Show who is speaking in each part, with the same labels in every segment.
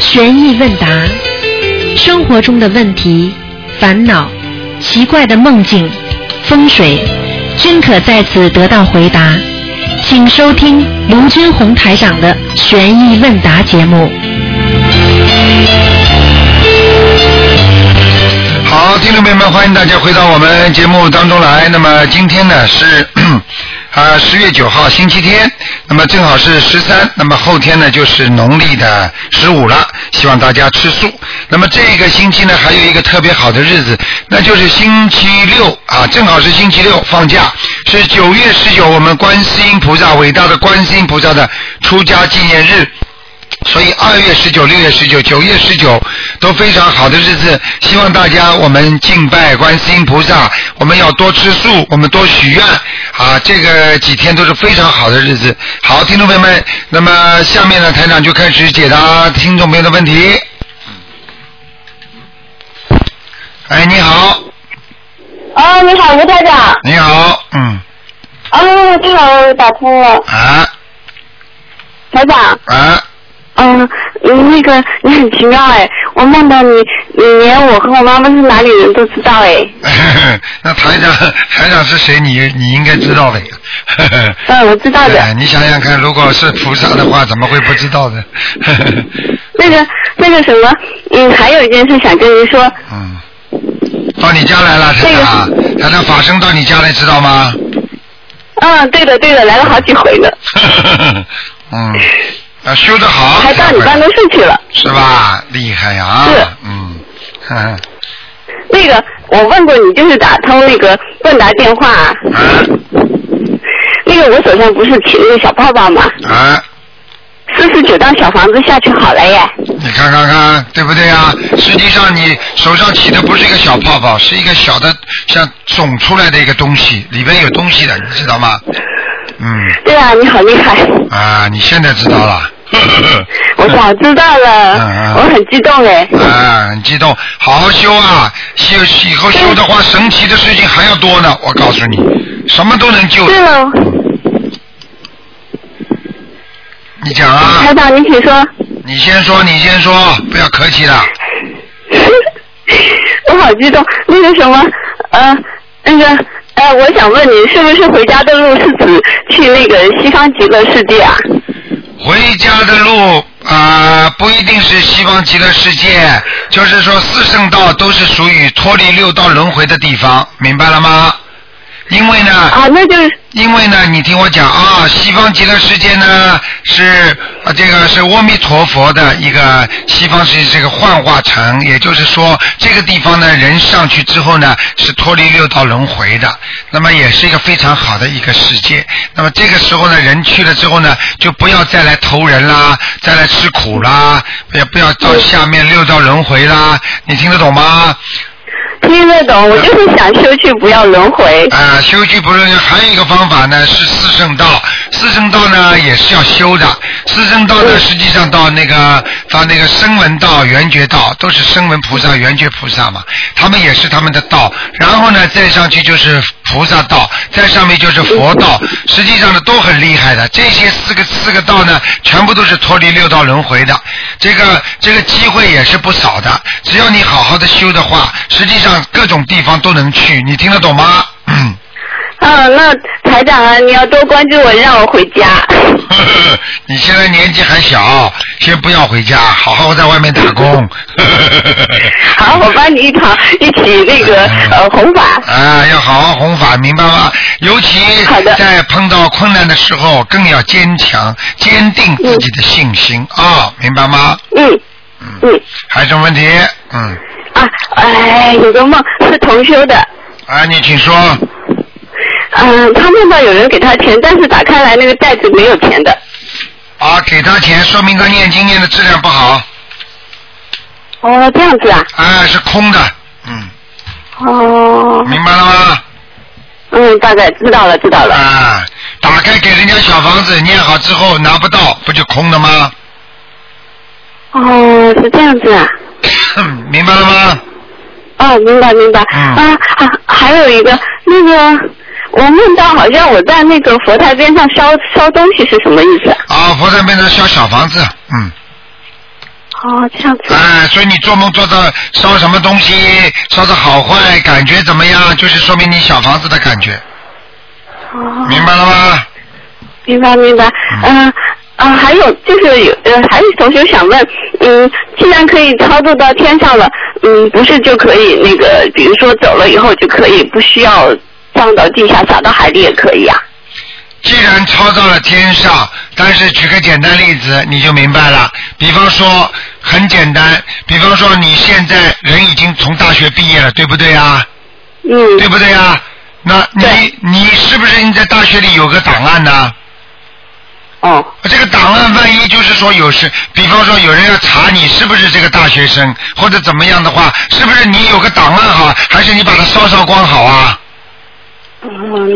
Speaker 1: 悬疑问答，生活中的问题、烦恼、奇怪的梦境、风水，均可在此得到回答。请收听卢军红台长的悬疑问答节目。
Speaker 2: 好，听众朋友们，欢迎大家回到我们节目当中来。那么今天呢是 啊十、0月九号星期天，那么正好是十三，那么后天呢就是农历的十五了，希望大家吃素。那么这个星期呢还有一个特别好的日子，那就是星期六啊，正好是星期六放假，是九月十九我们观世音菩萨伟大的观世音菩萨的出家纪念日。所以二月十九、六月十九、九月十九都非常好的日子，希望大家我们敬拜观世音菩萨，我们要多吃素，我们多许愿啊，这个几天都是非常好的日子。好，听众朋友们，那么下面呢，台长就开始解答听众朋友的问题。哎，你好，
Speaker 3: 啊，你好，吴台长。
Speaker 2: 你好，嗯，
Speaker 3: 啊，正好打通了，
Speaker 2: 啊
Speaker 3: 台长。
Speaker 2: 啊，
Speaker 3: 嗯，嗯那个你很奇妙哎，我梦到你，你连我和我妈妈是哪里人都知道哎。
Speaker 2: 那台长台长是谁？你你应该知道的呀。
Speaker 3: 嗯，我知道的。
Speaker 2: 哎，你想想看，如果是菩萨的话，怎么会不知道呢？
Speaker 3: 那个那个什么，嗯，还有一件事想跟您说，
Speaker 2: 嗯， 到你家来了，台长，啊台长法身到你家来，知道吗？
Speaker 3: 嗯，对的对的，来了好几回呢，
Speaker 2: 嗯，啊，修得好，
Speaker 3: 还到你办公室去了。
Speaker 2: 是吧？厉害呀、啊
Speaker 3: 是，
Speaker 2: 嗯， 嗯，
Speaker 3: 那个我问过你，就是打通那个问答电话啊， 那个我手上不是起那个小泡泡吗？
Speaker 2: 啊啊，
Speaker 3: 四十九张小房子下去好了耶。
Speaker 2: 你看看看，对不对啊？实际上你手上起的不是一个小泡泡，是一个小的像肿出来的一个东西，里边有东西的，你知道吗？嗯，
Speaker 3: 对啊，你好厉害，
Speaker 2: 啊，你现在知道了。
Speaker 3: 我早知道
Speaker 2: 嗯嗯
Speaker 3: 了，我很激动哎。
Speaker 2: 啊，很激动，好好修啊！修以后修的话，神奇的事情还要多呢。我告诉你，什么都能救的。
Speaker 3: 对了，
Speaker 2: 你讲啊，
Speaker 3: 台长，您请说。
Speaker 2: 你先说，你先说，不要客气了。
Speaker 3: 我好激动，那个什么，呃，那个，呃，我想问你，是不是回家的路是指去那个西方极乐世界啊？
Speaker 2: 回家的路啊、不一定是西方极乐世界，就是说四圣道都是属于脱离六道轮回的地方，明白了吗？因为呢，
Speaker 3: 啊，那就是，
Speaker 2: 因为呢，你听我讲啊，西方极乐世界呢是啊，这个是阿弥陀佛的一个西方是这个幻化城，也就是说这个地方呢，人上去之后呢是脱离六道轮回的，那么也是一个非常好的一个世界。那么这个时候呢，人去了之后呢，就不要再来投人啦，再来吃苦啦，也不要
Speaker 3: 嗯
Speaker 2: 到下面六道轮回啦，你听得懂吗？
Speaker 3: 听得懂，我就是想修去不要轮回。
Speaker 2: 啊、修具不论还有一个方法呢，是四圣道。四圣道呢也是要修的。四圣道
Speaker 3: 嗯
Speaker 2: 呢，实际上到那个到那个声闻道、圆觉道，都是声闻菩萨、圆觉菩萨嘛，他们也是他们的道。然后呢，再上去就是菩萨道，再上面就是佛道。实际上呢，都很厉害的。这些四个四个道呢，全部都是脱离六道轮回的。这个这个机会也是不少的。只要你好好的修的话，实际上各种地方都能去。你听得懂吗？嗯。
Speaker 3: 啊，那台长啊，你要多关注我，让我回家。
Speaker 2: 你现在年纪还小，先不要回家，好好在外面打工。
Speaker 3: 好，我帮你一堂一起那个呃弘法。
Speaker 2: 嗯啊，要好好弘法，明白吗？尤其
Speaker 3: 好的
Speaker 2: 在碰到困难的时候，更要坚强、坚定自己的信心啊、明白吗？
Speaker 3: 嗯嗯
Speaker 2: 还有什么问题？嗯，
Speaker 3: 啊，哎，有个梦是同修的。
Speaker 2: 啊，你请说。
Speaker 4: 呃
Speaker 3: 嗯，他梦到有人给他钱，但是打开来那个袋子没有钱的。
Speaker 2: 啊，给他钱，说明他念经念的质量不好，
Speaker 3: 哦，这样子啊。
Speaker 2: 啊，是空的，嗯，
Speaker 3: 哦，
Speaker 2: 明白了吗？
Speaker 3: 嗯，大概知道了，知道了。
Speaker 2: 啊，打开给人家小房子，念好之后拿不到，不就空了吗？
Speaker 3: 哦，是这样子啊。
Speaker 2: 明白了吗？
Speaker 3: 哦，明白明白。
Speaker 2: 嗯
Speaker 3: 啊啊，还有一个那个，我梦到好像我在那个佛台边上烧烧东西是什么意思啊？
Speaker 2: 啊，佛在边上烧小房子，嗯，
Speaker 4: 哦，这样子。
Speaker 2: 啊，所以你做梦做到烧什么东西，烧的好坏，感觉怎么样，就是说明你小房子的感觉，
Speaker 4: 哦，
Speaker 2: 明白了吗？
Speaker 4: 明白明白。嗯、啊、还有就是有呃，还有同学想问，嗯，既然可以操作到天上了，嗯，不是就可以那个，比如说走了以后就可以不需要放到地下，撒到海里也可以啊？
Speaker 2: 既然超到了天上，但是举个简单例子你就明白了。比方说，很简单，比方说你现在人已经从大学毕业了，对不对啊？
Speaker 4: 嗯，
Speaker 2: 对不对啊？那你
Speaker 4: 对
Speaker 2: 你是不是你在大学里有个档案呢、
Speaker 4: 哦，
Speaker 2: 这个档案万一就是说有事，比方说有人要查你是不是这个大学生，或者怎么样的话，是不是你有个档案好，还是你把它烧烧光好啊？
Speaker 4: 嗯，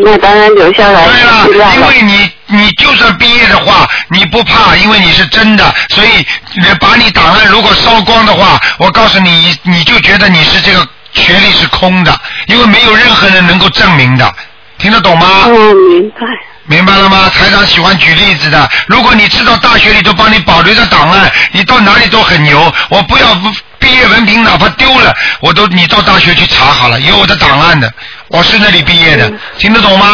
Speaker 4: 那当然留下来
Speaker 2: 哦对
Speaker 4: 是吧
Speaker 2: 了，因为你你就算毕业的话，你不怕，因为你是真的，所以呃把你档案如果烧光的话，我告诉你，你就觉得你是这个学历是空的，因为没有任何人能够证明的，听得懂吗？
Speaker 4: 哦，明白。
Speaker 2: 明白了吗？台长喜欢举例子的。如果你知道大学里都帮你保留着档案，你到哪里都很牛。我不要毕业文凭，哪怕丢了，我都你到大学去查好了，有我的档案的。我是那里毕业的，
Speaker 4: 嗯
Speaker 2: 听得懂吗？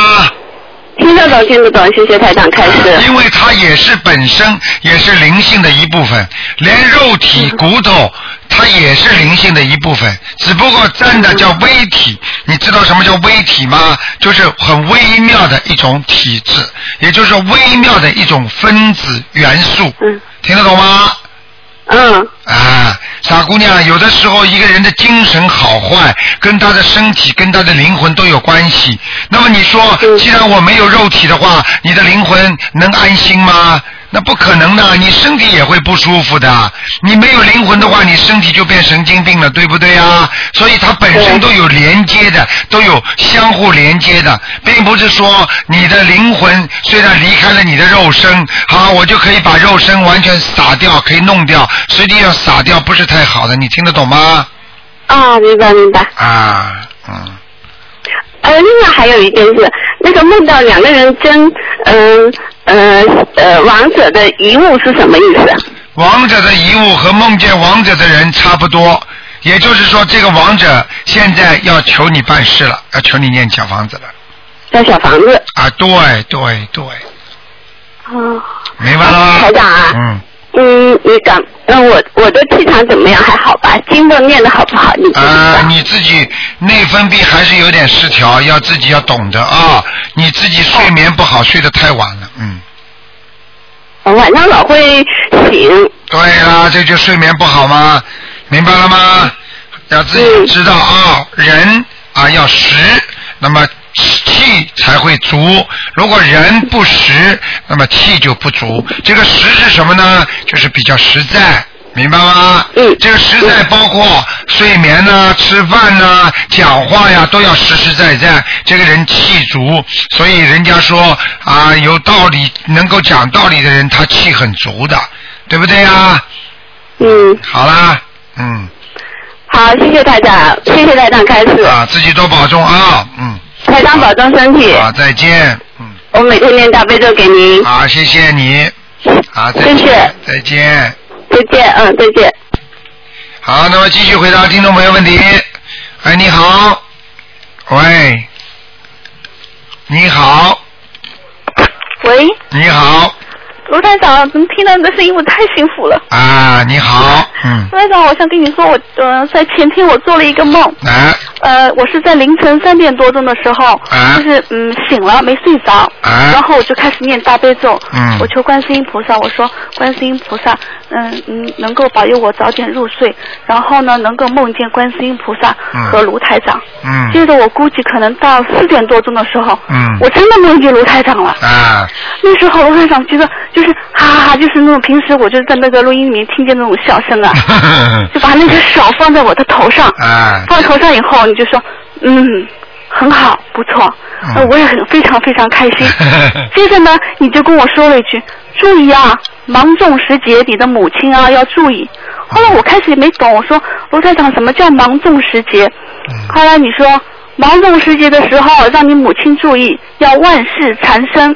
Speaker 4: 听得懂，听得懂，谢谢台长开始。
Speaker 2: 因为它也是本身也是灵性的一部分，连肉体骨头它也是灵性的一部分，只不过占的叫微体。你知道什么叫微体吗？就是很微妙的一种体质，也就是微妙的一种分子元素。
Speaker 4: 嗯
Speaker 2: 听得懂吗？
Speaker 4: 嗯
Speaker 2: 啊，傻姑娘，有的时候一个人的精神好坏，跟他的身体、跟他的灵魂都有关系。那么你说，
Speaker 4: 嗯
Speaker 2: 既然我没有肉体的话，你的灵魂能安心吗？那不可能的，你身体也会不舒服的。你没有灵魂的话，你身体就变神经病了，对不对啊？所以它本
Speaker 4: 对
Speaker 2: 身都有连接的，都有相互连接的，并不是说你的灵魂虽然离开了你的肉身，好，我就可以把肉身完全撒掉，可以弄掉，实际上撒掉不是太好的，你听得懂吗？
Speaker 4: 啊，明白明白。
Speaker 2: 啊，嗯，
Speaker 4: 呃，另外还有一件事，那个梦到两个人争，嗯呃呃，王者的遗物是什么意思？啊
Speaker 2: 王者的遗物和梦见王者的人差不多，也就是说，这个王者现在要求你办事了，要求你念小房子了。
Speaker 4: 叫小房子。
Speaker 2: 啊，对对对，
Speaker 4: 哦，
Speaker 2: 明白了吗？
Speaker 4: 台长啊
Speaker 2: 嗯。
Speaker 4: 嗯，你感，那我我的气场怎么样？还好吧？经文念的好不好？你知不知
Speaker 2: 啊，
Speaker 4: 道？
Speaker 2: 你自己内分泌还是有点失调，要自己要懂得啊。你自己睡眠不好，睡得太晚了，嗯。
Speaker 4: 我哦晚上老会醒。
Speaker 2: 对啦，这就睡眠不好吗？明白了吗？要自己知道啊，人啊要实，那么气才会足。如果人不实，那么气就不足。这个实是什么呢？就是比较实在。明白吗？
Speaker 4: 嗯
Speaker 2: 这个实在包括睡眠呐、吃饭呐、讲话呀，都要实实在在。这个人气足，所以人家说啊，有道理、能够讲道理的人，他气很足的，对不对呀？
Speaker 4: 嗯，
Speaker 2: 好啦，嗯，
Speaker 4: 好，谢谢台长，谢谢台长开始，
Speaker 2: 啊，自己多保重啊，嗯，
Speaker 4: 台长保重身体，
Speaker 2: 好，再见，嗯，
Speaker 4: 我每天念大悲咒给您，
Speaker 2: 好，谢谢你，好，再
Speaker 4: 谢
Speaker 2: 见
Speaker 4: 谢，
Speaker 2: 再见，
Speaker 4: 再见，嗯，再见。
Speaker 2: 好，那么继续回答听众朋友问题。哎，你好，喂，你好，
Speaker 3: 喂，
Speaker 2: 你好，
Speaker 3: 卢台长，能听到你的声音，我太幸福了。
Speaker 2: 啊，你好，嗯，
Speaker 3: 卢台长，我想跟你说，我呃，在前天我做了一个梦，
Speaker 2: 来，
Speaker 3: 呃，我是在凌晨三点多钟的时候，
Speaker 2: 啊
Speaker 3: 就是嗯醒了没睡着，
Speaker 2: 啊
Speaker 3: 然后我就开始念大悲咒，
Speaker 2: 嗯
Speaker 3: 我求观世音菩萨，我说观世音菩萨，嗯嗯，能够保佑我早点入睡，然后呢能够梦见观世音菩萨和卢台长。接
Speaker 2: 嗯，
Speaker 3: 着我估计可能到四点多钟的时候，
Speaker 2: 嗯
Speaker 3: 我真的梦见卢台长了。
Speaker 2: 啊，
Speaker 3: 那时候我很想觉得就是哈哈哈，就是那种平时我就在那个录音里面听见那种笑声 啊，就把那个手放在我的头上，
Speaker 2: 啊，
Speaker 3: 放头上以后你就说，嗯，很好，不错，
Speaker 2: 嗯
Speaker 3: 呃我也很非常非常开 心。接着呢，你就跟我说了一句，注意啊，芒种时节，你的母亲啊要注意。后来我开始也没懂，我说卢台长什么叫芒种时节？后来你说芒种时节的时候，让你母亲注意，要万事缠身。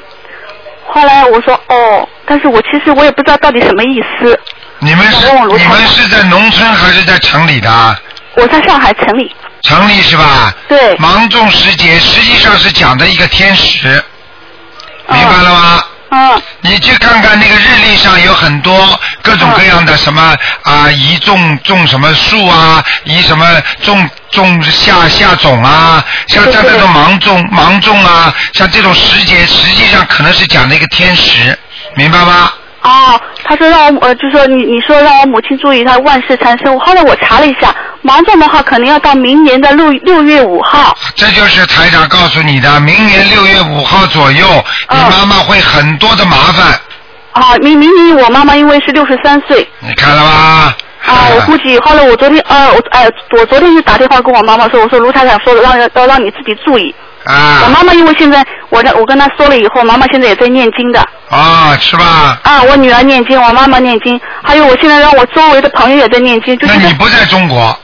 Speaker 3: 后来我说哦，但是我其实我也不知道到底什么意思。
Speaker 2: 你们是
Speaker 3: 想问我卢
Speaker 2: 你
Speaker 3: 台
Speaker 2: 们
Speaker 3: 长，
Speaker 2: 是在农村还是在城里的啊？
Speaker 3: 我在上海城里，
Speaker 2: 城里是吧？
Speaker 3: 对，
Speaker 2: 芒种时节实际上是讲的一个天时，明白了吗？
Speaker 3: 哦嗯
Speaker 2: 你去看看那个日历上有很多各种各
Speaker 3: 嗯
Speaker 2: 样的什么啊，移种种什么树啊，移什么种种下下种啊，像像这种芒种芒种啊，像这种时节，实际上可能是讲的一个天时，明白吗？
Speaker 3: 哦，他说让我呃，就说你你说让我母亲注意她万事缠身。后来我查了一下，芒种的话可能要到明年的六六月五号。
Speaker 2: 这就是台长告诉你的，明年六月五号左右，你
Speaker 3: 嗯
Speaker 2: 妈妈会很多的麻烦，
Speaker 3: 啊，明明明我妈妈因为是六十三岁
Speaker 2: 你看了吧？
Speaker 3: 啊，我估计后来我昨天呃我哎、我昨天就打电话跟我妈妈说，我说卢台长说的让要让你自己注意。我
Speaker 2: 啊
Speaker 3: 妈妈因为现在我让我跟她说了以后，妈妈现在也在念经的
Speaker 2: 啊，是吧？
Speaker 3: 啊，我女儿念经，我妈妈念经，还有我现在让我周围的朋友也在念经，就
Speaker 2: 那
Speaker 3: 现
Speaker 2: 你
Speaker 3: 在
Speaker 2: 不在中国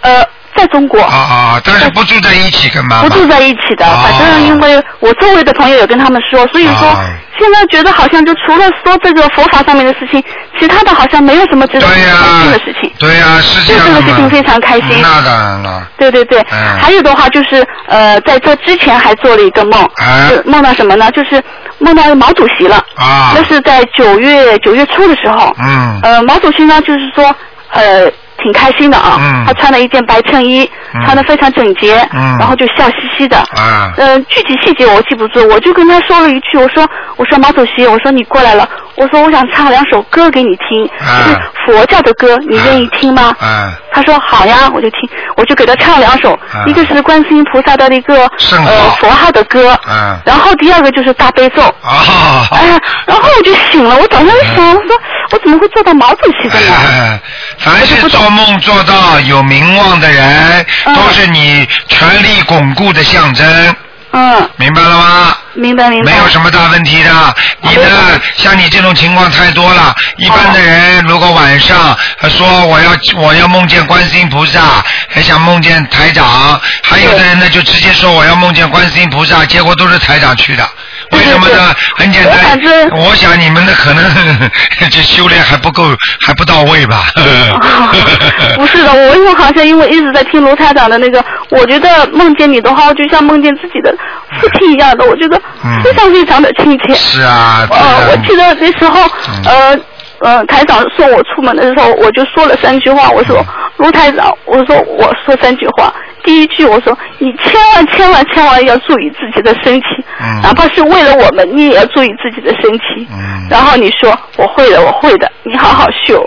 Speaker 3: 呃在中国。
Speaker 2: 啊啊，但是不住在一起跟妈
Speaker 3: 不
Speaker 2: 妈。
Speaker 3: 住在一起的，
Speaker 2: 哦
Speaker 3: 反正因为我周围的朋友有跟他们说，所以说
Speaker 2: 哦
Speaker 3: 现在觉得好像就除了说这个佛法上面的事情，其他的好像没有什么值得
Speaker 2: 对呀、
Speaker 3: 开心的事情。
Speaker 2: 对呀、是这样的
Speaker 3: 对
Speaker 2: 嘛
Speaker 3: 这个事情非常开心
Speaker 2: 嗯那当然了，
Speaker 3: 对对对，
Speaker 2: 嗯
Speaker 3: 还有的话就是呃，在这之前还做了一个梦，
Speaker 2: 啊
Speaker 3: 是梦到什么呢？就是梦到毛主席了，
Speaker 2: 啊
Speaker 3: 那，是在九月九月初的时候，
Speaker 2: 嗯
Speaker 3: 呃，毛主席呢就是说呃。挺开心的啊，
Speaker 2: 嗯
Speaker 3: 他穿了一件白衬衣，
Speaker 2: 嗯
Speaker 3: 穿的非常整洁，
Speaker 2: 嗯
Speaker 3: 然后就笑嘻嘻的，
Speaker 2: 啊，
Speaker 3: 呃，具体细节我记不住，我就跟他说了一句，我说我说毛主席，我说你过来了，我说我想唱两首歌给你听，
Speaker 2: 啊
Speaker 3: 是佛教的 歌，你愿意听吗？
Speaker 2: 啊，
Speaker 3: 他说好呀，我就听，我就给他唱两首，
Speaker 2: 啊
Speaker 3: 一个是观世音菩萨的一个
Speaker 2: 圣号
Speaker 3: 呃佛号的歌，
Speaker 2: 啊
Speaker 3: 然后第二个就是大悲咒。
Speaker 2: 啊，
Speaker 3: 哎呀，然后我就醒了，我早上一想，我说我怎么会做到毛主席的呢？
Speaker 2: 凡是做梦做到有名望的人，
Speaker 3: 嗯
Speaker 2: 都是你权力巩固的象征，
Speaker 3: 嗯，
Speaker 2: 明白了吗？
Speaker 3: 明白明白。嗯
Speaker 2: 没有什么大问题的。你
Speaker 3: 没有
Speaker 2: 呢，像你这种情况太多了。一般的人如果晚上呃说我要我要梦见观世音菩萨，还想梦见台长，还有的人呢就直接说我要梦见观世音菩萨，结果都是台长去的。为
Speaker 3: 对对
Speaker 2: 什么呢？很简单
Speaker 3: 我反，正
Speaker 2: 我想你们的可能 这修炼还不够，还不到位吧。
Speaker 3: 啊不是的，我因为好像因为一直在听卢台长的那个，我觉得梦见你的话，就像梦见自己的父亲一样的，我觉得
Speaker 2: 嗯
Speaker 3: 非常非常的亲切。
Speaker 2: 是啊，对
Speaker 3: 呃，我记
Speaker 2: 啊，
Speaker 3: 得那时候
Speaker 2: 嗯，
Speaker 3: 呃。呃，台长送我出门的时候，我就说了三句话。我说
Speaker 2: 嗯，
Speaker 3: 卢台长，我说我说三句话。第一句我说，你千万千万千万要注意自己的身体，
Speaker 2: 嗯
Speaker 3: 哪怕是为了我们，你也要注意自己的身体。
Speaker 2: 嗯
Speaker 3: 然后你说我会的，我会的，你好好修。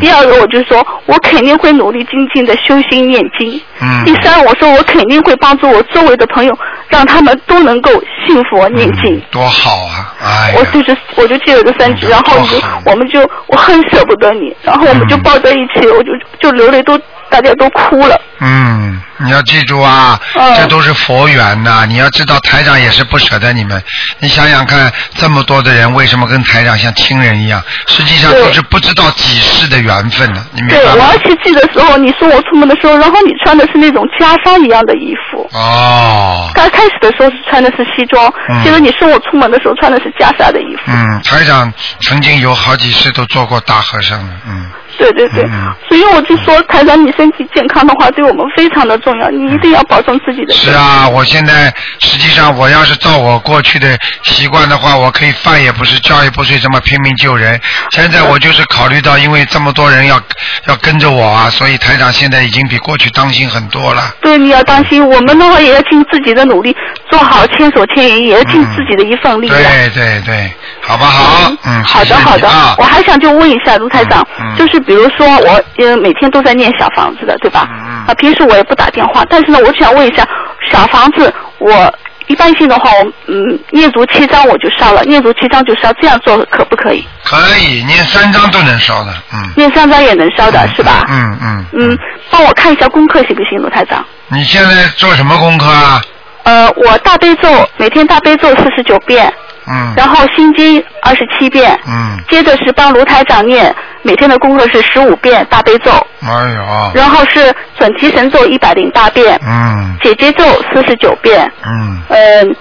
Speaker 3: 第
Speaker 2: 嗯
Speaker 3: 二个我就说，我肯定会努力精进的修心念经。
Speaker 2: 嗯，
Speaker 3: 第三，我说我肯定会帮助我周围的朋友，让他们都能够信佛念经。
Speaker 2: 嗯多好啊！哎呀，
Speaker 3: 我就是，我就记了这三句，然后我
Speaker 2: 多
Speaker 3: 就
Speaker 2: 好
Speaker 3: 我们就我很舍不得你，然后我们就
Speaker 2: 嗯
Speaker 3: 抱在一起，我就就流泪都大家都哭了。
Speaker 2: 嗯，你要记住啊，
Speaker 3: 嗯
Speaker 2: 这都是佛缘呐、你要知道，台长也是不舍得你们。你想想看，这么多的人为什么跟台长像亲人一样？实际上
Speaker 3: 对
Speaker 2: 都是不知道几世的缘分呢、你明
Speaker 3: 对，
Speaker 2: 白
Speaker 3: 我
Speaker 2: 吗
Speaker 3: 而？且记的时候，你送我出门的时候，然后你穿的是那种袈裟一样的衣服。
Speaker 2: 哦，
Speaker 3: 刚开始的时候是穿的是西装
Speaker 2: 嗯，
Speaker 3: 结果你送我出门的时候穿的是袈裟的衣服。
Speaker 2: 嗯，台长曾经有好几世都做过大和尚了，嗯，
Speaker 3: 对对对
Speaker 2: 嗯，
Speaker 3: 所以我就说，台长，你身体健康的话，对我们非常的重要，你一定要保重自己的。
Speaker 2: 是啊，我现在实际上我要是照我过去的习惯的话，我可以饭也不吃，觉也不睡，这么拼命救人。现在我就是考虑到，因为这么多人要要跟着我啊，所以台长现在已经比过去当心很多了。
Speaker 3: 对，你要当心。我们的话也要尽自己的努力，做好千手千眼，也要尽自己的一份力量。
Speaker 2: 对对对，好不好？嗯，
Speaker 3: 好
Speaker 2: 谢
Speaker 3: 的
Speaker 2: 谢你
Speaker 3: 好的
Speaker 2: 啊，
Speaker 3: 我还想就问一下卢台长
Speaker 2: 嗯嗯，
Speaker 3: 就是比如说我呃每天都在念小房子的，对吧
Speaker 2: 嗯嗯？
Speaker 3: 啊，平时我也不打电话，但是呢，我想问一下，小房子我一般性的话，我嗯念足七张我就烧了，念足七张就烧，这样做可不可以？
Speaker 2: 可以念三张都能烧的，嗯。
Speaker 3: 念三张也能烧的是吧？
Speaker 2: 嗯嗯
Speaker 3: 嗯，帮我看一下功课行不行，卢台长？
Speaker 2: 你现在做什么功课啊？
Speaker 3: 呃，我大悲咒每天大悲咒四十九遍，
Speaker 2: 嗯
Speaker 3: 然后心经二十七遍，
Speaker 2: 嗯，
Speaker 3: 接着是帮卢台长念每天的功课是十五遍大悲咒，
Speaker 2: 哎呦，
Speaker 3: 然后是准提神咒一百零八遍，
Speaker 2: 嗯
Speaker 3: 姐姐咒四十九遍，
Speaker 2: 嗯
Speaker 3: 嗯、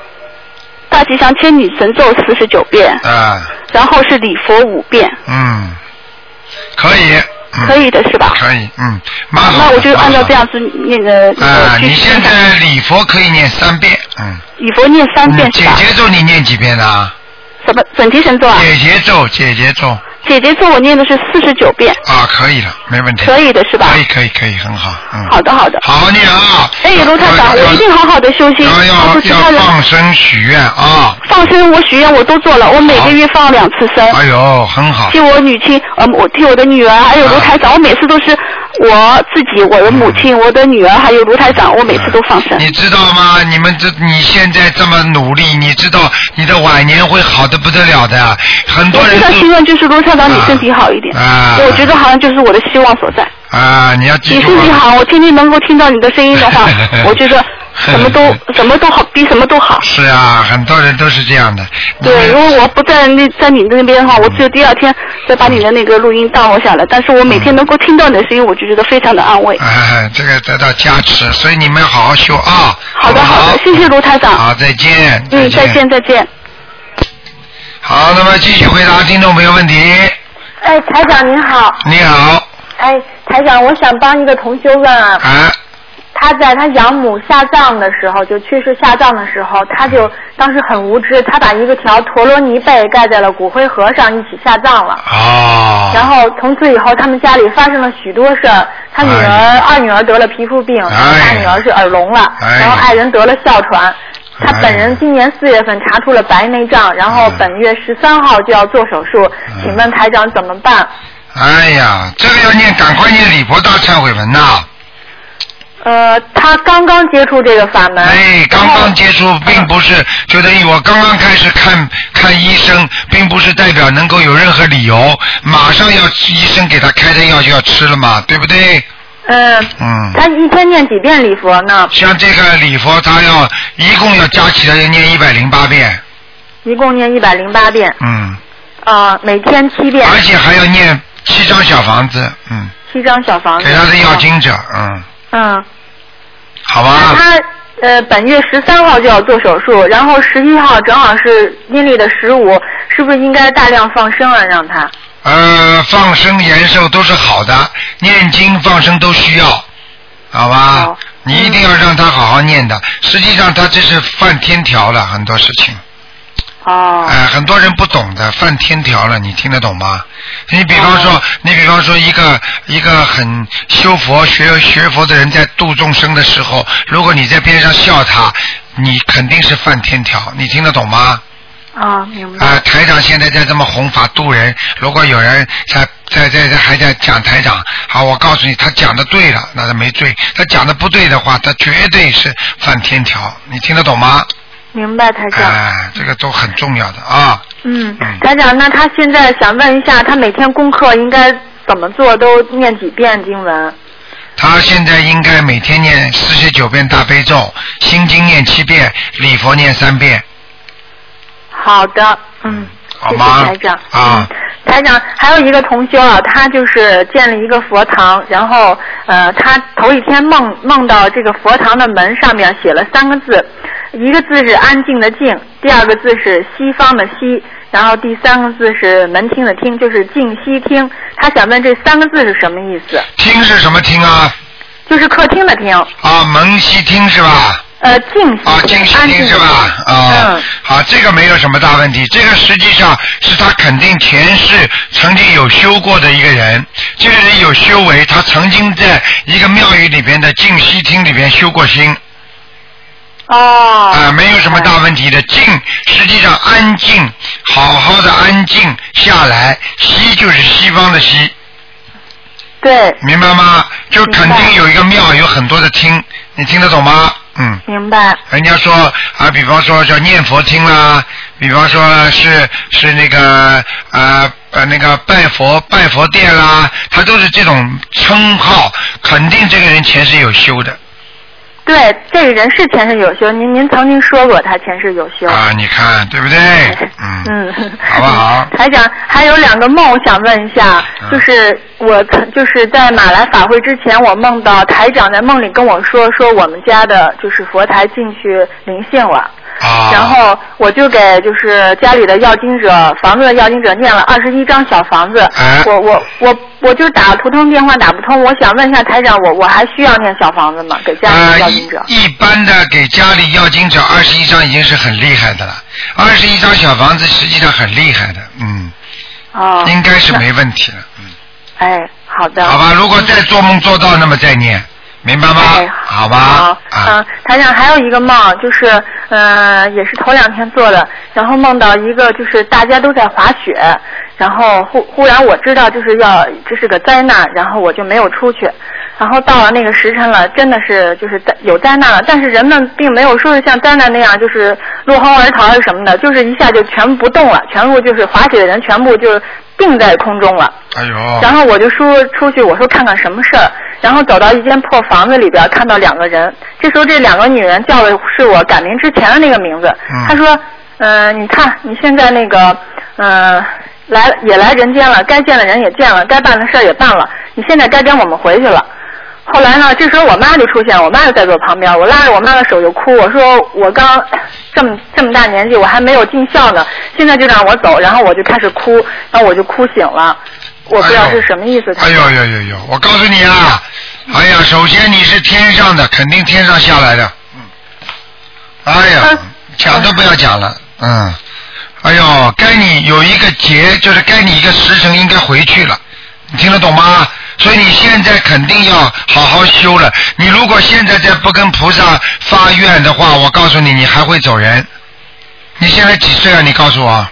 Speaker 3: 大吉祥天女神咒四十九遍，
Speaker 2: 啊
Speaker 3: 然后是礼佛五遍，
Speaker 2: 嗯，可以。嗯
Speaker 3: 可以的是吧？
Speaker 2: 可以，嗯，蛮好的。
Speaker 3: 那我就按照这样
Speaker 2: 蛮
Speaker 3: 子念的
Speaker 2: 好的。啊、
Speaker 3: 那个去
Speaker 2: 你
Speaker 3: 行
Speaker 2: 现
Speaker 3: 吧
Speaker 2: 在礼佛可以念三遍，嗯。
Speaker 3: 以佛念三遍
Speaker 2: 嗯
Speaker 3: 是
Speaker 2: 姐
Speaker 3: 吧？
Speaker 2: 姐咒你念几遍呢？
Speaker 3: 什么准提神咒啊？
Speaker 2: 姐姐咒，姐姐咒
Speaker 3: 姐姐咒我念的是四十九遍，
Speaker 2: 啊，可以了，没问题。
Speaker 3: 可以的是吧？
Speaker 2: 可以，可以，可以，很好，嗯。
Speaker 3: 好的好的。
Speaker 2: 好，好念啊。
Speaker 3: 哎，卢太长，
Speaker 2: 要
Speaker 3: 我一定好好的修心，
Speaker 2: 要
Speaker 3: 告
Speaker 2: 要
Speaker 3: 诉其他
Speaker 2: 要
Speaker 3: 人。
Speaker 2: 放生许愿啊！
Speaker 3: 放生，我许愿我都做了，我每
Speaker 2: 好
Speaker 3: 个月放两次生，
Speaker 2: 哎呦，很好
Speaker 3: 替。我女亲，呃，我替我的女儿，还有
Speaker 2: 啊嗯
Speaker 3: 卢台长，我每次都是我自己、我的母亲、我的女儿，还有卢台长，我每次都放生。
Speaker 2: 你知道吗？你们这你现在这么努力，你知道你的晚年会好的不得了的。很
Speaker 3: 我
Speaker 2: 多
Speaker 3: 知
Speaker 2: 人
Speaker 3: 道
Speaker 2: 都
Speaker 3: 希望就是卢台长你
Speaker 2: 啊
Speaker 3: 身体好一点，
Speaker 2: 啊
Speaker 3: 我觉得好像就是我的希望所在。
Speaker 2: 啊，你要记
Speaker 3: 你
Speaker 2: 住
Speaker 3: 身体
Speaker 2: 啊。，
Speaker 3: 好，我天天能够听到你的声音的话 我觉得什么都什么都好，比什么都好。
Speaker 2: 是啊，很多人都是这样的。你
Speaker 3: 对，如
Speaker 2: 们
Speaker 3: 果我不在那在你那边的话，我只有第二天再把你的那个录音 download 下来。但是我每天能够听到你的声音，我就觉得非常的安慰。
Speaker 2: 哎，这个得到加
Speaker 5: 嗯
Speaker 2: 持，所以你们要好好修啊。
Speaker 3: 好
Speaker 2: 不
Speaker 3: 的，好的，谢谢卢台长。
Speaker 2: 好，再见。
Speaker 3: 嗯，再见，。再见。
Speaker 2: 好，那么继续回答听众朋友问题。
Speaker 5: 哎，台长您好，
Speaker 2: 你好，
Speaker 5: 哎，台长，我想帮一个同修问啊，
Speaker 2: 啊，
Speaker 5: 他在他养母下葬的时候，就去世下葬的时候，他就当时很无知，他把一个条陀罗尼被盖在了骨灰盒上，一起下葬了。
Speaker 2: 哦。
Speaker 5: 然后从此以后，他们家里发生了许多事儿。他女儿、
Speaker 2: 哎
Speaker 5: 二女儿得了皮肤病，然后
Speaker 2: 哎
Speaker 5: 大女儿是耳聋了，
Speaker 2: 哎
Speaker 5: 然后
Speaker 6: 哦
Speaker 5: 爱人得了哮喘。他
Speaker 2: 哎
Speaker 5: 本人今年四月份查出了白内障，然后
Speaker 2: 嗯
Speaker 5: 本月十三号就要做手术，
Speaker 2: 嗯
Speaker 5: 请问台长怎么办？
Speaker 2: 哎呀，这个要念，赶快念李博大忏悔文呐、
Speaker 5: 呃，他刚刚接触这个法门，
Speaker 2: 哎，刚
Speaker 5: 然后嗯
Speaker 2: 刚接触，并不是就等于我刚刚开始看看医生，并不是代表能够有任何理由，马上要医生给他开的药就要吃了嘛，对不对？
Speaker 5: 嗯，
Speaker 2: 嗯。
Speaker 5: 他一天念几遍礼佛呢？
Speaker 2: 像这个礼佛，他要一共要加起来要念一百零八遍，
Speaker 5: 一共念一百零八遍，
Speaker 2: 嗯，
Speaker 5: 啊、每天七遍，
Speaker 2: 而且还要念七张小房子，嗯，
Speaker 5: 七张小房子。
Speaker 2: 给他的要经者，嗯，
Speaker 5: 嗯，
Speaker 2: 好
Speaker 5: 那
Speaker 2: 吧，
Speaker 5: 他呃本月十三号就要做手术，然后十一号正好是阴历的十五，是不是应该大量放生啊？让他
Speaker 2: 呃，放生延寿都是好的，念经放生都需要，好吧，
Speaker 5: 好
Speaker 2: 你一定要让他好好念的。实际上他这是犯天条了，很多事情，
Speaker 5: 哦
Speaker 2: 哎、很多人不懂的，犯天条了，你听得懂吗？你比方说，你比方说一个一个很修佛学学佛的人在度众生的时候，如果你在边上笑他，你肯定是犯天条，你听得懂吗？
Speaker 5: 啊，明白。
Speaker 2: 啊、台长现在在这么弘法度人，如果有人在在在在还在讲台长，好，我告诉你，他讲的对了，那他没罪；他讲的不对的话，他绝对是犯天条。你听得懂吗？
Speaker 5: 明白，台
Speaker 2: 哎、
Speaker 5: 长。
Speaker 2: 这个都很重要的啊。
Speaker 5: 嗯
Speaker 2: 嗯，
Speaker 5: 台长，那他现在想问一下，他每天功课应该怎么做？都念几遍经文？
Speaker 2: 他现在应该每天念四十九遍大悲咒，心经念七遍，礼佛念三遍，
Speaker 5: 好的，嗯，
Speaker 2: 好
Speaker 5: 谢谢
Speaker 2: 吗？
Speaker 5: 台长
Speaker 2: 啊，
Speaker 5: 嗯台长，还有一个同修啊，他就是建了一个佛堂，然后呃，他头一天梦梦到这个佛堂的门上面写了三个字，一个字是安静的静，第二个字是西方的西，然后第三个字是门厅的厅，就是静西厅。他想问这三个字是什么意思？
Speaker 2: 听是什么听啊？
Speaker 5: 就是客厅的厅，
Speaker 2: 啊，门西听是吧？
Speaker 5: 呃，静西
Speaker 2: 啊，
Speaker 5: 厅
Speaker 2: 静心
Speaker 5: 安静
Speaker 2: 听
Speaker 5: 的
Speaker 2: 是吧？啊
Speaker 5: 嗯，，
Speaker 2: 好，这个没有什么大问题。这个实际上是他肯定前世曾经有修过的一个人，这个人有修为，他曾经在一个庙宇里边的静息厅里边修过心，
Speaker 5: 哦。
Speaker 2: 啊、没有什么大问题的。静，实际上安静，好好的安静下来。西就是西方的西，
Speaker 5: 对，
Speaker 2: 明白吗？就肯
Speaker 5: 明
Speaker 2: 定
Speaker 5: 白
Speaker 2: 有一个庙，有很多的厅，你听得懂吗？嗯。
Speaker 5: 明白。
Speaker 2: 人家说啊，比方说叫念佛厅啦，比方说是是那个呃呃那个拜佛拜佛殿啦，他都是这种称号，肯定这个人前世有修的
Speaker 5: 对，这个人是前世有修，您您曾经说过他前世有修。
Speaker 2: 啊，你看对不对？嗯，
Speaker 5: 嗯，
Speaker 2: 好不 好？
Speaker 5: 台长，还有两个梦，我想问一下，
Speaker 2: 嗯
Speaker 5: 就是我曾就是在马来法会之前，我梦到台长在梦里跟我说，说我们家的就是佛台进去灵性了。
Speaker 2: 啊
Speaker 5: 然后我就给就是家里的要经者、房子的要经者念了二十一张小房子。
Speaker 2: 哎
Speaker 5: 我我我我就打普通电话打不通，我想问一下台长，我我还需要念小房子吗？给家里
Speaker 2: 啊、
Speaker 5: 的要经
Speaker 2: 一
Speaker 5: 者。
Speaker 2: 一般的给家里要经者二十一张已经是很厉害的了，二十一张小房子实际上很厉害的，嗯，
Speaker 5: 哦，
Speaker 2: 应该是没问题了，嗯，
Speaker 5: 那。哎，好的。
Speaker 2: 好吧，如果
Speaker 6: 嗯
Speaker 2: 再做梦做到，那么再念，明白吗
Speaker 5: 哎？
Speaker 2: 好吧
Speaker 5: 好，，
Speaker 2: 啊
Speaker 5: 嗯，，台长还有一个梦，就是呃，也是头两天做的，然后梦到一个就是大家都在滑雪，然后忽忽然我知道就是要这是个灾难，然后我就没有出去，然后到了那个时辰了，真的是就是灾有灾难了，但是人们并没有说是像灾难那样就是落荒而逃什么的，就是一下就全部不动了，全部就是滑雪的人全部就定在空中了。
Speaker 2: 哎呦，
Speaker 6: 哦
Speaker 5: 然后我就说出去，我说看看什么事儿。然后走到一间破房子里边，看到两个人。这时候这两个女人叫的是我改名之前的那个名字。
Speaker 2: 嗯
Speaker 5: 她说：“嗯、你看你现在那个，嗯，来也来人间了，该见的人也见了，该办的事儿也办了，你现在该跟我们回去了。”后来呢，这时候我妈就出现，我妈就在我旁边，我拉着我妈的手就哭，我说我刚这么这么大年纪，我还没有尽孝呢，现在就让我走，然后我就开始哭，然后我就哭醒了，我不知道
Speaker 2: 哎呦
Speaker 5: 是什么意思。
Speaker 2: 哎呦呦呦呦，我告诉你啊，哎呀，首先你是天上的，肯定天上下来的，嗯，哎呀
Speaker 5: 嗯，
Speaker 2: 讲都不要讲了，嗯，哎呦，该你有一个节，就是该你一个时辰应该回去了，你听得懂吗？所以你现在肯定要好好修了。你如果现在再不跟菩萨发愿的话，我告诉你，你还会走人。你现在几岁啊？你告诉我，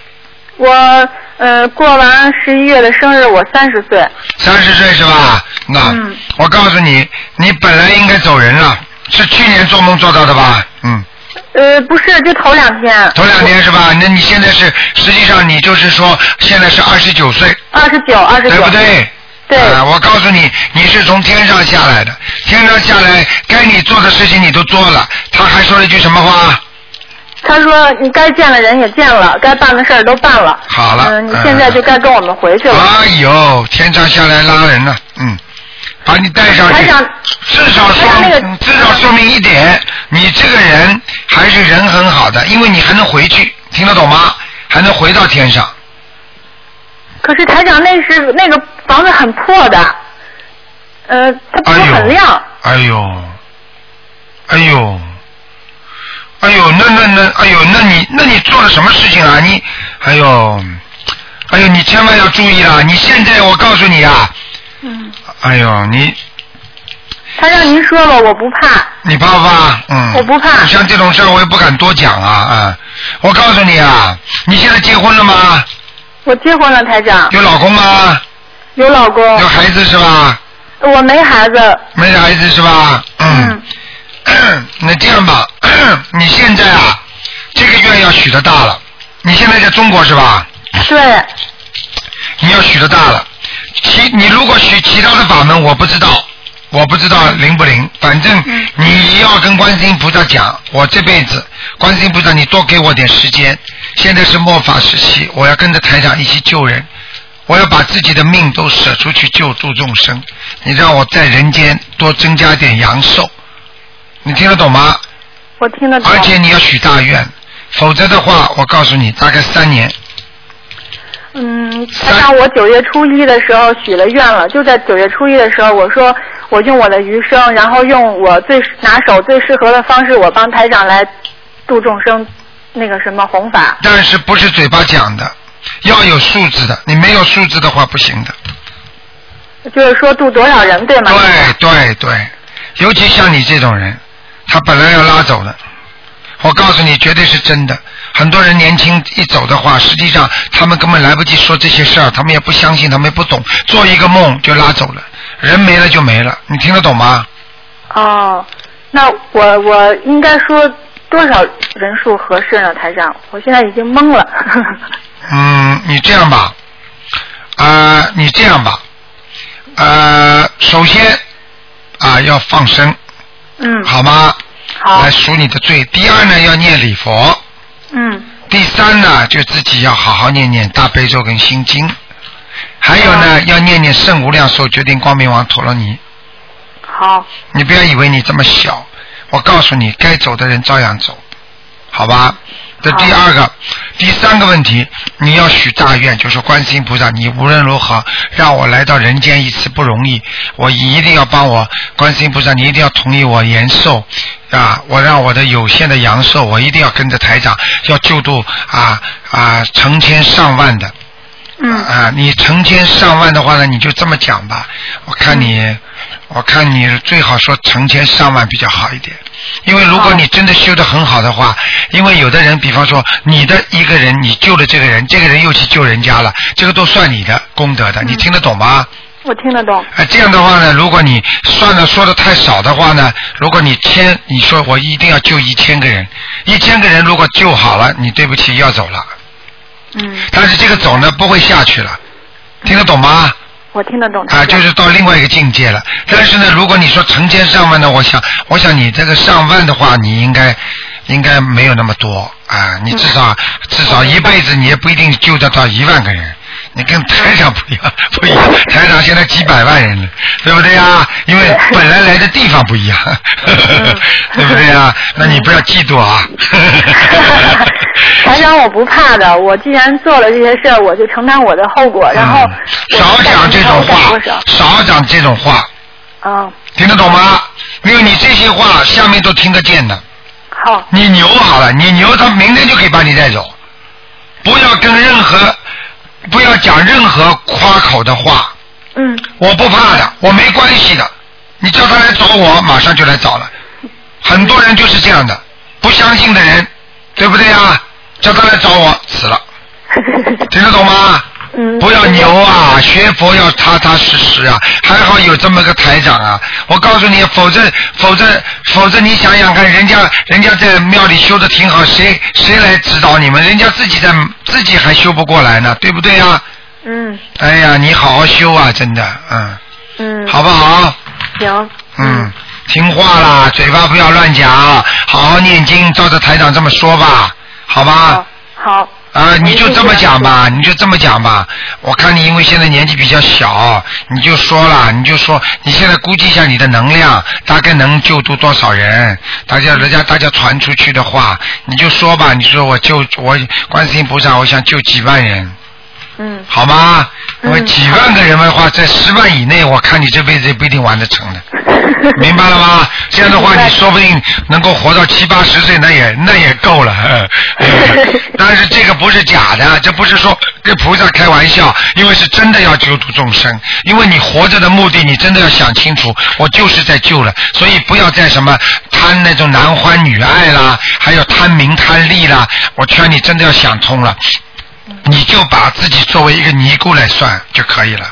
Speaker 5: 我呃，过完十一月的生日，我三十岁。
Speaker 2: 三十岁是吧？那、
Speaker 5: 嗯
Speaker 2: 我告诉你，你本来应该走人了，是去年做梦做到的吧？嗯，
Speaker 5: 呃，不是，就头两天。
Speaker 2: 头两天是吧？那你现在是，实际上你就是说现在是二十九岁，
Speaker 5: 二十九，二十九。
Speaker 2: 对不？对？
Speaker 5: 对
Speaker 2: 啊我告诉你，你是从天上下来的，天上下来该你做的事情你都做了，他还说了一句什么话？
Speaker 5: 他说你该见的人也见了，该办的事儿都办了。
Speaker 2: 好了
Speaker 5: 嗯、你现在就该跟我们回去了。
Speaker 2: 哎呦，天上下来拉人了，嗯，把你带上去
Speaker 5: 台长，
Speaker 2: 至少说
Speaker 5: 台长
Speaker 2: 明、
Speaker 5: 那个
Speaker 2: 至少说明一点，你这个人还是人很好的，因为你还能回去，听得懂吗？还能回到天上。
Speaker 5: 可是台长，那是那个房子很破的，呃，它不
Speaker 2: 哎
Speaker 5: 是
Speaker 2: 呦，
Speaker 5: 很亮。
Speaker 2: 哎呦，哎呦，哎呦，那那那，哎呦，那你那你做了什么事情啊？你，哎呦，哎呦，你千万要注意啦！你现在我告诉你啊，
Speaker 5: 嗯，
Speaker 2: 哎呦，你
Speaker 5: 台长您说吧，我不怕。
Speaker 2: 你怕不怕？嗯，
Speaker 5: 我不 怕
Speaker 2: 像这种事儿，我也不敢多讲啊啊！我告诉你啊，你现在结婚了吗？
Speaker 5: 我结婚了，台长，
Speaker 2: 有老公吗？
Speaker 5: 有老公，
Speaker 2: 有孩子是吧？
Speaker 5: 我没孩子。
Speaker 2: 没孩子是吧？
Speaker 5: 嗯，
Speaker 2: 那这样吧， 你现在啊，这个愿要许的大了。你现在在中国是吧？
Speaker 5: 对，
Speaker 2: 你要许的大了。其你如果许其他的法门，我不知道，我不知道灵不灵。反正你要跟观世音菩萨讲，我这辈子观世音菩萨，你多给我点时间。现在是末法时期，我要跟着台长一起救人，我要把自己的命都舍出去救助众生。你让我在人间多增加点阳寿，你听得懂吗？
Speaker 5: 我听得懂。
Speaker 2: 而且你要许大愿，否则的话，我告诉你，大概三年。
Speaker 5: 嗯，台长，我九月初一的时候许了愿了，就在九月初一的时候，我说我用我的余生，然后用我最拿手最适合的方式，我帮台长来度众生，那个什么弘法。
Speaker 2: 但是不是嘴巴讲的，要有素质的。你没有素质的话不行的。
Speaker 5: 就是说度多少人，对吗？
Speaker 2: 对哎对对，尤其像你这种人，他本来要拉走的，我告诉你，绝对是真的。很多人年轻一走的话，实际上他们根本来不及说这些事儿，他们也不相信，他们也不懂，做一个梦就拉走了，人没了就没了，你听得懂吗？
Speaker 5: 哦，那我我应该说多少人数合适呢，台长？我现在已经懵了。
Speaker 2: 嗯，你这样吧，啊、你这样吧，呃，首先啊、要放生，
Speaker 5: 嗯，
Speaker 2: 好吗？
Speaker 5: 好
Speaker 2: 来，赎你的罪。第二呢，要念礼佛。
Speaker 5: 嗯，
Speaker 2: 第三呢，就自己要好好念念大悲咒跟心经。还有呢，要念念圣无量寿决定光明王陀罗尼。
Speaker 5: 好，
Speaker 2: 你不要以为你这么小，我告诉你，该走的人照样走。好吧？这第二个，第三个问题，你要许大愿，就说观世音菩萨，你无论如何让我来到人间一次不容易，我一定要帮我观世音菩萨，你一定要同意我延寿啊！我让我的有限的阳寿，我一定要跟着台长要救度啊啊成千上万的。
Speaker 5: 嗯
Speaker 2: 啊，你成千上万的话呢，你就这么讲吧。我看你，我看你最好说成千上万比较好一点，因为如果你真的修得很好的话，因为有的人，比方说你的一个人，你救了这个人，这个人又去救人家了，这个都算你的功德的，你听得懂吗？
Speaker 5: 我听得懂。
Speaker 2: 啊，这样的话呢，如果你算的说的太少的话呢，如果你千，你说我一定要救一千个人，一千个人如果救好了，你对不起要走了。
Speaker 5: 嗯，
Speaker 2: 但是这个走呢不会下去了，听得懂吗？
Speaker 5: 我听得懂。
Speaker 2: 啊，就是到另外一个境界了。但是呢，如果你说成千上万的，我想，我想你这个上万的话，你应该应该没有那么多啊。你至少、至少一辈子你也不一定救得到一万个人。你跟台长不一样，不一样。台长现在几百万人了，对不对呀？因为本来来的地方不一样，对不对呀？那你不要嫉妒啊。
Speaker 5: 台长，我不怕的，我既然做了这些事儿，我就承担我的后果。然
Speaker 2: 嗯
Speaker 5: 后我
Speaker 2: 少讲这种
Speaker 5: 干
Speaker 2: 话
Speaker 5: 多少，
Speaker 2: 少讲这种话，
Speaker 7: 哦
Speaker 5: 啊，
Speaker 2: 听得懂吗？因为你这些话下面都听得见的。
Speaker 5: 好，
Speaker 2: 你牛好了，你牛，他明天就可以把你带走。不要跟任何，不要讲任何夸口的话，
Speaker 5: 嗯，
Speaker 2: 我不怕的，我没关系的。你叫他来找我，马上就来找了。很多人就是这样的，不相信的人，对不对啊？叫他来找我，死了， 听得懂吗？
Speaker 5: 嗯，
Speaker 2: 不要牛啊！学佛要踏踏实实啊！还好有这么个台长啊！我告诉你，否则否则否则你想想看，人家人家在庙里修的挺好，谁谁来指导你们？人家自己在自己还修不过来呢，对不对呀、
Speaker 5: 嗯
Speaker 2: 哎呀，你好好修啊，真的，嗯，
Speaker 5: 嗯，
Speaker 2: 好不好？
Speaker 5: 行，
Speaker 2: 嗯，听话啦，嘴巴不要乱讲，好好念经，照着台长这么说吧，好吧？
Speaker 5: 好，好，
Speaker 2: 啊，你就这么讲吧，你就这么讲吧。我看你因为现在年纪比较小，你就说了，你就说你现在估计一下你的能量，大概能救度多少人？大家人家大家传出去的话，你就说吧，你说我救我观世音菩萨，我想救几万人，
Speaker 5: 嗯，
Speaker 2: 好吗？
Speaker 5: 嗯
Speaker 2: 我几万个人的话，在十万以内，我看你这辈子也不一定玩得成 的，明白了吗？这样的话，
Speaker 5: 明白
Speaker 2: 你说不定能够活到七八十岁，那也那也够了。 嗯但是这个不是假的，这不是说跟菩萨开玩笑，因为是真的要救度众生。因为你活着的目的，你真的要想清楚，我就是在救了，所以不要再什么贪那种男欢女爱啦，还有贪名贪利啦。我劝你真的要想通了，你就把自己作为一个尼姑来算就可以了，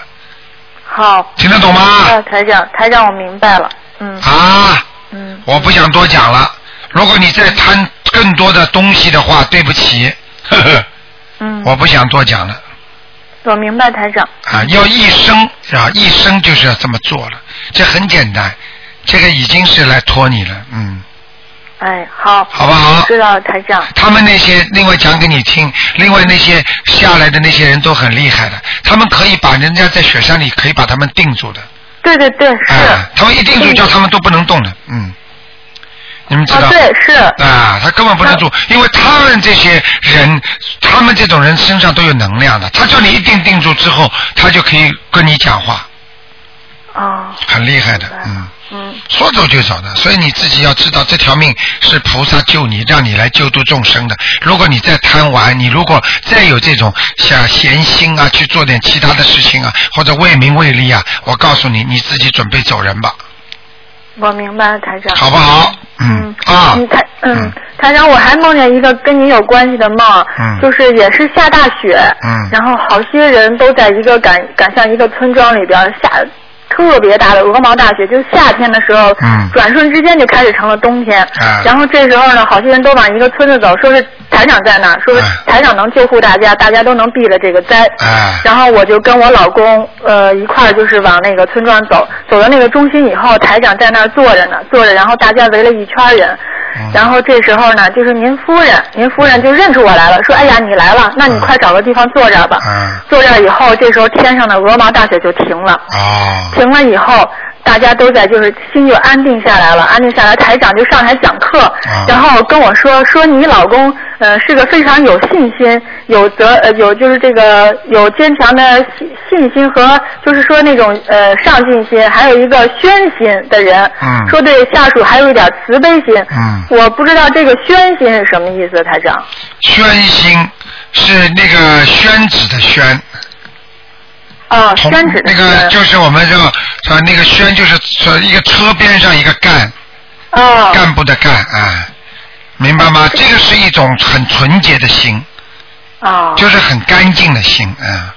Speaker 5: 好，
Speaker 2: 听得懂吗
Speaker 5: 啊，？台长，台长，我明白了，嗯
Speaker 2: 啊，
Speaker 5: 嗯，
Speaker 2: 我不想多讲了。如果你再贪更多的东西的话，对不起，呵呵，
Speaker 5: 嗯，
Speaker 2: 我不想多讲了。
Speaker 5: 我明白台长，
Speaker 2: 啊，要一生啊，一生就是要这么做了，这很简单，这个已经是来托你了，嗯，
Speaker 5: 哎，好，
Speaker 2: 好不好？
Speaker 5: 知道了台长，
Speaker 2: 他们那些另外讲给你听，另外那些下来的那些人都很厉害的，他们可以把人家在雪山里可以把他们定住的，
Speaker 5: 对对对，是，
Speaker 2: 啊，他们一定住叫他们都不能动的，嗯，你们知道？
Speaker 5: 啊，对是，
Speaker 2: 啊，他根本不能住，因为他们这些人，他们这种人身上都有能量的。他叫你一定定住之后，他就可以跟你讲话，
Speaker 5: 啊，
Speaker 2: 很厉害的，嗯，
Speaker 5: 嗯，
Speaker 2: 说走就走的。所以你自己要知道，这条命是菩萨救你，让你来救度众生的。如果你再贪玩，你如果再有这种想闲心啊，去做点其他的事情啊，或者为名为利啊，我告诉你，你自己准备走人吧，
Speaker 5: 我明白了台长，
Speaker 2: 好不好？嗯
Speaker 5: 嗯
Speaker 2: 啊，
Speaker 5: 嗯，台
Speaker 2: 嗯
Speaker 5: 嗯，台长，我还梦见一个跟您有关系的梦，
Speaker 2: 嗯
Speaker 5: 就是也是下大雪，
Speaker 2: 嗯
Speaker 5: 然后好些人都在一个赶赶向一个村庄里边下特别大的鹅毛大雪，就是夏天的时候，
Speaker 2: 嗯
Speaker 5: 转瞬之间就开始成了冬天，
Speaker 2: 啊
Speaker 5: 然后这时候呢，好些人都往一个村子走，说是台长在那儿，说是
Speaker 2: 哎
Speaker 5: 台长能救护大家，大家都能避了这个灾，
Speaker 2: 哎
Speaker 5: 然后我就跟我老公呃一块儿就是往那个村庄走，走到那个中心以后，台长在那儿坐着呢，坐着，然后大家围了一圈人。
Speaker 2: 嗯
Speaker 5: 然后这时候呢，就是您夫人，您夫人就认出我来了，说：“哎呀，你来了，那你快找个地方坐着吧。
Speaker 2: 嗯”
Speaker 5: 坐这儿以后，这时候天上的鹅毛大雪就停了，
Speaker 2: 哦，
Speaker 5: 停了以后，大家都在就是心就安定下来了，安定下来，台长就上台讲课，然
Speaker 2: 啊
Speaker 5: 后跟我说说你老公呃是个非常有信心、有责呃有就是这个有坚强的信信心和就是说那种呃上进心，还有一个宣心的人，
Speaker 2: 嗯
Speaker 5: 说对下属还有一点慈悲心，
Speaker 2: 嗯
Speaker 5: 我不知道这个宣心是什么意思，台长。
Speaker 2: 宣心是那个宣纸的宣，
Speaker 5: 哦，
Speaker 2: 同
Speaker 5: 宣纸
Speaker 2: 那
Speaker 5: 的
Speaker 2: 个
Speaker 5: 宣
Speaker 2: 就是我们这个呃那个宣就是呃一个车边上一个干，
Speaker 5: 哦
Speaker 2: 干部的干啊，明白吗？这个是一种很纯洁的心，
Speaker 5: 哦
Speaker 2: 就是很干净的心啊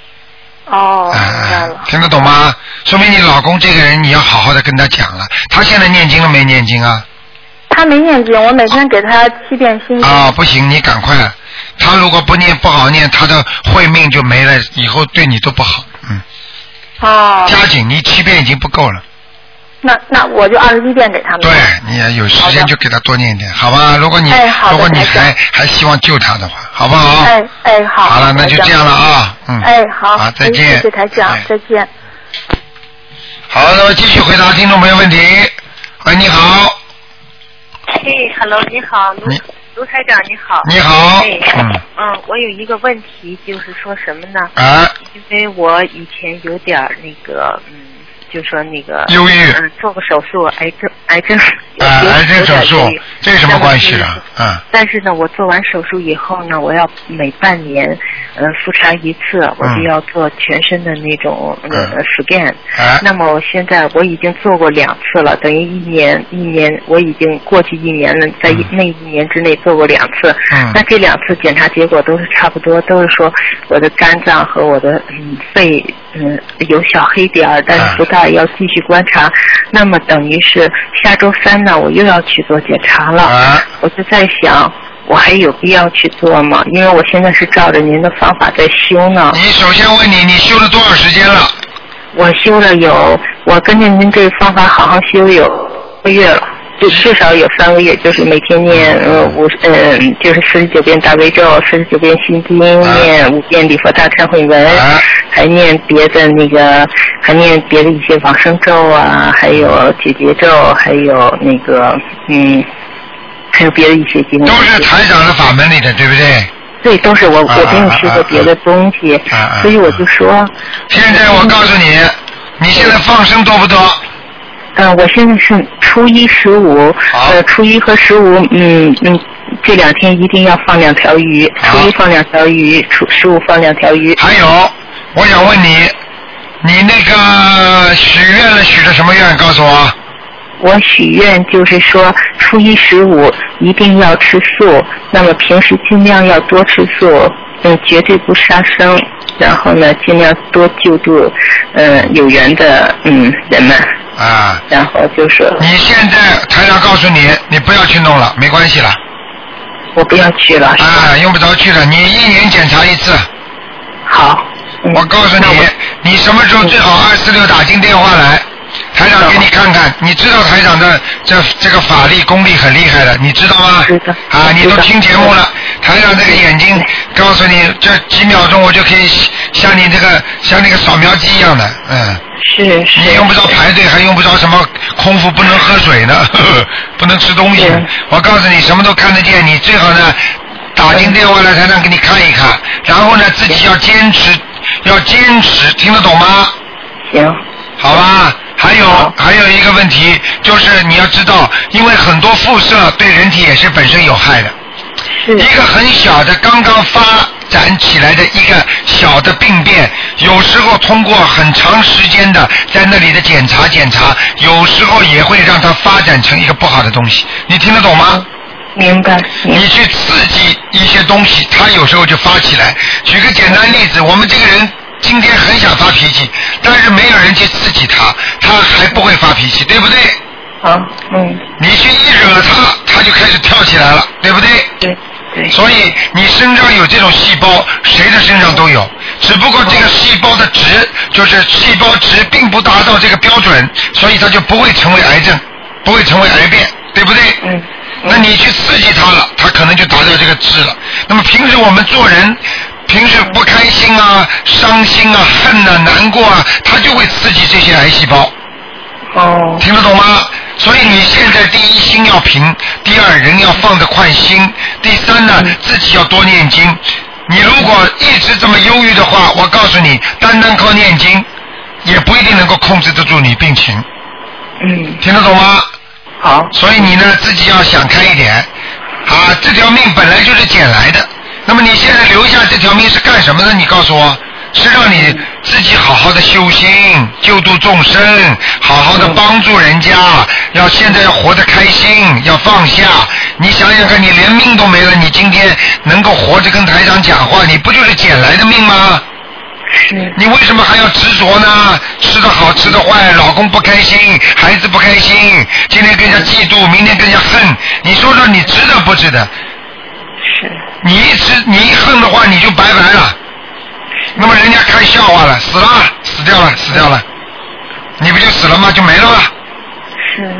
Speaker 5: 哦，明白
Speaker 2: 啊
Speaker 5: 了，。
Speaker 2: 听得懂吗？说明你老公这个人你要好好的跟他讲了，他现在念经了没念经啊？
Speaker 5: 他没念经，我每天给他七遍心经。
Speaker 2: 啊，不行，你赶快，他如果不念不好念，他的慧命就没了，以后对你都不好。嗯，
Speaker 5: 哦，
Speaker 2: 加紧，你七遍已经不够了，
Speaker 5: 那那我就二十一遍给他们。
Speaker 2: 对你也有时
Speaker 5: 好
Speaker 2: 间
Speaker 5: 的
Speaker 2: 就给他多念一点，好吧？如果你、
Speaker 5: 哎好的
Speaker 2: 如果你
Speaker 5: 台长
Speaker 2: 还还希望救他的话，好不好？
Speaker 5: 哎哎好。
Speaker 2: 好了，那就
Speaker 5: 台长
Speaker 2: 这样了。啊，嗯，
Speaker 5: 哎好，
Speaker 2: 好，再
Speaker 5: 哎
Speaker 2: 见，
Speaker 5: 谢谢台长
Speaker 2: 哎，
Speaker 5: 再见。
Speaker 2: 好，那么继续回答听众朋友问题。喂，你好，
Speaker 1: 嘿，Hello，你哎好，卢
Speaker 2: 你
Speaker 1: 卢台长，你好。
Speaker 2: 哎你好
Speaker 1: 哎，
Speaker 2: 嗯，
Speaker 1: 嗯，我有一个问题，就是说什么呢？
Speaker 2: 啊，
Speaker 1: 因为我以前有点儿那个，嗯，就说那个
Speaker 2: 忧郁
Speaker 1: 嗯，做过手术，癌症，癌症，
Speaker 2: 啊，
Speaker 1: 有
Speaker 2: 癌症手
Speaker 1: 有
Speaker 2: 术
Speaker 1: 点忧郁，
Speaker 2: 这有什么关系
Speaker 1: 那
Speaker 2: 啊
Speaker 1: 么？
Speaker 2: 嗯，
Speaker 1: 但是呢，我做完手术以后呢，我要每半年，呃，复查一次，我就要做全身的那种
Speaker 2: 嗯
Speaker 1: 呃 scan。
Speaker 2: 啊，
Speaker 1: 那么我现在我已经做过两次了，等于一年一年，我已经过去一年了，在一那一年之内做过两次。
Speaker 2: 嗯
Speaker 1: 那这两次检查结果都是差不多，都是说我的肝脏和我的嗯肺嗯有小黑点儿，但
Speaker 2: 啊
Speaker 1: 是不大，要继续观察。那么等于是下周三呢，我又要去做检查了。
Speaker 2: 啊，
Speaker 1: 我就在想，我还有必要去做吗？因为我现在是照着您的方法在修呢。
Speaker 2: 你首先问你，你修了多少时间了？
Speaker 1: 我修了有，我跟着您这个方法好好修有一个月了，就至少有三个月，就是每天念
Speaker 2: 嗯
Speaker 1: 呃五十嗯，就是四十九遍大悲咒，四十九遍心经，
Speaker 2: 啊
Speaker 1: 念五遍礼佛大忏悔文，
Speaker 2: 啊
Speaker 1: 还念别的那个，还念别的一些往生咒啊，还有解结咒，还有那个嗯，还有别的一些经文。
Speaker 2: 都是台长的法门里的，对不对？
Speaker 1: 对，都是我
Speaker 2: 啊
Speaker 1: 我没有学过别的东西，
Speaker 2: 啊啊啊
Speaker 1: 所以我就说，
Speaker 2: 现在我告诉你，你现在放生多不多？
Speaker 1: 呃，我现在是初一十五，
Speaker 2: 好
Speaker 1: 呃，初一和十五，嗯嗯，这两天一定要放两条鱼，
Speaker 2: 好
Speaker 1: 初一放两条鱼，初十五放两条鱼。
Speaker 2: 还有，我想问你，你那个许愿了许的什么愿？告诉我。
Speaker 1: 我许愿就是说，初一十五一定要吃素，那么平时尽量要多吃素，嗯，绝对不杀生，然后呢，尽量多救助，呃，有缘的嗯人们，
Speaker 2: 啊，
Speaker 1: 然后就说
Speaker 2: 你现在台长告诉你，你不要去弄了，没关系了，
Speaker 1: 我不要去了，
Speaker 2: 啊，用不着去了。你一年检查一次，
Speaker 1: 好。嗯
Speaker 2: 我告诉
Speaker 1: 那嗯
Speaker 2: 你，你什么时候最好二四六打进电话来，台长给你看看。你知道台长的这这个法力功力很厉害的，你知道吗
Speaker 1: 知道？嗯
Speaker 2: 啊，你
Speaker 1: 知
Speaker 2: 都
Speaker 1: 道
Speaker 2: 听节目了，台长这个眼睛，告诉你，这几秒钟我就可以像你这个像那个扫描机一样的，嗯。
Speaker 1: 是是
Speaker 2: 你用不着排队，还用不着什么空腹不能喝水呢， 呵呵不能吃东西呢
Speaker 1: 对。
Speaker 2: 我告诉你，什么都看得见，你最好呢打进电话来台长给你看一看，然后呢自己要坚持，要坚持，听得懂吗？
Speaker 1: 行，
Speaker 2: 好吧。还有
Speaker 1: 好
Speaker 2: 还有一个问题就是你要知道，因为很多辐射对人体也是本身有害的。
Speaker 1: 是
Speaker 2: 一个很小的刚刚发展起来的一个小的病变，有时候通过很长时间的在那里的检查检查，有时候也会让它发展成一个不好的东西。你听得懂吗？
Speaker 1: 明白明
Speaker 2: 你去刺激一些东西，它有时候就发起来。举个简单例子，我们这个人今天很想发脾气，但是没有人去刺激他，他还不会发脾气，对不对？
Speaker 1: 好，嗯，
Speaker 2: 啊你去一惹他，他就开始跳起来了，对不对？
Speaker 1: 对对，
Speaker 2: 所以你身上有这种细胞，谁的身上都有，只不过这个细胞的值就是细胞值并不达到这个标准，所以它就不会成为癌症，不会成为癌变，对不对？
Speaker 1: 嗯。
Speaker 2: 那你去刺激它了，它可能就达到这个值了。那么平时我们做人，平时不开心啊啊、伤心啊、恨呐、难过啊，它就会刺激这些癌细胞。
Speaker 1: 哦，
Speaker 2: 听得懂吗？所以你现在第一心要平，第二人要放得宽心，第三呢
Speaker 1: 嗯
Speaker 2: 自己要多念经。你如果一直这么忧郁的话，我告诉你，单单靠念经也不一定能够控制得住你病情，
Speaker 1: 嗯，
Speaker 2: 听得懂吗？
Speaker 1: 好，
Speaker 2: 所以你呢自己要想开一点，啊，这条命本来就是捡来的，那么你现在留下这条命是干什么的？你告诉我，是让你自己好好的修心，救度众生，好好的帮助人家，要现在要活得开心，要放下。你想想看，你连命都没了，你今天能够活着跟台长讲话，你不就是捡来的命吗？
Speaker 1: 是，
Speaker 2: 你为什么还要执着呢？吃的好，吃的坏，老公不开心，孩子不开心，今天跟人家嫉妒，明天跟人家恨，你说说你值得不值得？
Speaker 1: 是，
Speaker 2: 你一直你一恨的话，你就拜拜了。那么人家看笑话了，死了，死掉了，死掉了，你不就死了吗？就没了吗？
Speaker 1: 是，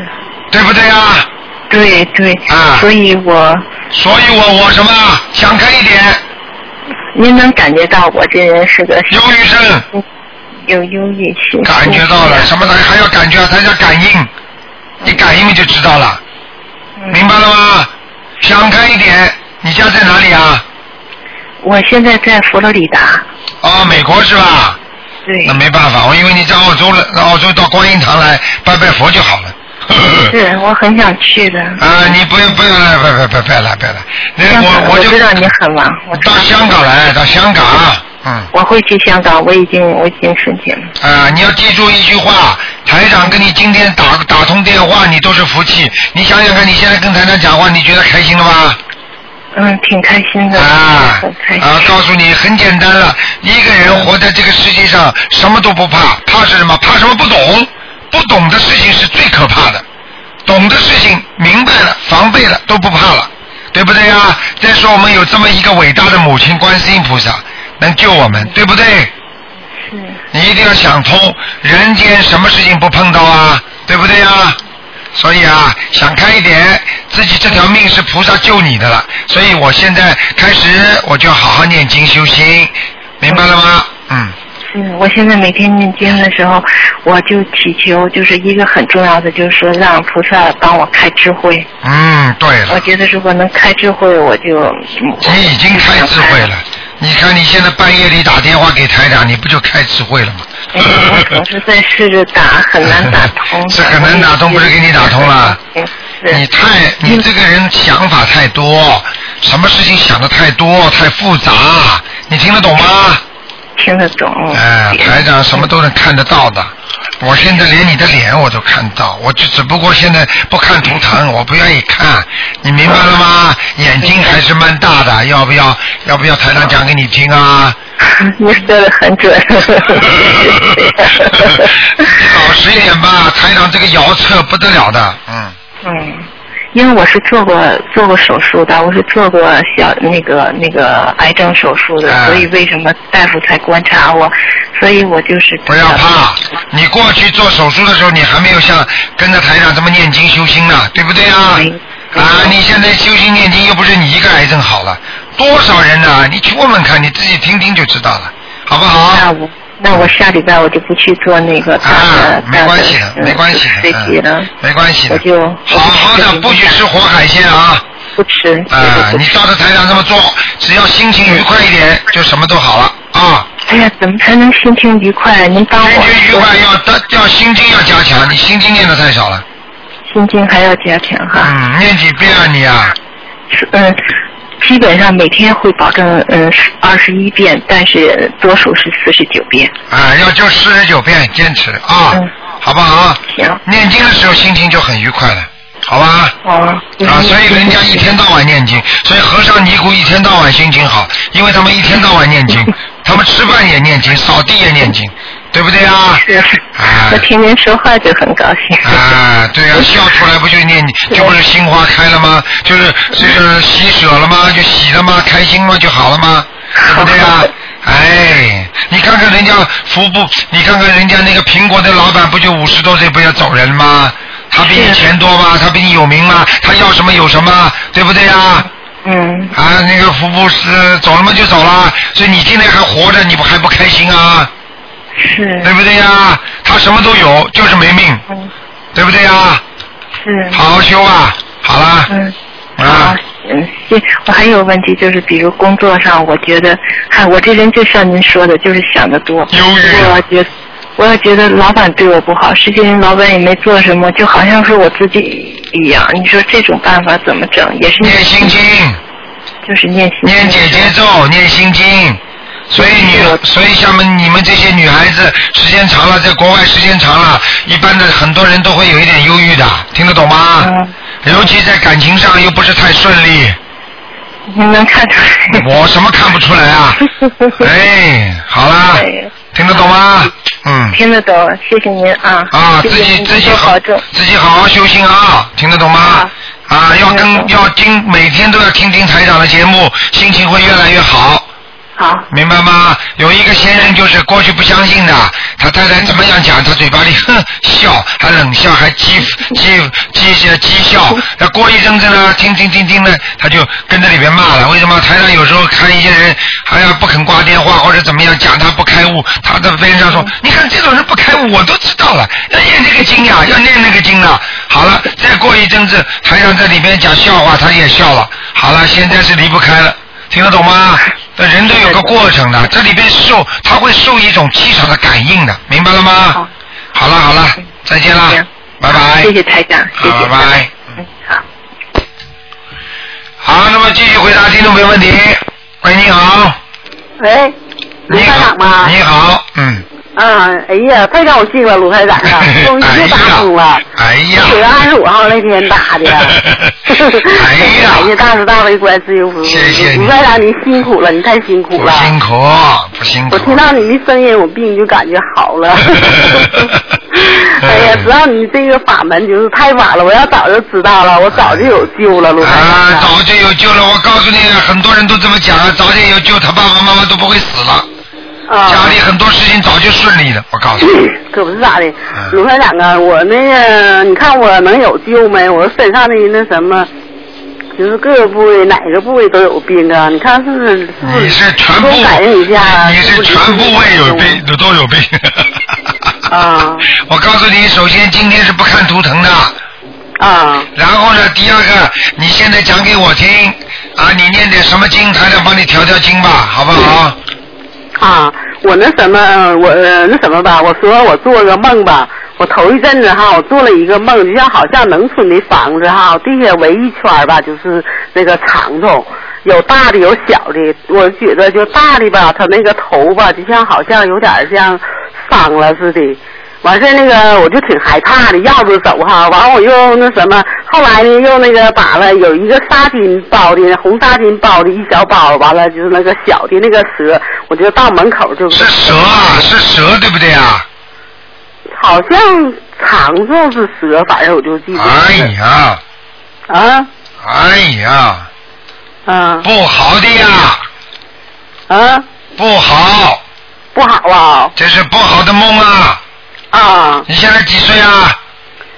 Speaker 2: 对不对啊？
Speaker 1: 对对，
Speaker 2: 啊
Speaker 1: 所以我
Speaker 2: 所以我我什么想开一点，
Speaker 1: 您能感觉到我这人是个
Speaker 2: 忧郁症
Speaker 1: 有忧郁性，
Speaker 2: 感觉到了，什么的还要感觉，大家感应，你感应就知道了。
Speaker 1: 嗯
Speaker 2: 明白了吗？想开一点，你家在哪里啊？
Speaker 1: 我现在在佛罗里达，
Speaker 2: 哦，美国是吧？
Speaker 1: 对
Speaker 2: 那，没办法，我以为你在澳洲了，澳洲到观音堂来拜拜佛就好了。
Speaker 1: 是我很想去的。
Speaker 2: 嗯啊，你不用不用来，拜拜拜拜了，拜了。那
Speaker 1: 香港
Speaker 2: 我
Speaker 1: 我
Speaker 2: 就
Speaker 1: 知道你很忙，我知
Speaker 2: 到
Speaker 1: 道
Speaker 2: 香港来，到香港，嗯。
Speaker 1: 我会去香港，我已经我已经申请了。
Speaker 2: 啊、你要记住一句话，台长跟你今天打打通电话，你都是福气。你想想看，你现在跟台长讲话，你觉得开心了吧？
Speaker 1: 嗯，挺开心的，
Speaker 2: 啊
Speaker 1: 很开心。
Speaker 2: 啊！告诉你，很简单了，一个人活在这个世界上，什么都不怕，怕是什么？怕什么不懂？不懂的事情是最可怕的，懂的事情明白了、防备了都不怕了，对不对啊？再说我们有这么一个伟大的母亲观世音菩萨，能救我们，对不对？
Speaker 1: 是
Speaker 2: 你一定要想通，人间什么事情不碰到啊？对不对啊？所以啊，想开一点，自己这条命是菩萨救你的了。所以我现在开始，我就好好念经修心，明白了吗？嗯，
Speaker 1: 是，我现在每天念经的时候，我就祈求，就是一个很重要的，就是说让菩萨帮我开智慧。
Speaker 2: 嗯，对
Speaker 1: 我
Speaker 2: 了，
Speaker 1: 觉得如果能开智慧，我 就嗯
Speaker 2: 你已经开智慧
Speaker 1: 我就想
Speaker 2: 了。你看你现在半夜里打电话给台长，你不就开智慧了吗？。
Speaker 1: 哎呀，我总是在试着打，很难打通
Speaker 2: 是很难打通不是给你打通了
Speaker 1: 嗯？
Speaker 2: 你
Speaker 1: 是，
Speaker 2: 太，你这个人想法太多，什么事情想的太多，太复杂，你听得懂吗？
Speaker 1: 听得懂。
Speaker 2: 哎，台长什么都能看得到的。我现在连你的脸我都看到，我就只不过现在不看图腾，我不愿意看，你明白了吗？眼睛还是蛮大的，要不要？要不要台长讲给你听啊？
Speaker 1: 你说的很 准。
Speaker 2: 老实一点吧，台长这个摇车不得了的，嗯。
Speaker 1: 嗯，因为我是做过做过手术的，我是做过小那个那个癌症手术的，
Speaker 2: 啊
Speaker 1: 所以为什么大夫才观察我？所以我就是
Speaker 2: 不要怕，你过去做手术的时候，你还没有像跟着台长这么念经修心呢，对不对啊
Speaker 1: 没？
Speaker 2: 啊，你现在修心念经又不是你一个癌症好了，多少人呢、你去问问看，你自己听听就知道了，好不
Speaker 1: 那
Speaker 2: 好？
Speaker 1: 我那我下礼拜我就不去做那个大的、嗯
Speaker 2: 啊，没
Speaker 1: 大
Speaker 2: 关系的
Speaker 1: 的，
Speaker 2: 没关系
Speaker 1: 飞
Speaker 2: 的，
Speaker 1: 机了
Speaker 2: 嗯，，没关系的
Speaker 1: 啊我就，
Speaker 2: 好好的，不许吃活海鲜啊！
Speaker 1: 不吃绝
Speaker 2: 啊
Speaker 1: 对，不
Speaker 2: 你
Speaker 1: 吃。
Speaker 2: 照着台长这么做，只要心情愉快一点，就什么都好了啊。
Speaker 1: 哎呀，怎么才能心情愉
Speaker 5: 哎
Speaker 1: 快？您帮我
Speaker 2: 心情愉快要要心经要加强，你心经念的太少了。
Speaker 1: 心经还要加强哈。
Speaker 2: 嗯，念几遍啊你啊？
Speaker 1: 是嗯，基本上每天会保证嗯二十一遍，但是多数是四十九遍。
Speaker 2: 啊，要就四十九遍，坚持啊，
Speaker 1: 嗯
Speaker 2: 好不好？
Speaker 1: 行。
Speaker 2: 念经的时候心情就很愉快了，好吧？
Speaker 1: 哦。
Speaker 2: 啊，所以人家一天到晚念经，所以和尚尼姑一天到晚心情好，因为他们一天到晚念经， 他们吃饭也念经，扫地也念经，对不对啊？
Speaker 1: 是，
Speaker 2: 啊
Speaker 1: 我听您说话就很高兴。
Speaker 2: 啊，对 啊，笑出来不就念，就不是心花开了吗？
Speaker 1: 嗯
Speaker 2: 就是就是喜舍了吗？就喜了吗？开心吗？就好了吗？对不对啊？ 哎，你看看人家服部，你看看人家那个苹果的老板，不就五十多岁不要走人吗？他比你
Speaker 1: 是
Speaker 2: 钱多吗？他比你有名吗？他要什么有什么，对不对啊？
Speaker 1: 嗯，
Speaker 2: 啊，那个服部是走了嘛就走了，所以你今天还活着，你不还不开心啊？
Speaker 1: 是
Speaker 2: 对不对呀、他他什么都有，就是没命，
Speaker 1: 嗯
Speaker 2: 对不对啊？
Speaker 1: 是
Speaker 2: 好好修啊，好啦，
Speaker 1: 嗯。
Speaker 2: 啊
Speaker 1: 啊，，嗯，谢。我还有问题，就是比如工作上，我觉得，看我这人就像您说的，就是想得多。
Speaker 2: 忧郁啊
Speaker 1: 我觉我要觉得老板对我不好，实际上老板也没做什么，就好像是我自己一样。你说这种办法怎么整？也是
Speaker 2: 念心经，
Speaker 1: 就是念心
Speaker 2: 念姐姐咒，念心经。所以女，所以像们你们这些女孩子，时间长了，在国外时间长了，一般的很多人都会有一点忧郁的，听得懂吗？
Speaker 1: 嗯
Speaker 2: 尤其在感情上又不是太顺利，
Speaker 1: 您能看出来？
Speaker 2: 我什么看不出来 啊？哎，好啦
Speaker 1: 哎，
Speaker 2: 听得懂吗？嗯，
Speaker 1: 听得懂，谢谢您啊！
Speaker 2: 啊，
Speaker 1: 谢
Speaker 2: 自
Speaker 1: 谢
Speaker 2: 己
Speaker 1: 您，
Speaker 2: 自己
Speaker 1: 多
Speaker 2: 好
Speaker 1: 保重。，
Speaker 2: 自己好好修心啊，听得懂吗？啊，要跟要听，每天都要听听台长的节目，心情会越来越好。
Speaker 1: 好，
Speaker 2: 明白吗？有一个先生就是过去不相信的，他太太怎么样讲，他嘴巴里哼笑，还冷笑，还讥讥讥呃讥讥笑。那过一阵子呢，听听听听呢，他就跟着里面骂了。为什么？台上有时候看一些人，还要不肯挂电话或者怎么样讲他不开悟，他在边上说：“你看这种人不开悟，我都知道了，要念这个经呀，要念那个经了。”好了，再过一阵子，台上在里边讲笑话，他也笑了。好了，现在是离不开了。听得懂 吗？那人都有个过程的，这里边受他会受一种气场的感应的，明白了吗
Speaker 1: 好？
Speaker 2: 好了好了，再见啦
Speaker 1: 行，
Speaker 2: 拜拜，
Speaker 1: 谢谢台长，谢
Speaker 2: 好
Speaker 1: 谢。
Speaker 2: 拜拜。
Speaker 1: 嗯，好。
Speaker 2: 好，那么继续回答听众朋友问题。喂，你好，
Speaker 8: 喂，哎卢
Speaker 2: 你
Speaker 8: 台
Speaker 2: 好
Speaker 8: 长，吗？
Speaker 2: 你好，嗯，
Speaker 8: 嗯，哎呀，太高兴了，卢 台长啊，终于又打通了。
Speaker 2: 哎呀，
Speaker 8: 九月二十五号啊那天打的，
Speaker 2: 哎呀
Speaker 8: 感谢大慈大悲观世音菩萨，
Speaker 2: 谢谢你
Speaker 8: 卢台长，你辛苦了，你太辛苦
Speaker 2: 不
Speaker 8: 了。
Speaker 2: 辛苦，不辛苦。
Speaker 8: 我听到你的声音，我病就感觉好 了。哎呀，
Speaker 2: 嗯
Speaker 8: 知道你这个法门就是太晚了，我要早就知道了，我早就有救了，卢台
Speaker 2: 啊，
Speaker 8: 长。
Speaker 2: 早就有救了！我告诉你，很多人都这么讲啊，早点有救，他爸爸妈妈都不会死了，
Speaker 1: 哦
Speaker 8: 啊
Speaker 2: 家里很多事情早就顺利了。我告诉你。
Speaker 8: 可不是咋的，
Speaker 2: 嗯
Speaker 8: 卢台长啊，我那个，你看我能有救没？我身上的那什么，就是各个部位哪个部位都有病啊？你看是不是？
Speaker 2: 你是全部，
Speaker 8: 给我感应一下，
Speaker 2: 你是全部胃有病，都都有病。
Speaker 8: 嗯啊
Speaker 2: 我告诉你，首先今天是不看图腾的，
Speaker 8: 啊
Speaker 2: 然后呢，第二个，你现在讲给我听啊，你念点什么经，台长帮你调调经吧，好不
Speaker 8: 嗯
Speaker 2: 好？
Speaker 8: 啊！我那什么，呃我呃那什么吧，我说我做个梦吧。我头一阵子哈，我做了一个梦，就像好像农村的房子哈，地下围一圈吧，就是那个长虫，有大的有小的。我觉得就大的吧，它那个头吧，就像好像有点像伤了似的。完事儿那个我就挺害怕的，绕着走哈。完我又那什么，后来呢又那个把了有一个纱巾包的红纱巾包的一小包，完了就是那个小的那个蛇，我就到门口就给它
Speaker 2: 是蛇啊，是蛇，对不对啊？
Speaker 8: 好像长寿是蛇，反正我就记得。
Speaker 2: 哎呀，
Speaker 8: 啊
Speaker 2: 哎呀，
Speaker 8: 啊
Speaker 2: 不好的呀，
Speaker 8: 啊！
Speaker 2: 不好，
Speaker 8: 不好啊
Speaker 2: 这是不好的梦啊！
Speaker 8: 啊！
Speaker 2: 你现在几岁啊？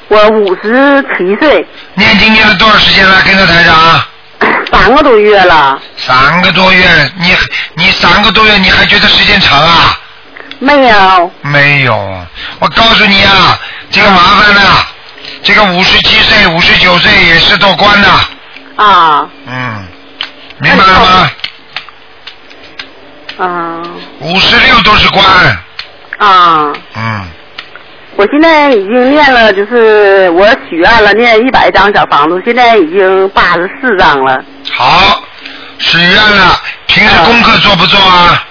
Speaker 8: 我五十七岁，
Speaker 2: 念经念了多少时间了？跟着台长啊。
Speaker 8: 三个多月了，
Speaker 2: 三个多月，你你三个多月你还觉得时间长啊？
Speaker 8: 没有
Speaker 2: 没有，我告诉你啊，这个麻烦了、这个五十七岁、五十九岁也是做官的，
Speaker 8: 啊
Speaker 2: 嗯，明白了吗？
Speaker 8: 啊
Speaker 2: 五十六都是官，
Speaker 8: 啊！
Speaker 2: 嗯，
Speaker 8: 我现在已经念了，就是我许愿了，念一百张小房子，现在已经八十四张了。
Speaker 2: 好，许愿了，平时功课做不做啊？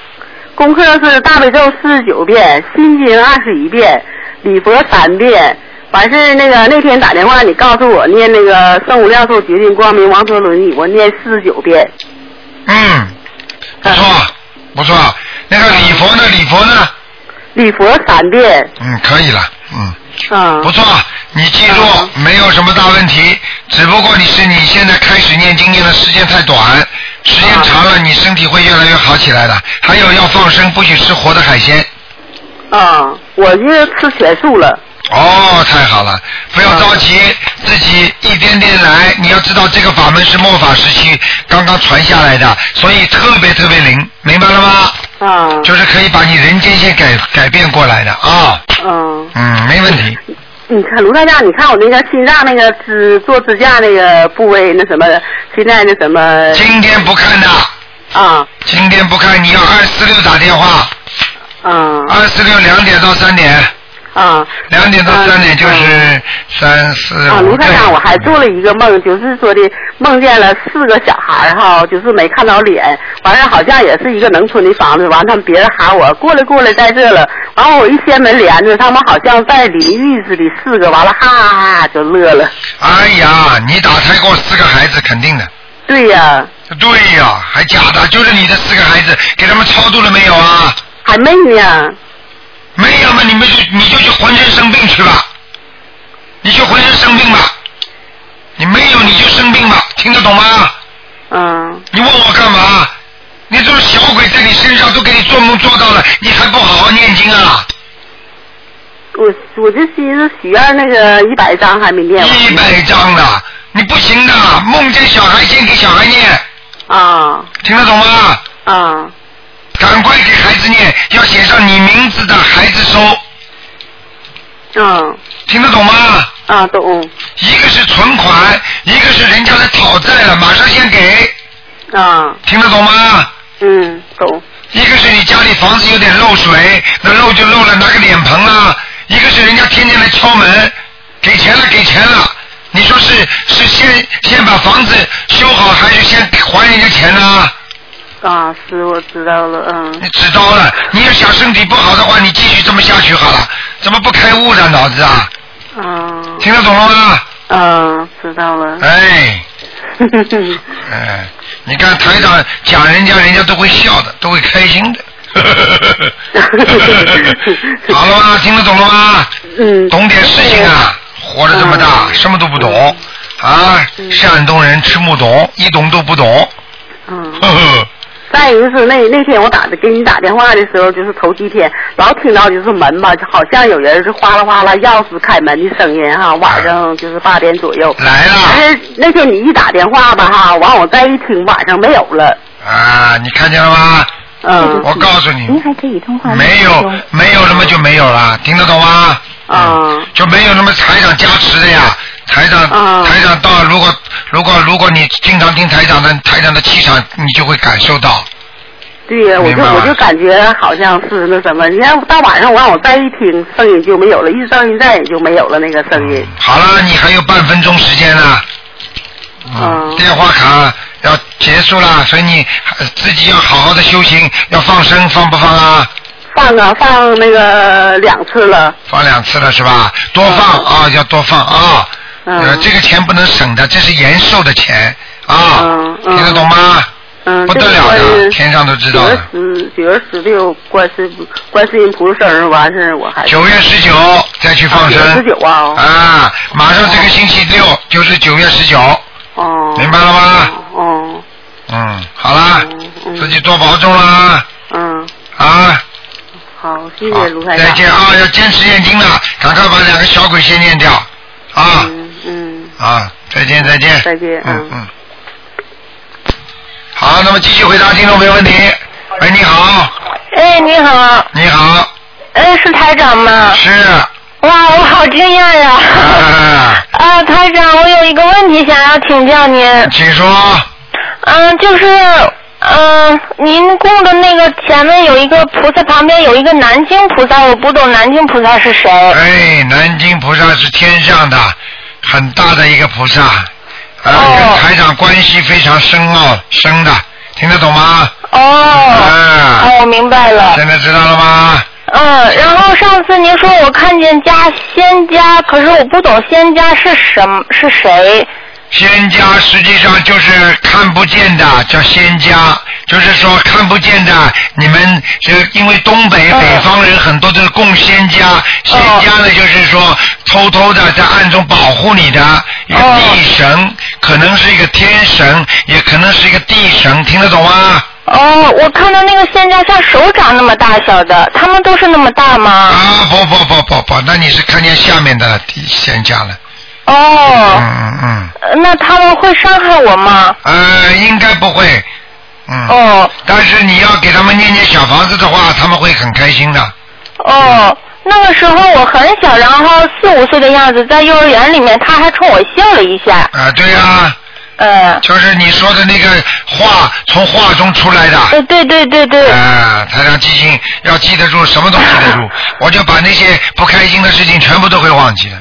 Speaker 8: 功课是大悲咒四十九遍，心经二十一遍，礼佛三遍。完事儿那个那天打电话，你告诉我念那个圣无量寿决定光明王陀轮椅，我念四十九遍。
Speaker 2: 嗯，不错，不错。那个礼佛呢？礼佛呢？
Speaker 8: 礼佛三遍，
Speaker 2: 嗯，可以了，嗯。
Speaker 8: 嗯
Speaker 2: 不错，你记住、没有什么大问题，只不过你是你现在开始念经念的时间太短，时间
Speaker 8: 嗯
Speaker 2: 长了、你身体会越来越好起来的。还有要放生，不许吃活的海鲜。
Speaker 8: 啊，我就吃全素了，
Speaker 2: 哦，太好了，不要着急，自己一点点来。你要知道这个法门是末法时期刚刚传下来的，所以特别特别灵，明白了吗？
Speaker 8: 啊，
Speaker 2: 就是可以把你人间线改改变过来的啊。
Speaker 8: 嗯，
Speaker 2: 嗯。嗯，没问题。
Speaker 8: 你看卢大家，你看我那个心脏那个支做支架那个部位那什么，现在那什么
Speaker 2: 今天不看的，
Speaker 8: 啊
Speaker 2: 今天不看，你要二四六打电话，
Speaker 8: 啊
Speaker 2: 二四六两点到三点，
Speaker 8: 啊
Speaker 2: 两点到三点就是三四
Speaker 8: 啊！
Speaker 2: 五
Speaker 8: 卢
Speaker 2: 对
Speaker 8: 台长，我还做了一个梦，就是说的梦见了四个小孩儿哈，就是没看到脸，完了好像也是一个农村的房子，完了他们别人喊我过来过来，在这了，完了我一掀门帘子，他们好像在淋浴似的，四个完了哈哈哈哈就乐了。
Speaker 2: 哎呀，你打胎过四个孩子，肯定的。
Speaker 8: 对呀、
Speaker 2: 对呀、还假的，就是你的四个孩子，给他们超度了没有啊？
Speaker 8: 还没呢，
Speaker 2: 没有嘛，你们就你就去浑身生病去吧，你去浑身生病吧，你没有你就生病吧，听得懂吗？
Speaker 8: 嗯
Speaker 2: 你问我干嘛？你这种小鬼在你身上都给你做梦做到了，你还不好好念经啊？
Speaker 8: 我我就寻思许愿那个一百张还没念完
Speaker 2: 一百张的，你不行的，梦见小孩先给小孩念，
Speaker 8: 啊
Speaker 2: 听得懂吗？
Speaker 8: 啊
Speaker 2: 赶快给孩子念，要写上你名字的孩子收，
Speaker 8: 嗯
Speaker 2: 听得懂吗？
Speaker 8: 啊懂
Speaker 2: 一个是存款，一个是人家来讨债了，马上先给，
Speaker 8: 啊
Speaker 2: 听得懂吗？
Speaker 8: 嗯懂
Speaker 2: 一个是你家里房子有点漏水，那漏就漏了，拿个脸盆啊；一个是人家天天来敲门，给钱了，给钱了。你说是是先先把房子修好，还是先还人家钱呢、
Speaker 8: 啊是我知道了嗯
Speaker 2: 你知道了，你要想身体不好的话，你继续这么下去好了，怎么不开悟呢？脑子啊，
Speaker 8: 嗯
Speaker 2: 听得懂了吗？
Speaker 8: 嗯知道了
Speaker 2: 哎，哎，你看台长讲人家，人家都会笑的，都会开 心的。好了吗？听得懂了吗？
Speaker 8: 嗯
Speaker 2: 懂点事情啊！活了这么大，
Speaker 8: 嗯
Speaker 2: 什么都不懂啊！山东人吃木懂，一懂都不懂。
Speaker 8: 嗯
Speaker 2: 呵呵，
Speaker 8: 再一个是那那天我打的给你打电话的时候，就是头几天老听到就是门吧，就好像有人是哗啦哗啦钥匙开门的声音哈，晚上就是八点左右。
Speaker 2: 来了
Speaker 8: 但是那天你一打电话吧哈，完我再一听晚上没有了，
Speaker 2: 啊！你看见了吗？
Speaker 8: 嗯
Speaker 2: 我告诉你，
Speaker 1: 您还可以通话。
Speaker 2: 没有没有那么就没有了，听得懂吗？嗯
Speaker 8: 啊
Speaker 2: 就没有那么台长加持的呀。台长，
Speaker 8: 啊
Speaker 2: 台长到，如果如果如果你经常听台长的台长的气场，你就会感受到。
Speaker 8: 对呀，我
Speaker 2: 明
Speaker 8: 就
Speaker 2: 白了
Speaker 8: 我就感觉好像是那什么，你看到晚上完我再一听声音就没有了，一直到现在也就没有了那个声音。
Speaker 2: 好了，你还有半分钟时间呢。嗯
Speaker 8: 嗯
Speaker 2: 电话卡要结束了，所以你呃自己要好好的修行，要放生，放不放啊？
Speaker 8: 放啊放那个两次了，
Speaker 2: 放两次了是吧？多放啊，要多放啊。呃，
Speaker 8: 嗯
Speaker 2: 这个钱不能省的，这是延寿的钱啊
Speaker 8: 嗯，嗯
Speaker 2: 听得懂吗？
Speaker 8: 嗯，
Speaker 2: 不得
Speaker 8: 就是
Speaker 2: 了
Speaker 8: 说
Speaker 2: 的，
Speaker 8: 是
Speaker 2: 天上都知道
Speaker 8: 九月
Speaker 2: 的。
Speaker 8: 十九月十六，观世观世音菩萨生日完事儿我还
Speaker 2: 九月十九再去放生。
Speaker 8: 啊九月19啊哦
Speaker 2: 啊，马上这个星期六就是九月十九。
Speaker 8: 哦，
Speaker 2: 明白了吗？
Speaker 8: 哦，
Speaker 2: 嗯，好啦
Speaker 8: 嗯，嗯
Speaker 2: 自己多保重啦，
Speaker 8: 嗯，
Speaker 2: 啊。
Speaker 8: 好，谢
Speaker 2: 好
Speaker 8: 谢卢台长。
Speaker 2: 再见啊！要坚持念经了，赶快把两个小鬼先念掉啊、
Speaker 8: 嗯嗯，
Speaker 2: 啊！再见再见
Speaker 8: 再见
Speaker 2: 嗯
Speaker 8: 嗯
Speaker 2: 嗯。好，那么继续回答听众没问题。喂，你好，
Speaker 9: 哎，你好，
Speaker 2: 你好，
Speaker 9: 哎，是台长吗？
Speaker 2: 是
Speaker 9: 哇，我好惊 讶呀！
Speaker 2: 啊，
Speaker 9: 啊，台长，我有一个问题想要请教您。
Speaker 2: 请说。
Speaker 9: 嗯，就是，嗯，您供的那个前面有一个菩萨，旁边有一个南京菩萨，我不懂南京菩萨是谁。
Speaker 2: 哎，南京菩萨是天上的很大的一个菩萨，啊，
Speaker 9: 哦
Speaker 2: 跟台长关系非常深奥深的，听得懂吗？
Speaker 9: 哦。
Speaker 2: 啊
Speaker 9: 哦，我明白了。
Speaker 2: 现在知道了吗？
Speaker 9: 嗯，然后上次您说我看见加仙家，可是我不懂仙家是什么是谁。
Speaker 2: 仙家实际上就是看不见的，叫仙家，就是说看不见的。你们这因为东北
Speaker 9: 嗯
Speaker 2: 北方人很多都是供仙家，仙家呢就是说偷偷的在暗中保护你的一个
Speaker 9: 哦
Speaker 2: 地神，可能是一个天神，也可能是一个地神，听得懂吗？
Speaker 9: 哦，我看到那个仙家像手掌那么大小的，他们都是那么大吗？
Speaker 2: 啊，不不不不不，那你是看见下面的地仙家了。嗯
Speaker 9: 哦，
Speaker 2: 嗯嗯，
Speaker 9: 呃那他们会伤害我吗？
Speaker 2: 呃，应该不会。嗯。
Speaker 9: 哦
Speaker 2: 但是你要给他们念念小房子的话，他们会很开心的。
Speaker 9: 哦，那个时候我很小，然后四五岁的样子，在幼儿园里面，他还冲我笑了一下。
Speaker 2: 啊，对呀、
Speaker 9: 呃，
Speaker 2: 就是你说的那个话从话中出来的。
Speaker 9: 呃，对对对对，
Speaker 2: 啊，台长记性要记得住，什么都记得 住。我就把那些不开心的事情全部都会忘记的。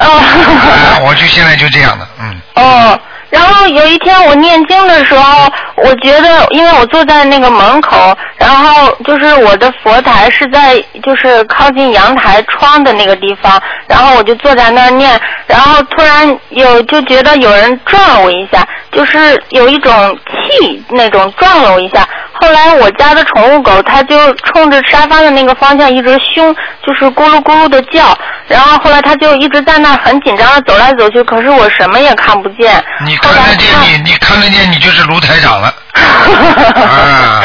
Speaker 2: 啊，
Speaker 9: 哦
Speaker 2: 我就现在就这样 的，嗯，
Speaker 9: 哦。然后有一天我念经的时候，我觉得，因为我坐在那个门口，然后就是我的佛台是在就是靠近阳台窗的那个地方，然后我就坐在那儿念，然后突然有就觉得有人撞了我一下，就是有一种气那种撞了我一下。后来我家的宠物狗它就冲着沙发的那个方向一直凶，就是咕噜咕噜的叫。然后后来它就一直在那儿很紧张的走来走去，可是我什么也看不见。
Speaker 2: 你
Speaker 9: 后
Speaker 2: 看
Speaker 9: 来
Speaker 2: 得见你，你看得见你就是卢台长 了，啊，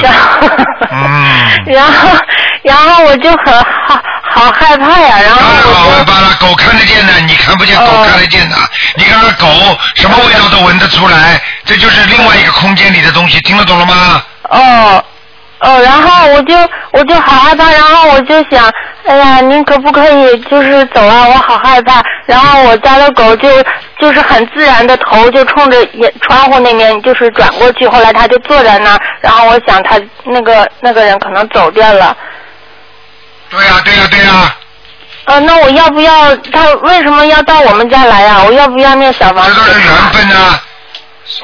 Speaker 9: 然后，
Speaker 2: 嗯，
Speaker 9: 然后，然后我就很好好害怕呀。然后
Speaker 2: 当然好
Speaker 9: 我
Speaker 2: 害
Speaker 9: 就
Speaker 2: 怕了，狗看得见的，你看不见，狗
Speaker 9: 哦
Speaker 2: 看得见的，你看看狗什么味道都闻得出来，这就是另外一个空间里的东西，听得懂了吗？
Speaker 9: 哦哦，然后我就我就好害怕，然后我就想，哎呀，您可不可以就是走啊？我好害怕。然后我家的狗就就是很自然的头就冲着眼窗户那面就是转过去，后来它就坐在那儿，然后我想它那个那个人可能走掉了。
Speaker 2: 对呀、对呀、对呀、
Speaker 9: 呃，那我要不要他为什么要到我们家来呀、我要不要念小房
Speaker 2: 这
Speaker 9: 子？
Speaker 2: 都是缘分啊。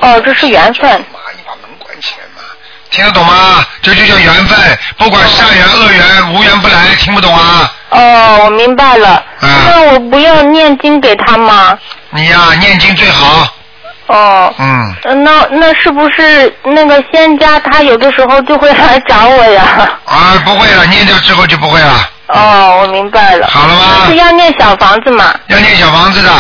Speaker 9: 哦，这是缘分。
Speaker 2: 妈，你把门关起来嘛！听得懂吗？这就叫缘分，不管善缘恶缘，无缘不来，听不懂啊？
Speaker 9: 哦，我明白了。
Speaker 2: 嗯
Speaker 9: 那我不要念经给他吗？
Speaker 2: 你哎呀、念经最好，
Speaker 9: 哦。
Speaker 2: 嗯，
Speaker 9: 呃那那是不是那个仙家他有的时候就会来找我 呀？
Speaker 2: 啊，不会了，念掉之后就不会了，
Speaker 9: 哦，我明白了。
Speaker 2: 好了吗
Speaker 9: 是？要念小房子嘛？
Speaker 2: 要念小房子的，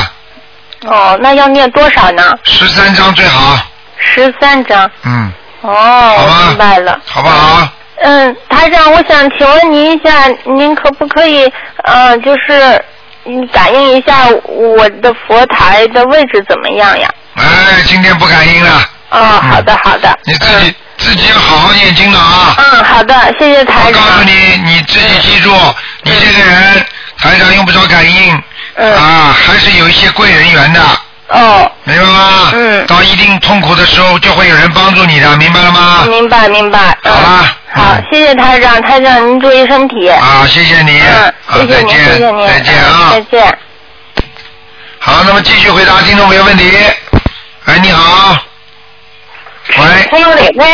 Speaker 9: 哦，那要念多少呢？
Speaker 2: 十三章最好，
Speaker 9: 十三张。
Speaker 2: 嗯，
Speaker 9: 哦，
Speaker 2: 好吧
Speaker 9: 我明白了。
Speaker 2: 好不好？
Speaker 9: 嗯，台长，我想请问您一下，您可不可以，呃，就是嗯感应一下我的佛台的位置怎么样呀？
Speaker 2: 哎，今天不感应了，
Speaker 9: 哦，好
Speaker 2: 嗯
Speaker 9: 的，好的。
Speaker 2: 你自己、自己要好好念经了啊！
Speaker 9: 嗯，好的，谢谢
Speaker 2: 我
Speaker 9: 台
Speaker 2: 告
Speaker 9: 长。
Speaker 2: 诉你，你自己记住，你这个人台长用不着感应，
Speaker 9: 嗯
Speaker 2: 啊，还是有一些贵人缘的。
Speaker 9: 哦，
Speaker 2: 明白吗？
Speaker 9: 嗯
Speaker 2: 到一定痛苦的时候，就会有人帮助你的，明白了吗？
Speaker 9: 明白明白。嗯
Speaker 2: 好啦
Speaker 9: 好
Speaker 2: 嗯，
Speaker 9: 谢谢台长，台长您注意身体。
Speaker 2: 啊，谢谢你。
Speaker 9: 嗯，
Speaker 2: 好，
Speaker 9: 谢谢
Speaker 2: 再
Speaker 9: 您，谢谢
Speaker 2: 见，
Speaker 9: 您，嗯
Speaker 2: 再见啊！
Speaker 9: 再见。
Speaker 2: 好，那么继续回答听众朋友问题。哎，你好。喂，
Speaker 6: 还有嘞，喂，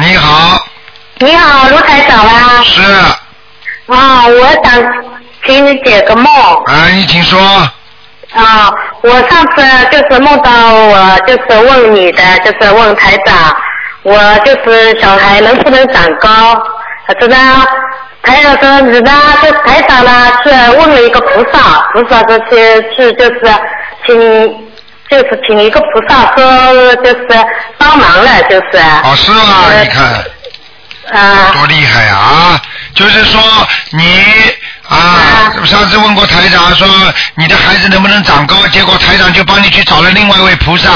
Speaker 2: 你好，
Speaker 6: 你好，卢台长啦。
Speaker 2: 是，
Speaker 6: 啊，我想给你解个梦
Speaker 2: 啊，你请说。
Speaker 6: 啊。我上次就是梦到我就是问你的，就是问台长，我就是小孩能不能长高？知道台长说，你呢？这台长呢是问了一个菩萨，菩萨说是是就是请就是请一个菩萨说就是帮忙了，就是
Speaker 2: 哦，是吗？
Speaker 6: 呃
Speaker 2: 你看
Speaker 6: 啊
Speaker 2: 多厉害啊！就是说你啊，上次问过台长说你的孩子能不能长高，结果台长就帮你去找了另外一位菩萨，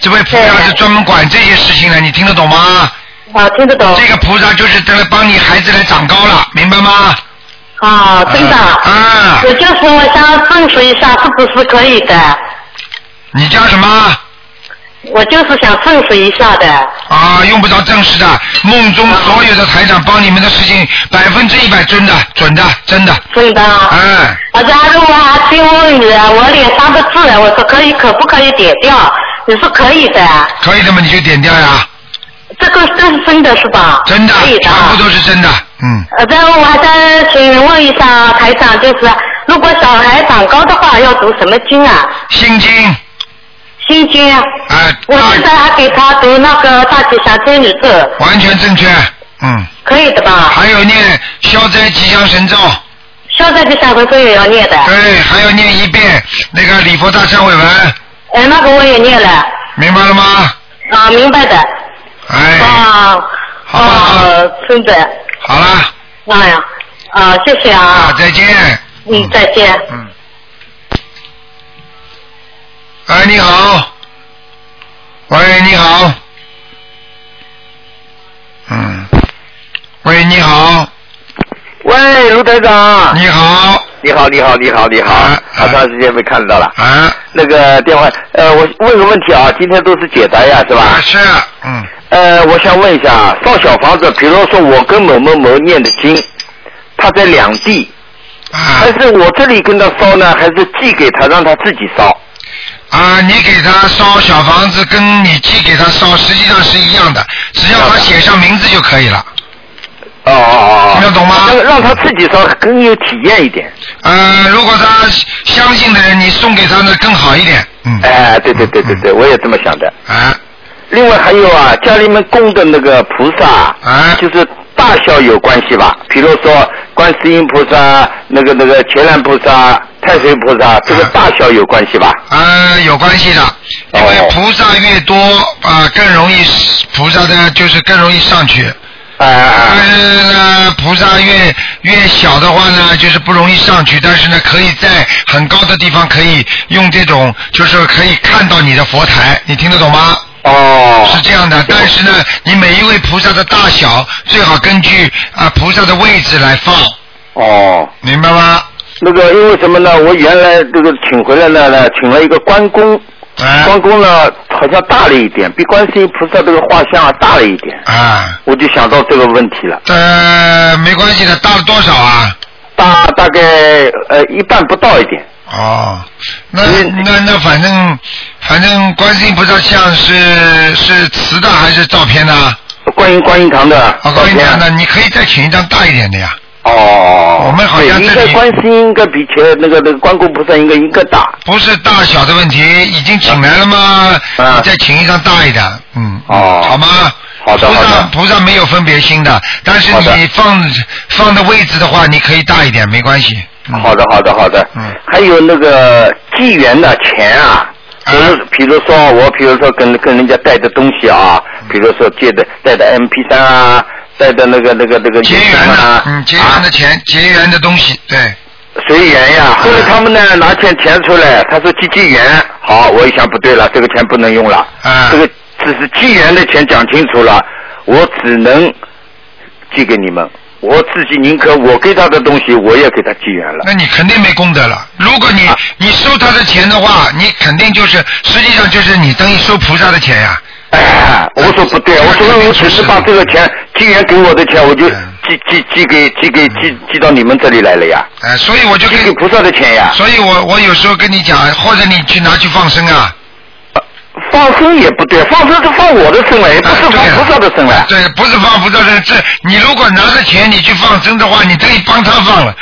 Speaker 2: 这位菩萨
Speaker 6: 对
Speaker 2: 是专门管这些事情的，你听得懂吗？
Speaker 6: 啊，听得懂
Speaker 2: 这个菩萨就是在来帮你孩子来长高了，明白吗？
Speaker 6: 啊，真的。
Speaker 2: 啊，
Speaker 6: 我就是我想证实一下是不是可以的，
Speaker 2: 你叫什么？
Speaker 6: 我就是想证实一下的。啊
Speaker 2: 啊，用不着证实的，梦中所有的台长帮你们的事情，百分之一百真的，准的，真的，
Speaker 6: 真的，啊
Speaker 2: 哎、
Speaker 6: 我家如果还听我女儿，我脸上的痣，啊我说可以，可不可以点掉？你说可以的，啊
Speaker 2: 可以的嘛，你就点掉呀，
Speaker 6: 这个这是真的是吧？
Speaker 2: 真的
Speaker 6: 可以，的
Speaker 2: 全
Speaker 6: 啊。
Speaker 2: 部都是真的，嗯，
Speaker 6: 呃，然后我还想请问一下台长，就是如果小孩长高的话，要读什么经啊？
Speaker 2: 心经，
Speaker 6: 心经啊。
Speaker 2: 哎、
Speaker 6: 我现在还给他读那个大吉祥天女咒，
Speaker 2: 大完全正确，嗯，
Speaker 6: 可以的吧？
Speaker 2: 还有念消灾吉祥神咒，
Speaker 6: 消灾吉祥文咒也要念的。
Speaker 2: 对，还要念一遍那个礼佛大忏悔文，
Speaker 6: 哎，那个我也念了，
Speaker 2: 明白了吗？
Speaker 6: 啊，明白的，
Speaker 2: 哎，
Speaker 6: 啊，
Speaker 2: 好吧好吧
Speaker 6: 啊，真的，
Speaker 2: 好了，
Speaker 6: 哎呀，啊，谢谢
Speaker 2: 啊，
Speaker 6: 啊，
Speaker 2: 再见。
Speaker 6: 嗯，再见。
Speaker 2: 嗯。哎，你好。喂，你好。嗯。喂，你好。
Speaker 10: 喂，喂，卢台长。
Speaker 2: 你好。
Speaker 10: 你好，你好，你好，你好，好长时间没看到了。
Speaker 2: 啊。
Speaker 10: 那个电话，呃，我问个问题啊，今天都是解答呀，是吧？
Speaker 2: 是，嗯。
Speaker 10: 呃，我想问一下啊，造小房子，比如说我跟某某某念的经，他在两地，
Speaker 2: 啊
Speaker 10: 还是我这里跟他烧呢，还是寄给他让他自己烧？
Speaker 2: 啊，你给他烧小房子，跟你寄给他烧实际上是一样的，只要他写上名字就可以了。
Speaker 10: 哦哦哦。
Speaker 2: 听得懂吗？
Speaker 10: 让他自己烧更有体验一点。
Speaker 2: 呃，如果他相信的人，你送给他那更好一点。嗯。
Speaker 10: 哎，对对对对对，我也这么想的。
Speaker 2: 啊。
Speaker 10: 另外还有啊，家里面供的那个菩萨，
Speaker 2: 啊，
Speaker 10: 就是大小有关系吧？比如说观世音菩萨、那个那个前南菩萨、太岁菩
Speaker 2: 啊
Speaker 10: 萨，这个大小有关系吧？
Speaker 2: 呃，有关系的，因为菩萨越多啊、更容易菩萨的就是更容易上去。
Speaker 10: 但
Speaker 2: 是呢，菩萨越越小的话呢，就是不容易上去，但是呢，可以在很高的地方可以用这种，就是可以看到你的佛台，你听得懂吗？
Speaker 10: 哦，
Speaker 2: 是这样的，但是呢，你每一位菩萨的大小最好根据啊、菩萨的位置来放。
Speaker 10: 哦，
Speaker 2: 明白吗？
Speaker 10: 那个因为什么呢？我原来这个请回来呢，呢请了一个关公，
Speaker 2: 啊
Speaker 10: 关公呢好像大了一点，比观世音菩萨这个画像啊大了一点，
Speaker 2: 啊，
Speaker 10: 我就想到这个问题了。
Speaker 2: 呃，没关系的，大了多少啊？
Speaker 10: 大大概呃一半不到一点。
Speaker 2: 哦，那那那反正反正观世音菩萨像是是瓷的还是照片的？
Speaker 10: 观音观音堂的。
Speaker 2: 啊，观音堂的，你可以再请一张大一点的呀。
Speaker 10: 哦，
Speaker 2: 我们好像
Speaker 10: 对应
Speaker 2: 这
Speaker 10: 该
Speaker 2: 里
Speaker 10: 观世音应该比前那个那个关公菩萨应该应该大。
Speaker 2: 不是大小的问题，已经请来了吗？你再请一张大一点，嗯，
Speaker 10: 啊哦，好
Speaker 2: 吗？
Speaker 10: 好的，
Speaker 2: 菩
Speaker 10: 好
Speaker 2: 萨
Speaker 10: 的。
Speaker 2: 菩萨没有分别心的，但是
Speaker 10: 好的
Speaker 2: 你放放的位置的话，你可以大一点，没关系。
Speaker 10: 好的，好的，好的。
Speaker 2: 嗯。
Speaker 10: 还有那个纪元的钱啊，就是比如说我，比如说跟跟人家带的东西啊，比如说借的带的 MP 三啊，带的那个那个那个结缘啊，
Speaker 2: 嗯，结缘的钱，结缘的东西，对，
Speaker 10: 随缘呀。后来他们呢拿钱填出来，他说积积缘，好，我一想不对了，这个钱不能用了，
Speaker 2: 啊
Speaker 10: 这个只是积缘的钱讲清楚了，我只能寄给你们，我自己宁可我给他的东西，我也给他积缘了。
Speaker 2: 那你肯定没功德了。如果
Speaker 10: 啊
Speaker 2: 你、你收他的钱的话，你肯定就是实际上就是你等于收菩萨的钱呀、
Speaker 10: 哎，我说不对，我说我只是把这个钱，金源给我的钱，我就寄寄寄给寄给寄寄到你们这里来了呀。
Speaker 2: 哎，所以我就
Speaker 10: 寄给菩萨的钱呀。
Speaker 2: 所以我我有时候跟你讲，或者你去拿去放生啊。
Speaker 10: 放生也不对，放生是放我的生来，不是放菩萨的生来。
Speaker 2: 啊对，不是放菩萨的，是你如果拿着钱你去放生的话，你等于帮他放了。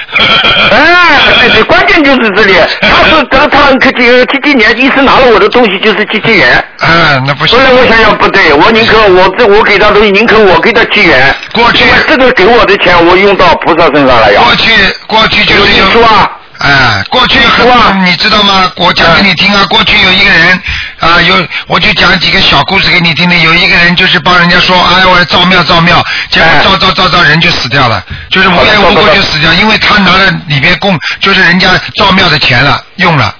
Speaker 10: 哎，对对，关键就是这 里，他说他他这个这几年一直拿了我的东西就是寄寄源。
Speaker 2: 嗯，那不
Speaker 10: 行。后来我想想不对，我宁可我这我给他东西，宁可我给他寄源。
Speaker 2: 过去
Speaker 10: 这个给我的钱，我用到菩萨身上哎来呀。
Speaker 2: 过去过去就是有
Speaker 10: 啊。
Speaker 2: 哎，过去很，你知道吗？我讲给你听啊，过去有一个人啊，有我就讲几个小故事给你听听。有一个人就是帮人家说，哎，我要造庙造庙，结果造造造造人就死掉了，就是无缘无故就死掉，因为他拿了里边供，就是人家造庙的钱了，用了。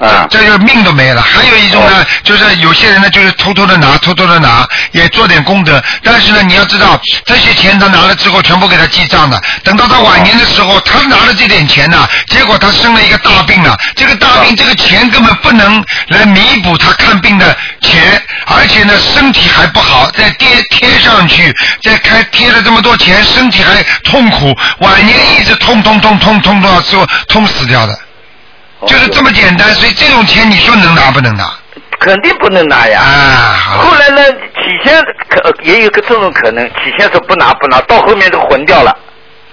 Speaker 10: 啊，
Speaker 2: 这就命都没了。还有一种呢，就是有些人呢，就是偷偷的拿，偷偷的拿，也做点功德。但是呢，你要知道，这些钱他拿了之后，全部给他记账的。等到他晚年的时候，他拿了这点钱呢，结果他生了一个大病了。这个大病，这个钱根本不能来弥补他看病的钱，而且呢，身体还不好，再贴贴上去，再开贴了这么多钱，身体还痛苦，晚年一直痛痛痛痛痛痛到最后痛死掉的。
Speaker 10: 哦
Speaker 2: 就是这么简单，所以这种钱你说能拿不能拿？
Speaker 10: 肯定不能拿呀。
Speaker 2: 啊，
Speaker 10: 后来呢，起先可也有个这种可能，起先说不拿不拿，到后面都混掉了。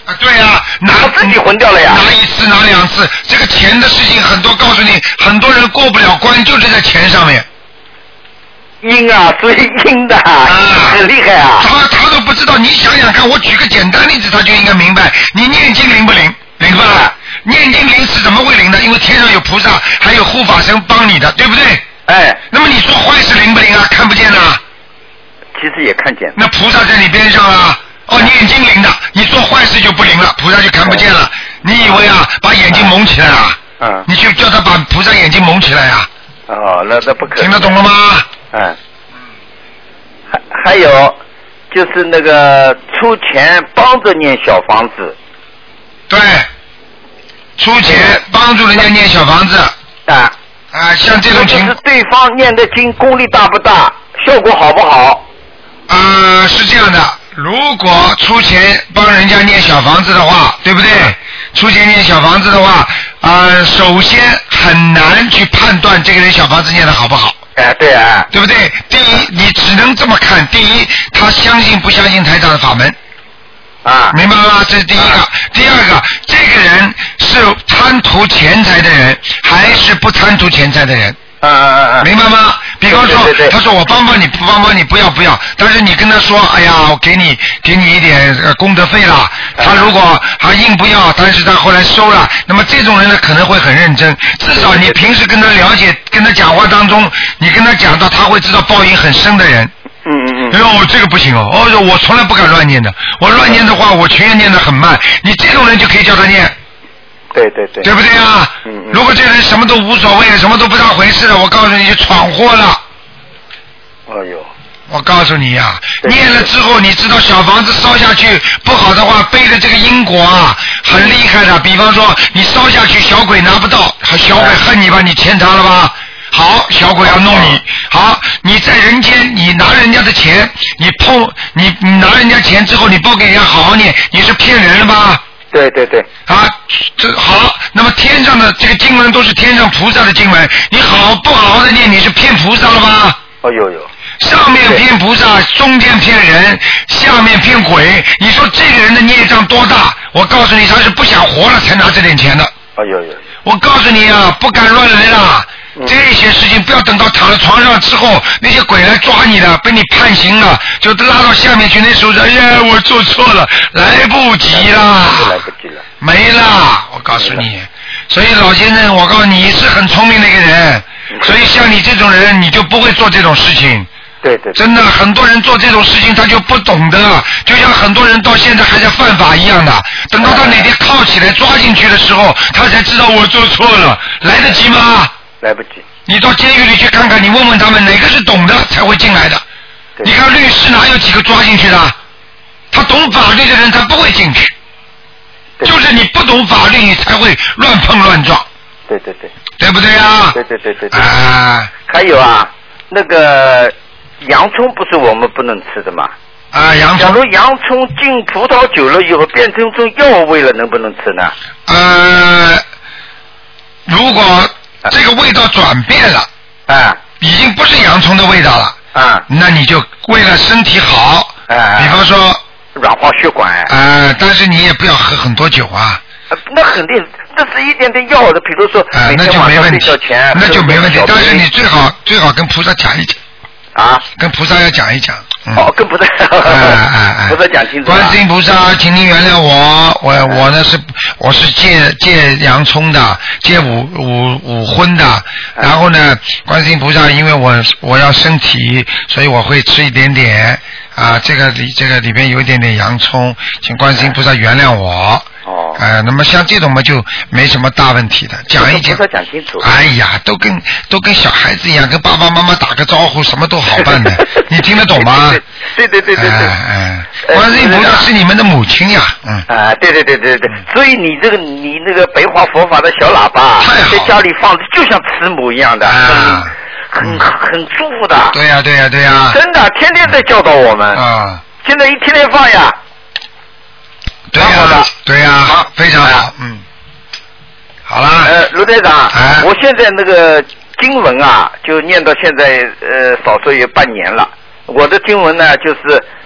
Speaker 2: 啊，对呀、
Speaker 10: 拿自己混掉了呀。
Speaker 2: 拿一次拿两次，这个钱的事情很多，告诉你，很多人过不了关就是在钱上面。
Speaker 10: 阴啊，所以阴的，
Speaker 2: 啊
Speaker 10: 很厉害啊。
Speaker 2: 他他都不知道，你想想看，我举个简单例子，他就应该明白。你念经灵不灵？灵吧？念经灵是怎么会灵的？因为天上有菩萨，还有护法神帮你的，对不对？
Speaker 10: 哎。
Speaker 2: 那么你说坏事灵不灵啊？看不见呐、
Speaker 10: 其实也看见。哎
Speaker 2: 那菩萨在你边上啊，哦，你眼睛灵的，你做坏事就不灵了，菩萨就看不见
Speaker 10: 哎
Speaker 2: 了。你以为啊，把眼睛蒙起来啊？
Speaker 10: 嗯。
Speaker 2: 你去叫他把菩萨眼睛蒙起来呀、
Speaker 10: 哦，那那不可。
Speaker 2: 听得懂了吗？
Speaker 10: 嗯。还还有，就是那个出钱帮着念小房子。
Speaker 2: 对。出钱帮助人家念小房子。
Speaker 10: 嗯啊
Speaker 2: 啊，像这种情
Speaker 10: 就是对方念的经功力大不大，效果好不好？
Speaker 2: 呃，是这样的，如果出钱帮人家念小房子的话，对不对？出钱念小房子的话，呃，首先很难去判断这个人小房子念的好不好。
Speaker 10: 哎，对啊。
Speaker 2: 对不对？第一，你只能这么看：第一，他相信不相信台长的法门。
Speaker 10: 啊。
Speaker 2: 明白了吗？这是第一个。第二个，这个人是贪图钱财的人，还是不贪图钱财的人？
Speaker 10: 啊啊啊！
Speaker 2: 明白吗？比方说，他说我帮帮你，不帮帮你，不要不要。但是你跟他说，哎呀，我给你给你一点呃功德费啦。
Speaker 10: 哎
Speaker 2: 他如果还硬不要，但是他后来收了，那么这种人呢可能会很认真。至少你平时跟他了解，跟他讲话当中，你跟他讲到，他会知道报应很深的人。
Speaker 10: 嗯嗯
Speaker 2: 嗯。哎呦，我这个不行哦，哦，我从来不敢乱念的。我乱念的话，
Speaker 10: 嗯
Speaker 2: 我情愿念的很慢。你这种人就可以叫他念。
Speaker 10: 对对嗯对。
Speaker 2: 对不对啊？如果这人什么都无所谓，什么都不当回事了，我告诉你，就闯祸了。
Speaker 10: 哎呦，
Speaker 2: 我告诉你呀、念了之后，你知道小房子烧下去不好的话，背着这个因果啊，很厉害的。比方说，你烧下去，小鬼拿不到，小鬼恨你吧，你欠他了吧？好，小鬼要弄你。好，你在人间，你拿人家的钱，你碰你你拿人家钱之后，你不给人家好好念，你是骗人了吧？
Speaker 10: 对对对。
Speaker 2: 啊，这好，那么天上的这个经文都是天上菩萨的经文，你好不好好的念，你是骗菩萨了吧？
Speaker 10: 哎呦呦，
Speaker 2: 上面骗菩萨，中间骗人，下面骗鬼。你说这个人的孽障多大？我告诉你，他是不想活了才拿这点钱的。
Speaker 10: 哎呦呦，
Speaker 2: 我告诉你啊，不敢乱来啦。
Speaker 10: 嗯
Speaker 2: 这些事情不要等到躺在床上之后，那些鬼来抓你了，被你判刑了，就拉到下面去。那时候说，哎呀，我做错了，来不及啦，
Speaker 10: 来不及了。
Speaker 2: 没啦。我告诉你，所以老先生，我告诉你是很聪明的一个人，
Speaker 10: 嗯
Speaker 2: 所以像你这种人，你就不会做这种事情。
Speaker 10: 对对。
Speaker 2: 真的，很多人做这种事情，他就不懂得，就像很多人到现在还在犯法一样的。等到他哪天铐起来抓进去的时候，他才知道我做错了，来得及吗？
Speaker 10: 来不及。
Speaker 2: 你到监狱里去看看，你问问他们哪个是懂的才会进来的。你看律师哪有几个抓进去的？他懂法律的人他不会进去，就是你不懂法律，你才会乱碰乱撞。
Speaker 10: 对对对。
Speaker 2: 对不对啊？
Speaker 10: 对对对对对。
Speaker 2: 啊。
Speaker 10: 还有啊，那个洋葱不是我们不能吃的吗？
Speaker 2: 啊，洋
Speaker 10: 葱。假如洋葱进葡萄酒了以后变成一种药味了，能不能吃呢？
Speaker 2: 呃，如果这个味道转变了，
Speaker 10: 啊，
Speaker 2: 已经不是洋葱的味道了，
Speaker 10: 啊，
Speaker 2: 那你就为了身体好，
Speaker 10: 啊，
Speaker 2: 比方说，
Speaker 10: 软化血管。
Speaker 2: 呃，但是你也不要喝很多酒啊，
Speaker 10: 呃那肯定，那是一点点药的，比如说
Speaker 2: 啊、
Speaker 10: 每
Speaker 2: 那
Speaker 10: 天
Speaker 2: 就
Speaker 10: 晚
Speaker 2: 没
Speaker 10: 上
Speaker 2: 问
Speaker 10: 睡
Speaker 2: 题
Speaker 10: 觉前，
Speaker 2: 那就没问题
Speaker 10: 喝。个
Speaker 2: 但
Speaker 10: 小
Speaker 2: 是
Speaker 10: 杯
Speaker 2: 你最好最好跟菩萨讲一讲，
Speaker 10: 啊，
Speaker 2: 跟菩萨要讲一讲，嗯、啊
Speaker 10: 哦，跟菩 萨，菩萨讲清楚啊。啊
Speaker 2: 观世音菩萨，请您原谅我，我我呢是我是戒戒洋葱的，戒五五五荤
Speaker 10: 啊
Speaker 2: 的。然后呢，观世音菩萨，因为我我要身体，所以我会吃一点点啊，这个里这个里边有一点点洋葱，请观世音菩萨原谅我。
Speaker 10: 哦。
Speaker 2: 哎，那么像这种嘛就没什么大问题的，讲一
Speaker 10: 跟
Speaker 2: 讲
Speaker 10: 菩。萨讲清楚。
Speaker 2: 哎呀，都跟都跟小孩子一样，跟爸爸妈妈打个招呼，什么都好办 的，你听得懂吗？
Speaker 10: 对对对对对。
Speaker 2: 哎哎，观世音菩萨是你们的母亲呀，嗯，
Speaker 10: 啊，对对对对对，所以你这个你那个白话佛法的小喇叭，在家里放着就像慈母一样的，很很很舒服的。
Speaker 2: 对呀对呀对呀，
Speaker 10: 真的，天天在教导我们。
Speaker 2: 啊，
Speaker 10: 现在一天天放呀。
Speaker 2: 对呀对呀，非常好，嗯，好哎啦。
Speaker 10: 哎呃，卢队长，我现在那个经文啊，就念到现在呃，少说有半年了。我的经文呢，就是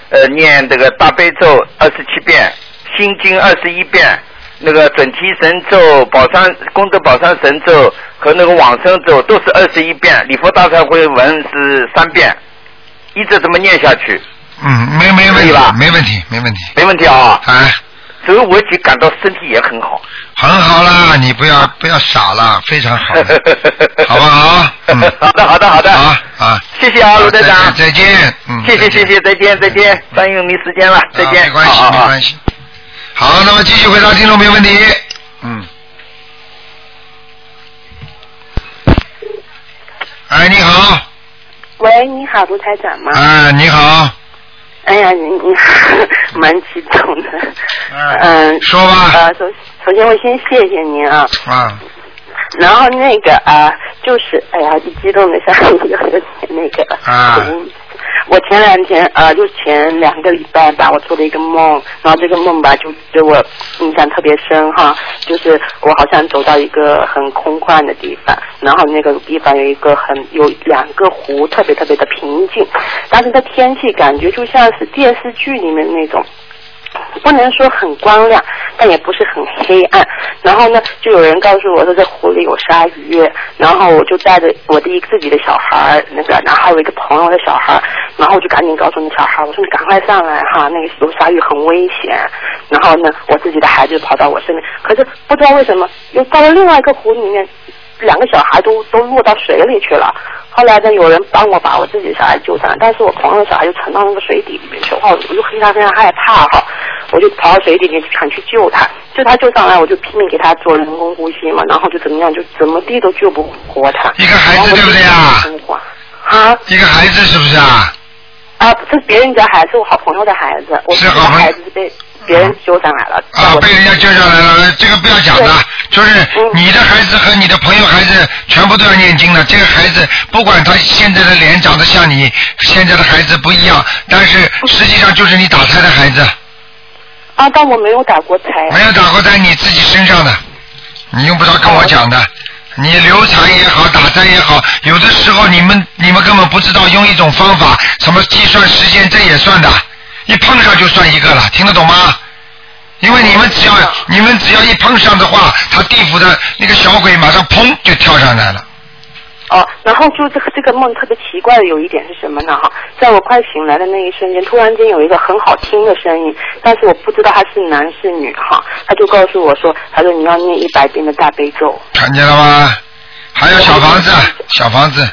Speaker 10: 呃，念这个大悲咒二十七遍，心经二十一遍，那个准提神咒、宝山功德宝山神咒和那个往生咒都是二十一遍，礼佛大忏悔文是三遍，一直这么念下去，
Speaker 2: 嗯，没没问
Speaker 10: 可以
Speaker 2: 题
Speaker 10: 吧，
Speaker 2: 没问题，没问题，
Speaker 10: 没问题啊。
Speaker 2: 哎，
Speaker 10: 所以我就感到身体也很好。
Speaker 2: 很好啦，你不
Speaker 10: 啊
Speaker 2: 要不要傻了，非常 好的，好不好？嗯，
Speaker 10: 好的，好的，好的。
Speaker 2: 好啊，
Speaker 10: 谢谢啊，卢队长。
Speaker 2: 再见，嗯，
Speaker 10: 谢谢谢谢，再见再见，占用您时间了，再见。
Speaker 2: 没关系
Speaker 10: 好
Speaker 2: 没关。系。好，那么继续回答听众朋友问题。嗯。哎，你好，哎
Speaker 7: 喂，你好，卢台长吗？
Speaker 2: 哎，你好，
Speaker 7: 哎呀，你你 蛮激动的。嗯。
Speaker 2: 哎说吧。
Speaker 7: 呃，首首先我先谢谢您啊，
Speaker 2: 啊，
Speaker 7: 然后那个啊、就是哎呀，一激动的下午 有点那个了。
Speaker 2: 啊
Speaker 7: 嗯我前两天啊、呃，就前两个礼拜吧，我做了一个梦，然后这个梦吧，就给我印象特别深哈，就是我好像走到一个很空旷的地方，然后那个地方有一个很有两个湖，特别特别的平静，但是它天气感觉就像是电视剧里面那种。不能说很光亮，但也不是很黑暗。然后呢，就有人告诉我说这湖里有鲨鱼，然后我就带着我的一自己的小孩儿，那个，然后还有一个朋友的小孩儿，然后我就赶紧告诉那小孩儿，我说你赶快上来哈，那个有鲨鱼很危险。然后呢，我自己的孩子跑到我身边，可是不知道为什么又到了另外一个湖里面，两个小孩都都落到水里去了。后来呢，有人帮我把我自己的小孩救上来，但是我朋友的小孩就沉到那个水底里面去，哇，我就非常非常害怕哈。我就跑到水里面去想去救他，救他救上来，我就拼命给他做人工呼吸嘛，然后就怎么样，就怎么地都救不活他。一个孩子对不对啊？啊，
Speaker 2: 一个孩子是不是啊？
Speaker 7: 啊，这是别人家孩子，我好朋友的孩子，我自己的孩子是被别人救上来了。
Speaker 2: 啊，被人家救下来了，这个不要讲的，就是
Speaker 7: 嗯
Speaker 2: 你的孩子和你的朋友孩子全部都要念经的。这个孩子不管他现在的脸长得像你现在的孩子不一样，但是实际上就是你打胎的孩子，
Speaker 7: 嗯啊，但我没有打过胎。
Speaker 2: 没有打过在你自己身上的，你用不着跟我讲
Speaker 7: 哦
Speaker 2: 的。你流产也好，打胎也好，有的时候你们你们根本不知道用一种方法，什么计算时间，这也算的，一碰上就算一个了，听得懂吗？因为你们只
Speaker 7: 哦
Speaker 2: 要你们只要一碰上的话，他地府的那个小鬼马上砰就跳上来了。
Speaker 7: 哦，然后就这个这个梦特别奇怪的有一点是什么呢？哈，在我快醒来的那一瞬间，突然间有一个很好听的声音，但是我不知道他是男是女哈，他就告诉我说，他说你要念一百遍的大悲咒，
Speaker 2: 看见了吗？还有小房子，小房子，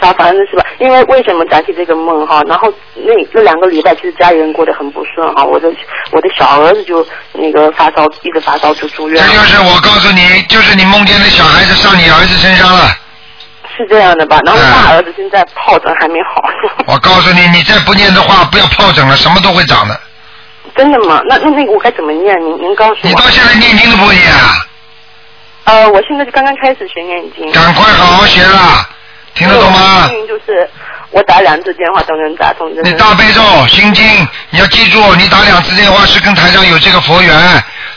Speaker 7: 小房子是吧？因为为什么讲起这个梦哈？然后那那两个礼拜其实家里人过得很不顺哈，我的我的小儿子就那个发烧，一直发烧就住院了，
Speaker 2: 就是我告诉你，就是你梦见的小孩子上你儿子身上了。
Speaker 7: 是这样的吧？然后大儿子现在疱疹还没好，
Speaker 2: 我告诉你，你再不念的话，不要疱疹了，什么都会长的。
Speaker 7: 真的吗？那那那个我该怎么念？您您告诉我。你到
Speaker 2: 现在念经都不念啊？
Speaker 7: 呃，我现在就刚刚开始学念经。
Speaker 2: 赶快好好学啦，听得懂吗？
Speaker 7: 幸运就是我打两次电话都能打通，真的。
Speaker 2: 你大悲咒、心经，你要记住，你打两次电话是跟台上有这个佛缘，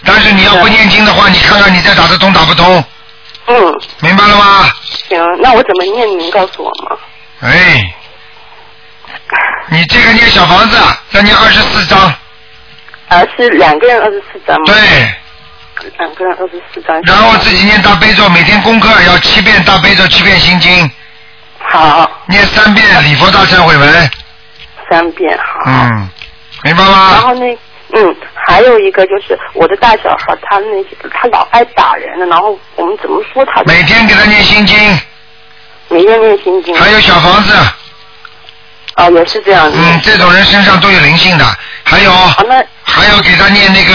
Speaker 2: 但是你要不念经的话，你看看你再打得通打不通。
Speaker 7: 嗯。
Speaker 2: 明白了吗？
Speaker 7: 行，那我怎么念？您告诉我吗？
Speaker 2: 哎，你这个念小房子啊要念二十四章，
Speaker 7: 呃，是两个人二十四张吗？
Speaker 2: 对。
Speaker 7: 两个人二十四张。
Speaker 2: 然后自己念大悲咒，每天功课要七遍大悲咒，七遍心经。
Speaker 7: 好。
Speaker 2: 念三遍礼佛大忏悔文。
Speaker 7: 三遍好。
Speaker 2: 嗯，明白吗？
Speaker 7: 然后那嗯，还有一个就是我的大小孩，他那他老爱打人了，然后我们怎么说他？
Speaker 2: 每天给他念心经。
Speaker 7: 每天念心经。
Speaker 2: 还有小房子。
Speaker 7: 哦，也是这样
Speaker 2: 的。嗯，这种人身上都有灵性的。还有，还有给他念那个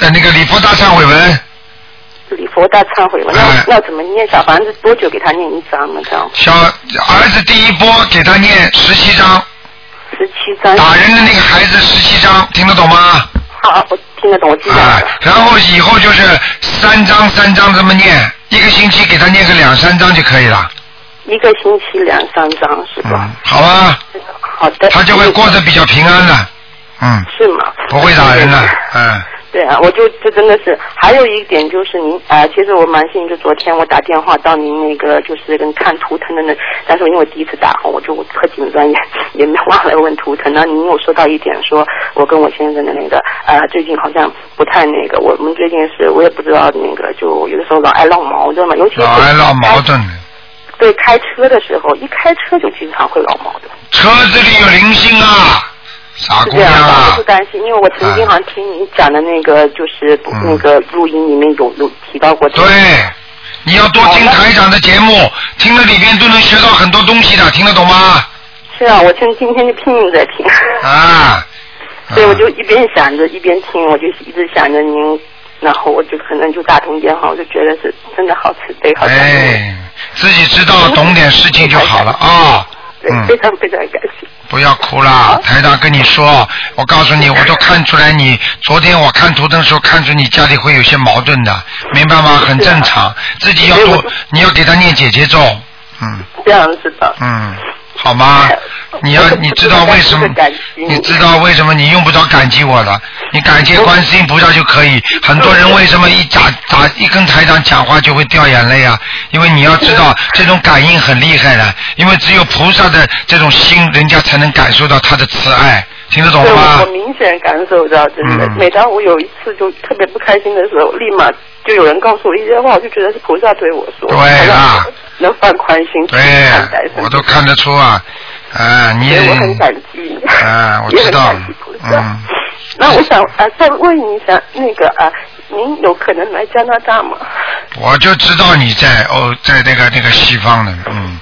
Speaker 2: 呃那个礼佛大忏悔文，
Speaker 7: 礼佛大忏悔文，
Speaker 2: 哎
Speaker 7: 那要怎么念？小房子多久给他念一张呢？这样
Speaker 2: 小儿子第一波给他念十七章。
Speaker 7: 十七章。
Speaker 2: 打人的那个孩子十七章，听得懂吗？
Speaker 7: 好，我听得懂，我记
Speaker 2: 得。啊，然后以后就是三章三章这么念，一个星期给他念个两三章就可以了，嗯
Speaker 7: 一个星期两三张是吧？
Speaker 2: 好吧？
Speaker 7: 好的。
Speaker 2: 他就会过得比较平安的，嗯，
Speaker 7: 是吗？
Speaker 2: 不会打人的，嗯。
Speaker 7: 对啊，我就这真的是，还有一点就是您啊、呃其实我蛮幸运，就昨天我打电话到您那个就是跟看图腾的那，但是因为我第一次打，我就特紧张，也也没忘了问图腾。那您有说到一点说，我跟我先生的那个啊、呃最近好像不太那个，我们最近是我也不知道那个，就有的时候老爱闹矛盾嘛，尤其是
Speaker 2: 老爱闹矛盾的，
Speaker 7: 对开车的时候，一开车就经常会闹矛盾。
Speaker 2: 车子里有灵性啊，傻
Speaker 7: 是
Speaker 2: 姑
Speaker 7: 这
Speaker 2: 娘
Speaker 7: 样的，
Speaker 2: 啊
Speaker 7: 我不，担心，因为我曾经好像听你讲的那个，就是
Speaker 2: 嗯
Speaker 7: 那个录音里面有有提到过。对，
Speaker 2: 你要多听台长的节目，听了里边都能学到很多东西的，听得懂吗？
Speaker 7: 是啊，我今今天就拼 命在听，
Speaker 2: 啊，
Speaker 7: 所以我就一边想着一边听，我就一直想着您，然后我就可能就打通电话，我就觉得是真的好慈悲，好感
Speaker 2: 哎
Speaker 7: 恩，
Speaker 2: 哎，自己知道懂点事情就好了啊。嗯，
Speaker 7: 非常非常感谢。
Speaker 2: 不要哭啦，台长跟你说，我告诉你，我都看出来你昨天我看图腾的时候看出你家里会有些矛盾的，明白吗？很正常，自己要多，你要给他念姐姐咒，嗯
Speaker 7: 这样子的。
Speaker 2: 嗯，好吗？你要你知道为什么？你知道为什么你用不着感激我了？你感谢观世音菩萨就可以。很多人为什么一打打一跟台长讲话就会掉眼泪啊？因为你要知道这种感应很厉害的，因为只有菩萨的这种心，人家才能感受到他的慈爱，听得懂
Speaker 7: 对，
Speaker 2: 吗
Speaker 7: 我？明显感受到，真的。
Speaker 2: 嗯
Speaker 7: 每当我有一次就特别不开心的时候，立马就有人告诉我一些话，我就觉得是菩萨对我说，
Speaker 2: 对啦，
Speaker 7: 能放宽心，
Speaker 2: 对，我都看得出啊，啊，你
Speaker 7: 所以我很感激。
Speaker 2: 啊，我知道，嗯。
Speaker 7: 那我想啊，再问一下，那个啊，您有可能来加拿大吗？
Speaker 2: 我就知道你在哦，在那个那个西方呢，嗯，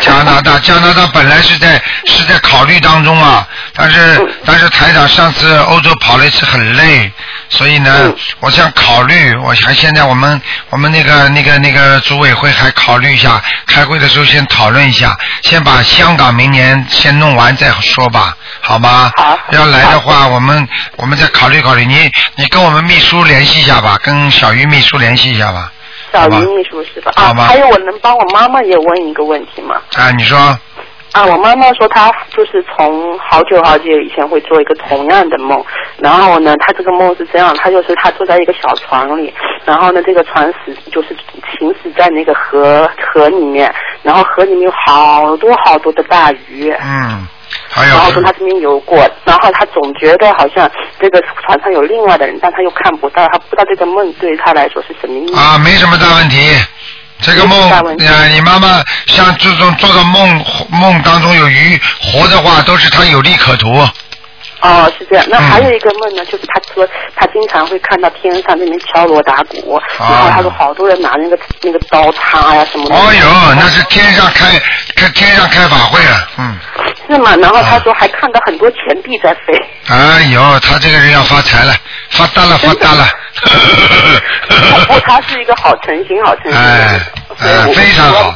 Speaker 2: 加拿大，加拿大本来是在是在考虑当中啊，但是但是台长上次欧洲跑了一次很累，所以呢，我想考虑，我还现在我们我们那个那个那个组委会还考虑一下，开会的时候先讨论一下，先把香港明年先弄完再说吧，好吗？好。要来的话，我们我们再考虑考虑，你你跟我们秘书联系一下吧，跟小鱼秘书联系一下吧。
Speaker 7: 小云秘书是吧？
Speaker 2: 好
Speaker 7: 啊，
Speaker 2: 吧
Speaker 7: 还有我能帮我妈妈也问一个问题吗？
Speaker 2: 啊，你说，
Speaker 7: 啊，我妈妈说她就是从好久好久以前会做一个同样的梦，然后呢，她这个梦是这样，她就是她坐在一个小船里，然后呢，这个船死就是行驶在那个河河里面，然后河里面有好多好多的大鱼，
Speaker 2: 嗯，
Speaker 7: 然后从他这边游过，然后他总觉得好像这个船上有另外的人，但他又看不到，他不知道这个梦对他来说是什么意思。
Speaker 2: 啊，没什么大问题。这个梦，啊，你妈妈像这种做到梦梦当中有鱼活的话，都是她有利可图。
Speaker 7: 哦，是这样。
Speaker 2: 嗯
Speaker 7: 那还有一个梦呢，就是他说他经常会看到天上那边敲锣打鼓，
Speaker 2: 啊
Speaker 7: 然后他说好多人拿那个那个刀叉呀、什么的。
Speaker 2: 哦哟，那是天上开开天上开法会了，嗯，
Speaker 7: 是吗？然后他说还看到很多钱币在 飞。
Speaker 2: 哎呦，他这个人要发财了，发达了，发达了，
Speaker 7: 不过他是一个好诚心，好诚心。
Speaker 2: 哎， 哎，非常好，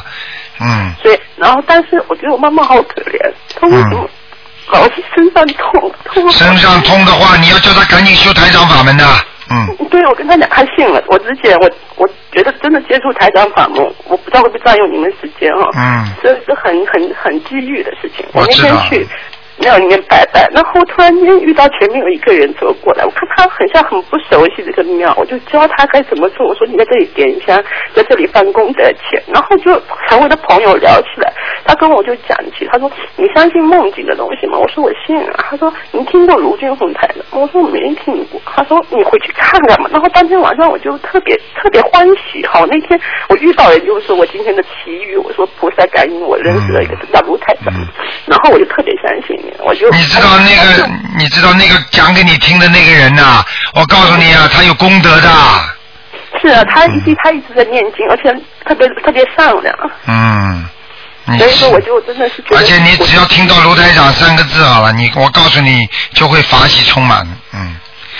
Speaker 2: 嗯，
Speaker 7: 所以，然后但是我觉得我妈妈好可怜，她为什么老是身上痛痛？
Speaker 2: 身上痛的话，你要叫他赶紧修台长法门的，嗯。
Speaker 7: 对，我跟他讲，他信了。我之前我我觉得真的接触台长法门，我不知道会不会占用你们时间哦哈、
Speaker 2: 嗯，
Speaker 7: 这是很很很机遇的事情。
Speaker 2: 我
Speaker 7: 那
Speaker 2: 知道嗯
Speaker 7: 天去庙里面拜拜，然后突然间遇到前面有一个人走过来，我看他很像很不熟悉这个庙，我就教他该怎么做。我说你在这里点香，在这里办功德钱，然后就和我的朋友聊起来，他跟我就讲起，他说你相信梦境的东西吗？我说我信啊。他说你听过卢俊宏台的吗？我说我没听过。他说你回去看看嘛。然后当天晚上我就特别特别欢喜，好那天我遇到也就是我今天的奇遇，我说菩萨感应我认识了一个大卢台长，然后我就特别相信你，我就啊
Speaker 2: 你知道那个，你知道那个讲给你听的那个人呐、我告诉你啊，他有功德的，
Speaker 7: 是啊，他一直他一直在念经，而且特别特别善良，
Speaker 2: 嗯，你
Speaker 7: 所以说我就真的是觉得，
Speaker 2: 而且你只要听到卢台长三个字好了，你我告诉你就会法喜充满，嗯，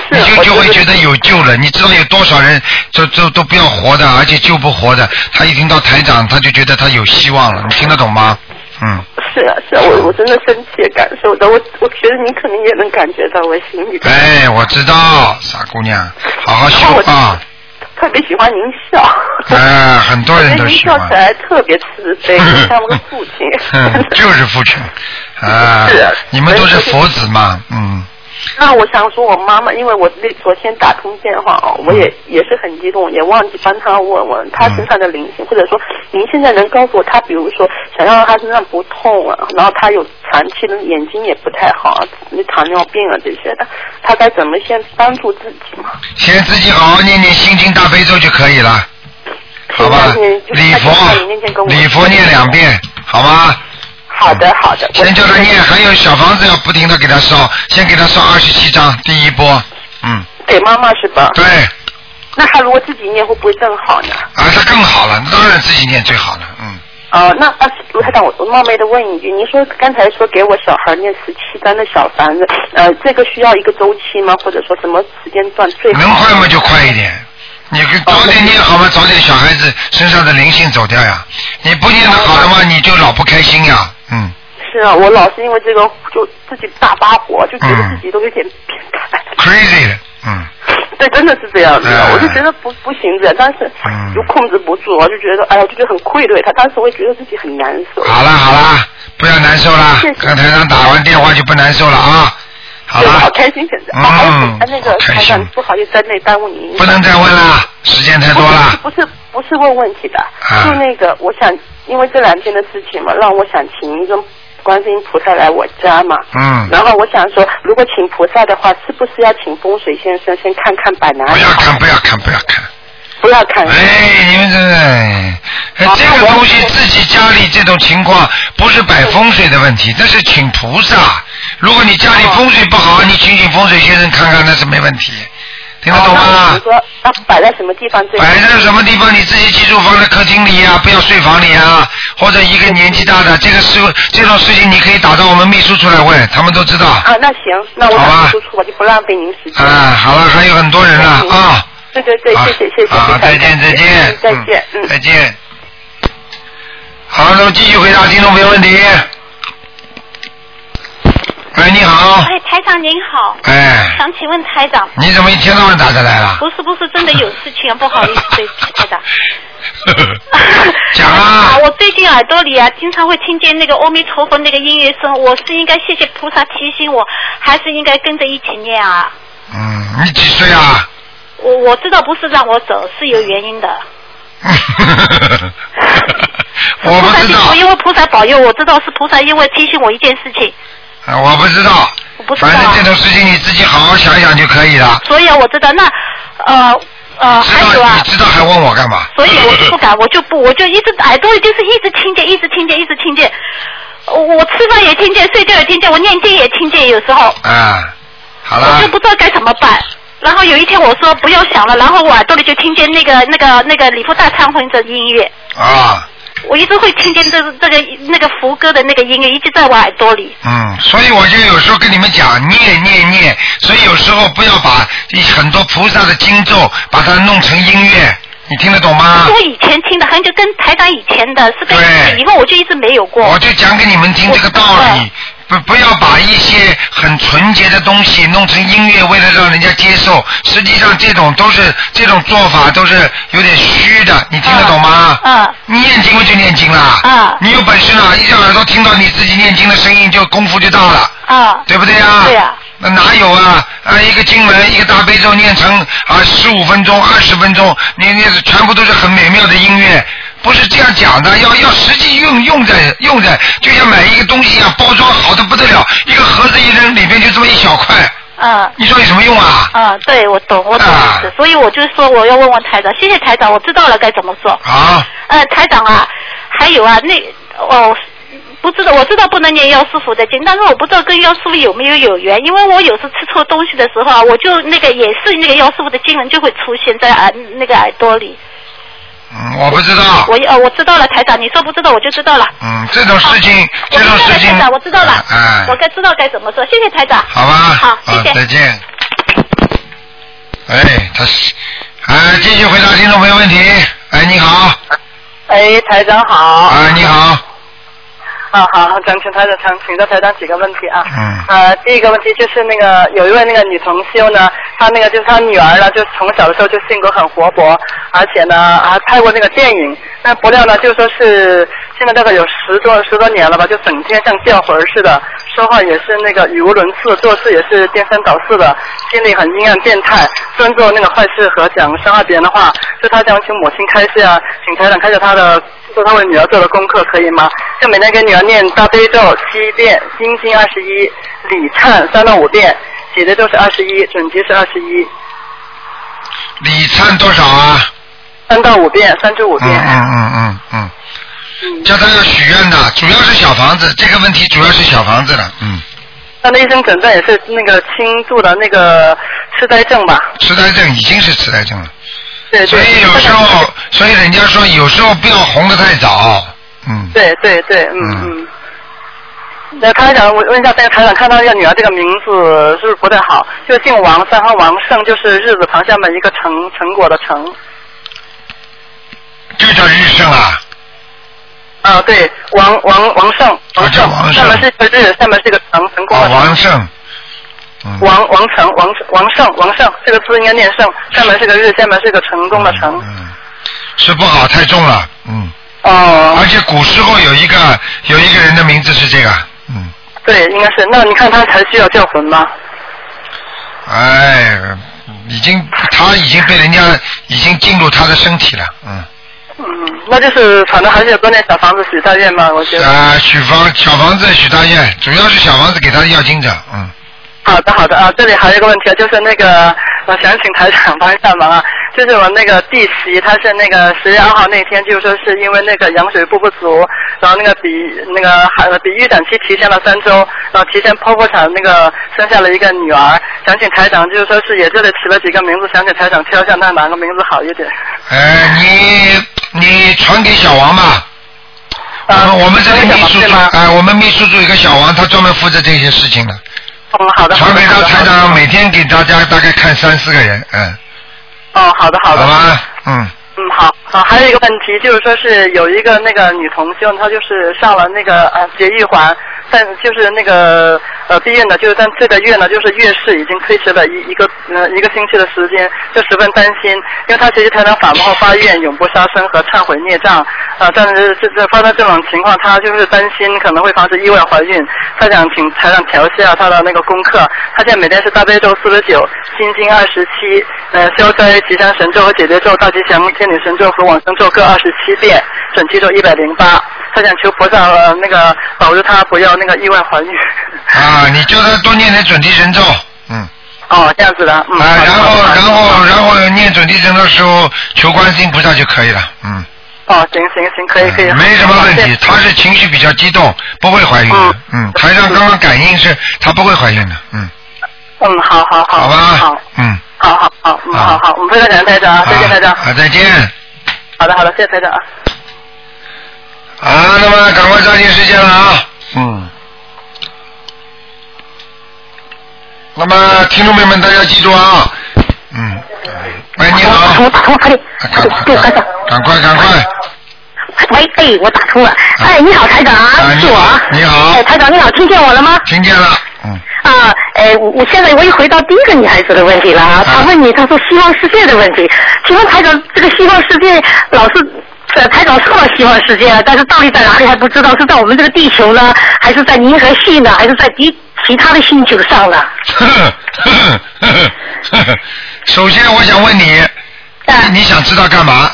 Speaker 2: 你就就会觉得有救了。你知道有多少人都都都不要活的，而且救不活的，他一听到台长他就觉得他有希望了，你听得懂吗？嗯，
Speaker 7: 是啊是啊，我我真的深切感受到，我我觉得你肯定也能感觉到我心里的，
Speaker 2: 哎，我知道，傻姑娘，好好修 啊，
Speaker 7: 特别喜欢您笑，
Speaker 2: 哎，很多人
Speaker 7: 我觉
Speaker 2: 都
Speaker 7: 得您
Speaker 2: 喜
Speaker 7: 笑
Speaker 2: 欢。
Speaker 7: 起来特别慈 悲，就像我的父亲。
Speaker 2: 嗯，就是父亲啊
Speaker 7: 是啊，
Speaker 2: 你们都是佛子嘛，嗯，
Speaker 7: 那我想说，我妈妈，因为我那昨天打通电话哦，我也、也是很激动，也忘记帮她问问她身上的灵性，或者说您现在能告诉我她，比如说想要让她身上不痛啊，然后她有长期的眼睛也不太好啊，糖尿病啊这些的，她该怎么先帮助自己嘛？
Speaker 2: 先自己好好念念心经大悲咒就可以了，好吧？礼佛，礼佛念两遍，好吗？
Speaker 7: 好的，好的。
Speaker 2: 先叫他念，还有小房子要不停的给他烧，先给他烧二十七张，第一波，嗯，
Speaker 7: 给妈妈是吧？
Speaker 2: 对，
Speaker 7: 那她如果自己念会不会更好呢？
Speaker 2: 啊，他更好了，当然自己念最好了，嗯，
Speaker 7: 哦，那啊，卢台长，我我冒昧的问一句，您说刚才说给我小孩念十七章的小房子，呃，这个需要一个周期吗？或者说什么时间段最好？
Speaker 2: 能快吗就快一点。你给早点念好吗？早点小孩子身上的灵性走掉呀！你不念的好的话，你就老不开心呀。嗯，
Speaker 7: 是是啊，我老是因为这个就自己大发火，就觉得自己都有点变态。
Speaker 2: 嗯 crazy 的，嗯。
Speaker 7: 对，真的是这样子的
Speaker 2: 哎，
Speaker 7: 我就觉得不不行这样，但是
Speaker 2: 嗯
Speaker 7: 又控制不住，我就觉得，哎呀，我就觉得很愧对他，当时我也觉得自己很难受。
Speaker 2: 好啦好啦，不要难受啦。刚台上打完电话就不难受了啊。好
Speaker 7: 对
Speaker 2: 啦，
Speaker 7: 好开心现
Speaker 2: 嗯
Speaker 7: 在。啊还有哎那个
Speaker 2: 开
Speaker 7: 台
Speaker 2: 心
Speaker 7: 长，不好意思，再那耽误您。
Speaker 2: 不能再问啦，时间太多了。啊
Speaker 7: 不是不是问问题的，就那个我想，因为这两天的事情嘛，让我想请一个观世音菩萨来我家嘛。
Speaker 2: 嗯
Speaker 7: 然后我想说，如果请菩萨的话，是不是要请风水先生先看看板南？不要
Speaker 2: 看，不要看，不要看。
Speaker 7: 不要看。
Speaker 2: 哎，你们这个，哎这个东西自己家里这种情况不是摆风水的问题，那是请菩萨。如果你家里风水不好，你请请风水先生看看，那是没问题。听得懂吗？
Speaker 7: 那你说，那摆在什么地方最？
Speaker 2: 摆在什么地方你自己记住放在客厅里呀、不要睡房里啊。或者一个年纪大的，这个事这种事情你可以打到我们秘书处来问，他们都知道。
Speaker 7: 啊，那行，那我打出出，我就不浪费您时间。
Speaker 2: 啊，好了，还有很多人呢啊。
Speaker 7: 对对对，谢谢谢谢。嗯
Speaker 2: 好，啊再见再见，
Speaker 7: 再见，
Speaker 2: 嗯，再见。好，那么继续回答听众朋友问题。喂，你好，
Speaker 11: 哎，台长您好。
Speaker 2: 哎。
Speaker 11: 想请问台长。
Speaker 2: 你怎么一天到晚打着来了？
Speaker 11: 不是不是，真的有事情，不好意思， 对不起，台长。
Speaker 2: 讲
Speaker 11: 啊！我最近耳朵里啊，经常会听见那个阿弥陀佛那个音乐声，我是应该谢谢菩萨提醒我，还是应该跟着一起念啊？
Speaker 2: 嗯，你几岁啊？
Speaker 11: 我我知道不是让我走，是有原因的。
Speaker 2: 我
Speaker 11: 菩
Speaker 2: 不
Speaker 11: 萨
Speaker 2: 知
Speaker 11: 提
Speaker 2: 道
Speaker 11: 醒我，因为菩萨保佑，我知道是菩萨，因为提醒我一件事情，
Speaker 2: 啊我不知道，
Speaker 11: 我不知道
Speaker 2: 反。正这种事情你自己好好想一想就可以了。
Speaker 11: 所以啊我知道，那呃呃还有啊，
Speaker 2: 你知道还问我干嘛？
Speaker 11: 所以我就不敢，我就不，我就一直耳朵里就是一直听见，一直听见，一直听见。我我吃饭也听见，睡觉也听见，我念经也听见，有时候
Speaker 2: 啊，好
Speaker 11: 我
Speaker 2: 啦
Speaker 11: 就，不知道该怎么办。然后有一天我说不要想了，然后我耳朵里就听见那个那个那个礼佛大忏悔者的音乐，
Speaker 2: 啊，
Speaker 11: 我一直会听见这个这个那个福哥的那个音乐一直在我耳朵里。
Speaker 2: 嗯，所以我就有时候跟你们讲，念念念，所以有时候不要把很多菩萨的经咒把它弄成音乐，你听得懂吗
Speaker 11: 是？我以前听的，很久跟台长以前的是跟以后我就一直没有过。
Speaker 2: 我就讲给你们听这个道理，不不要把一些很纯洁的东西弄成音乐，为了让人家接受。实际上这种都是这种做法都是有点虚的，你听得懂吗？
Speaker 11: 嗯。
Speaker 2: 你念经不就念经啦？
Speaker 11: 嗯。
Speaker 2: 你有本事呢，一只耳朵听到你自己念经的声音，就功夫就大了。
Speaker 11: 啊。
Speaker 2: 对不对啊？
Speaker 11: 对啊。
Speaker 2: 那哪有啊？啊，一个经文，一个大悲咒念成啊十五分钟、二十分钟，你你是全部都是很美妙的音乐，不是这样讲的，要要实际用用在用在，就像买一个东西一样，包装好的不得了，一个盒子一扔，里面就这么一小块，
Speaker 11: 嗯。
Speaker 2: 你说有什啊么用啊？
Speaker 11: 嗯，对，我懂，我懂意思，所以我就说我要问问台长，谢谢台长，我知道了该怎么做。
Speaker 2: 啊。
Speaker 11: 呃，台长啊，还有啊，那哦，不知道，我知道不能念药师佛的经，但是我不知道跟药师佛有没有有缘，因为我有时吃错东西的时候啊，我就那个也是那个药师佛的经文就会出现在耳那个耳朵里。
Speaker 2: 嗯，我不知道。
Speaker 11: 我呃，我知道了，台长，你说不知道我就知道了。
Speaker 2: 嗯，这种事情，
Speaker 11: 我
Speaker 2: 这
Speaker 11: 知道
Speaker 2: 种
Speaker 11: 了，
Speaker 2: 事情
Speaker 11: 台，长，我知道了，
Speaker 2: 哎
Speaker 11: 我该知道该怎么做，谢谢台长。
Speaker 2: 好吧，
Speaker 11: 好，谢
Speaker 2: 啊
Speaker 11: 谢。
Speaker 2: 再见。哎，他是，哎，继续回答听众朋友问题。哎，你好，
Speaker 12: 哎，台长好。
Speaker 2: 啊，你好。
Speaker 12: 啊，好，想请台长，想请教台长几个问题啊。
Speaker 2: 嗯。
Speaker 12: 呃，第一个问题就是那个有一位那个女同修呢，她那个就是她女儿呢，就从小的时候就性格很活泼，而且呢还拍过那个电影。那不料呢，就说是现在大概有十多十多年了吧，就整天像掉魂似的，说话也是那个语无伦次，做事也是颠三倒四的，心里很阴暗变态，专做那个坏事和想伤害别人的话。就她想请母亲开示啊，请台长开示她的做她为女儿做的功课可以吗？就每天给女儿念大悲咒七遍，心经二十一，礼忏三到五遍，写的都是二十一，准提是二十一，
Speaker 2: 礼忏多少啊？
Speaker 12: 三到五遍，三至五
Speaker 2: 嗯
Speaker 12: 遍。
Speaker 2: 嗯嗯嗯嗯，叫他要许愿的，主要是小房子，这个问题主要是小房子的，嗯，
Speaker 12: 那那医生诊断也是那个轻度的那个痴呆症吧？
Speaker 2: 痴呆症已经是痴呆症了，
Speaker 12: 对对。
Speaker 2: 所以有时候，所以人家说有时候不要红的太早，嗯，
Speaker 12: 对对对，嗯嗯。那台长，我问一下，那个台长看到这个女儿这个名字是不是不太好？就姓王，三号王胜，就是日字旁下面一个成成果的成。
Speaker 2: 这叫日胜啊。
Speaker 12: 啊，对，王王王胜，王胜，
Speaker 2: 哦王
Speaker 12: 上面是一个日，下面是一个成，成功
Speaker 2: 啊，
Speaker 12: 的成。
Speaker 2: 王嗯胜，
Speaker 12: 王王成王王胜王胜这个字应该念胜，上面是个日，下面是个成功的成。
Speaker 2: 嗯是不好，太重了，嗯。
Speaker 12: 哦。
Speaker 2: 而且古时候有一个有一个人的名字是这个，
Speaker 12: 对，应该是。那你看他才需要叫魂吗？
Speaker 2: 哎，已经他已经被人家已经进入他的身体了，嗯。
Speaker 12: 嗯，那就是反正还是要多念小房子许大愿嘛，我觉得。
Speaker 2: 啊、许房小房子许大愿，主要是小房子给他要经者，嗯，
Speaker 12: 好的，好的啊，这里还有一个问题啊，就是那个，我想请台长帮一下忙啊，就是我那个弟媳，她是那个十月二号那天，就说是因为那个羊水不不足，然后那个比那个孩比预产期提前了三周，然后提前剖腹产那个生下了一个女儿，想请台长就是说是也这里起了几个名字，想请台长挑一下那哪个名字好一点。
Speaker 2: 哎，你你传给小王吧。我
Speaker 12: 啊
Speaker 2: 们我们这个秘书处，哎、我们秘书处有一个小王，他专门负责这些事情的。
Speaker 12: 嗯，好的。
Speaker 2: 传给到台长，每天给大家大概看三四个人，嗯，
Speaker 12: 哦，好的，好的。
Speaker 2: 好吧，嗯，
Speaker 12: 嗯，好啊，还有一个问题就是说是有一个那个女同修，她就是上了那个呃节育环，但就是那个呃避孕的，就是但这个月呢，就是月事已经推迟了一一个呃一个星期的时间，就十分担心，因为她学习台长法门后发愿永不杀生和忏悔孽障，啊、但是这这发生这种情况，她就是担心可能会防止意外怀孕，她想请台长调一下她的那个功课，她现在每天是大悲咒四十九，心经二十七，呃消灾吉祥神咒和解结咒、大吉祥天女神咒和往生咒各二十七遍，准提咒一百零八，她想求菩萨、呃、那个保佑她不要那个意外怀孕。
Speaker 2: 啊，你叫他多念点准提神咒，嗯，
Speaker 12: 哦，这样子的，嗯。
Speaker 2: 啊，然后然后然后念准提神咒的时候求观世音菩萨就可以了，嗯，
Speaker 12: 哦，行行行，可以可以。
Speaker 2: 哎没什么问题。他是情绪比较激动，不会怀孕的，嗯，台上刚刚感应是他不会怀孕的，嗯，
Speaker 12: 嗯，好好好。好吧。好，
Speaker 2: 嗯，
Speaker 12: 好好好，嗯，好好，我们非常感谢台长啊，谢谢台长。
Speaker 2: 好，再见。
Speaker 12: 好的好的，谢谢台长啊。
Speaker 2: 啊，那么赶快抓紧时间了啊！嗯。那么，听众朋友们，大家记住啊！嗯，喂，你好。
Speaker 6: 我打通了，快点，对，台长。
Speaker 2: 赶快，赶快！啊
Speaker 6: 喂，哎，我打通了。哎，你好，台长，是我。
Speaker 2: 你好。
Speaker 6: 哎，台长，你好，听见我了吗？
Speaker 2: 听见了。嗯
Speaker 6: 啊，哎，我我现在我又回到第一个女孩子的问题了啊。她问你，她说希望世界的问题。请问台长，这个希望世界老是，呃，台长说了希望世界了，但是到底在哪里还不知道，是在我们这个地球呢，还是在银河系呢，还是在其其他的星球上呢？
Speaker 2: 首先，我想问你，你想知道干嘛？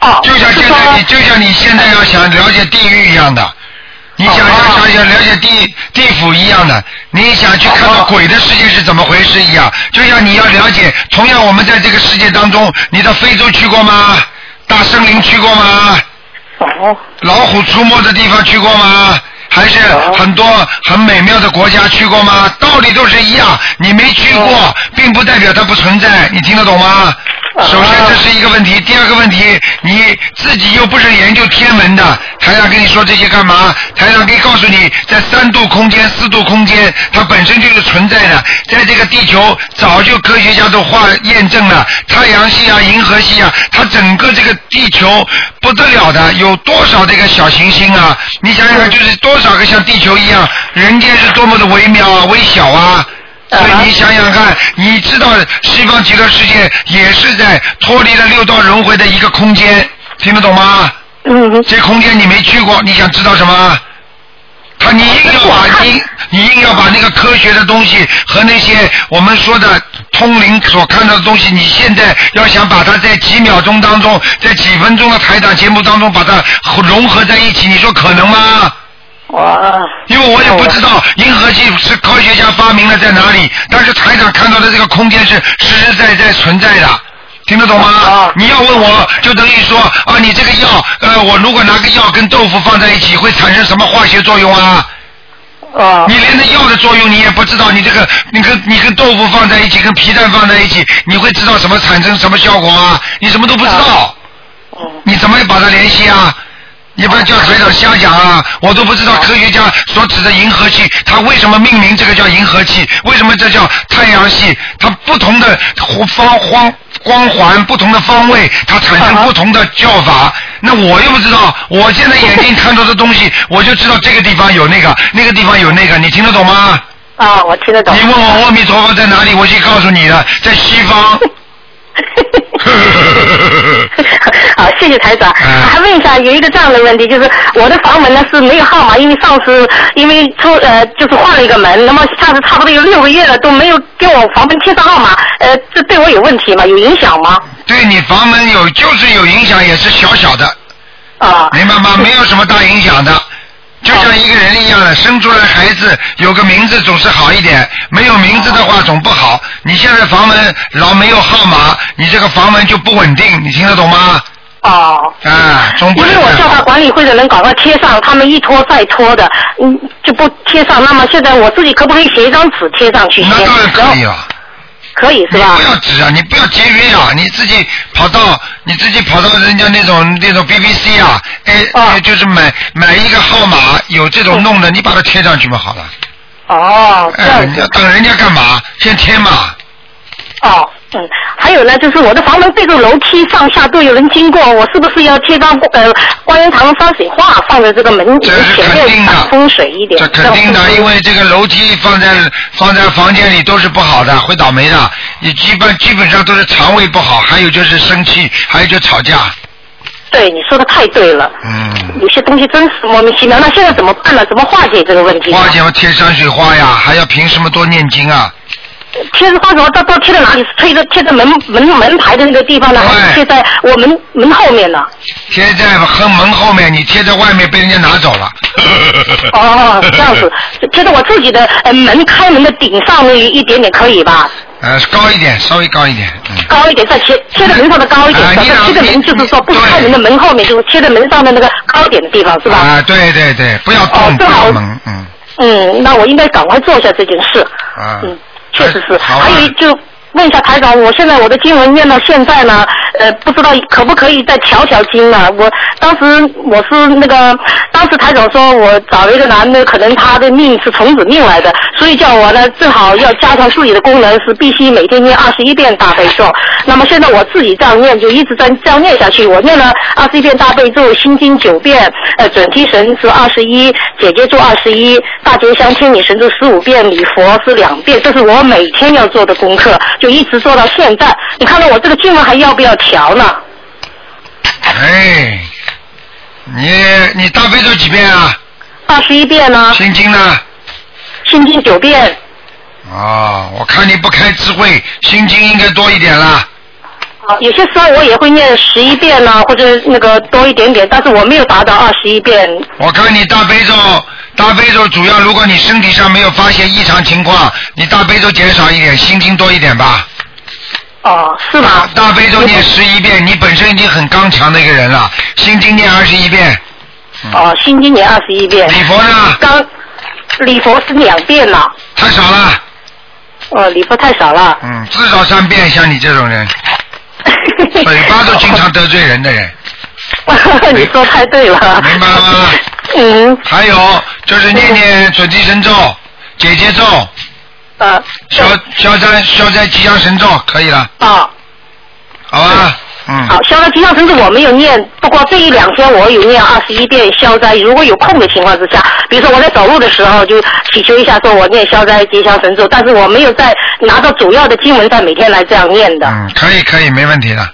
Speaker 6: 哦。
Speaker 2: 就像现在你，就像你现在要想了解地狱一样的，你想要想想了解地地府一样的，你想去看到鬼的世界是怎么回事一样，就像你要了解，同样我们在这个世界当中，你到非洲去过吗？大森林去过吗？老虎出没的地方去过吗？还是很多很美妙的国家去过吗？道理都是一样，你没去过，并不代表它不存在，你听得懂吗？首先这是一个问题，第二个问题，你自己又不是研究天文的，台长跟你说这些干嘛？台长可以告诉你，在三度空间、四度空间，它本身就是存在的，在这个地球早就科学家都化验证了，太阳系啊、银河系啊，它整个这个地球不得了的，有多少这个小行星啊？你想想看，就是多少个像地球一样，人间是多么的微妙啊、微小啊。所以你想想看，你知道西方极乐世界也是在脱离了六道轮回的一个空间，听得懂吗？
Speaker 6: 嗯。
Speaker 2: 这空间你没去过，你想知道什么？他你硬要把你你硬要把那个科学的东西和那些我们说的通灵所看到的东西，你现在要想把它在几秒钟当中，在几分钟的台长节目当中把它融合在一起，你说可能吗？
Speaker 6: 哇！
Speaker 2: 因为我也不知道银河系是科学家发明了在哪里，但是台长看到的这个空间是实实在在存在的，听得懂吗？你要问我，就等于说啊，你这个药，呃，我如果拿个药跟豆腐放在一起，会产生什么化学作用啊？
Speaker 6: 啊！
Speaker 2: 你连那药的作用你也不知道，你这个你跟你跟豆腐放在一起，跟皮蛋放在一起，你会知道什么产生什么效果啊？你什么都不知道，你怎么把它联系啊？你不要叫台长瞎讲啊！我都不知道科学家所指的银河系，它为什么命名这个叫银河系？为什么这叫太阳系？它不同的弧方光光环，不同的方位，它产
Speaker 6: 啊
Speaker 2: 生不同的叫法。那我又不知道，我现在眼睛看到的东 西，我就知道这个地方有那个，那个地方有那个，你听得懂吗？
Speaker 6: 啊，我听得懂。
Speaker 2: 你问我阿弥陀佛在哪里，我去告诉你的，在西方。
Speaker 6: 好，啊谢谢台长。
Speaker 2: 啊
Speaker 6: 还问一下，有一个这样的问题，就是我的房门呢是没有号码，因为上次因为出呃就是换了一个门，那么下次差不多有六个月了都没有给我房门贴上号码，呃，这对我有问题吗？有影响吗？
Speaker 2: 对你房门有就是有影响，也是小小的。
Speaker 6: 啊。哦
Speaker 2: 明白吗？没有什么大影响的。就像一个人一样的，生出来孩子有个名字总是好一点，没有名字的话总不好。你现在房门老没有号码，你这个房门就不稳定，你听得懂吗？
Speaker 6: 哦。
Speaker 2: 啊，总不
Speaker 6: 因为
Speaker 2: 能
Speaker 6: 我叫他管理会的人赶快贴上，他们一拖再拖的，嗯，就不贴上。那么现在我自己可不可以写一张纸贴上去先？那当然
Speaker 2: 可以啊。
Speaker 6: 嗯可以是吧？
Speaker 2: 不要纸啊，你不要节约啊，你自己跑到你自己跑到人家那种那种 BBC 啊，哎，
Speaker 6: 哦
Speaker 2: 哎就是买买一个号码有这
Speaker 6: 嗯
Speaker 2: 种弄的，你把它贴上去嘛，好了。
Speaker 6: 哦，
Speaker 2: 这样、哎你要等人家干嘛？先贴嘛。
Speaker 6: 哦，嗯，还有呢，就是我的房门对着楼梯上下都有人经过，我是不是要贴张呃观音堂山水画放在这个门前面，挡风水一点？这
Speaker 2: 肯定的，因为这个楼梯放在放在房间里都是不好的，会倒霉的。你基本基本上都是肠胃不好，还有就是生气，还有就吵架。
Speaker 6: 对，你说的太对了。
Speaker 2: 嗯。
Speaker 6: 有些东西真是莫名其妙，那现在怎么办呢？怎么化解这个问题？
Speaker 2: 花钱贴山水画呀，还要凭什么多念经啊？
Speaker 6: 贴着花什么？到到贴在哪里？是贴着贴在门门门牌的那个地方呢，还是贴在我门门后面呢？
Speaker 2: 贴在和门后面，你贴在外面被人家拿走了。
Speaker 6: 哦，这样子，贴在我自己的呃门开门的顶上面一点点可以吧？
Speaker 2: 呃，高一点，稍微高一点。嗯
Speaker 6: 高一点，再
Speaker 2: 哎
Speaker 6: 贴贴在门上的高一点，然后贴在门就是说不是开门的门后面，就是贴在门上的那个高一点的地方，是吧？
Speaker 2: 啊，对对对，不要动，不要猛，嗯
Speaker 6: 嗯，那我应该赶快做一下这件事，
Speaker 2: 啊。
Speaker 6: 确实是。
Speaker 2: 好啊
Speaker 6: 还有就问一下台长，我现在我的经文念到现在呢，呃，不知道可不可以再调调经呢？我当时我是那个，当时台长说我找了一个男的，可能他的命是虫子命来的，所以叫我呢正好要加强自己的功能，是必须每天念二十一遍大悲咒。那么现在我自己这样念，就一直在这样念下去。我念了二十一遍大悲咒，心经九遍，呃，准提神是二十一，姐姐咒二十一，大吉祥天女神咒十五遍，礼佛是两遍，这是我每天要做的功课，就一直做到现在。你看到我这个经文还要不要调呢？
Speaker 2: 哎，你你大悲咒几遍啊？
Speaker 6: 二十一遍呢？
Speaker 2: 心经呢？
Speaker 6: 心经九遍。
Speaker 2: 哦，我看你不开智慧，心经应该多一点啦。
Speaker 6: 啊，有些时候我也会念十一遍呢、或者那个多一点点，但是我没有达到二十一遍。
Speaker 2: 我看你大悲咒，大悲咒主要如果你身体上没有发现异常情况，你大悲咒减少一点，心经多一点吧。
Speaker 6: 哦，是吗？
Speaker 2: 大悲咒念十一遍，你本身已经很刚强的一个人了，心经念二十一遍。
Speaker 6: 哦，心经念二十一遍。礼
Speaker 2: 嗯佛呢？
Speaker 6: 刚，礼佛是两遍了。
Speaker 2: 太少了。
Speaker 6: 哦，礼佛太少了。
Speaker 2: 嗯，至少三遍，像你这种人，嘴巴都经常得罪人的人。
Speaker 6: 你说太对了。
Speaker 2: 明白了吗？
Speaker 6: 嗯。
Speaker 2: 还有就是念念准提神咒、姐姐咒。
Speaker 6: 呃。
Speaker 2: 消消灾消灾吉祥神咒可以了，
Speaker 6: 啊、
Speaker 2: 好吧？嗯。
Speaker 6: 好，消灾吉祥神咒我没有念，不过这一两天我有念二十一遍消灾。如果有空的情况之下，比如说我在走路的时候，就祈求一下，说我念消灾吉祥神咒，但是我没有在拿到主要的经文，在每天来这样念的。
Speaker 2: 嗯，可以可以，没问题的，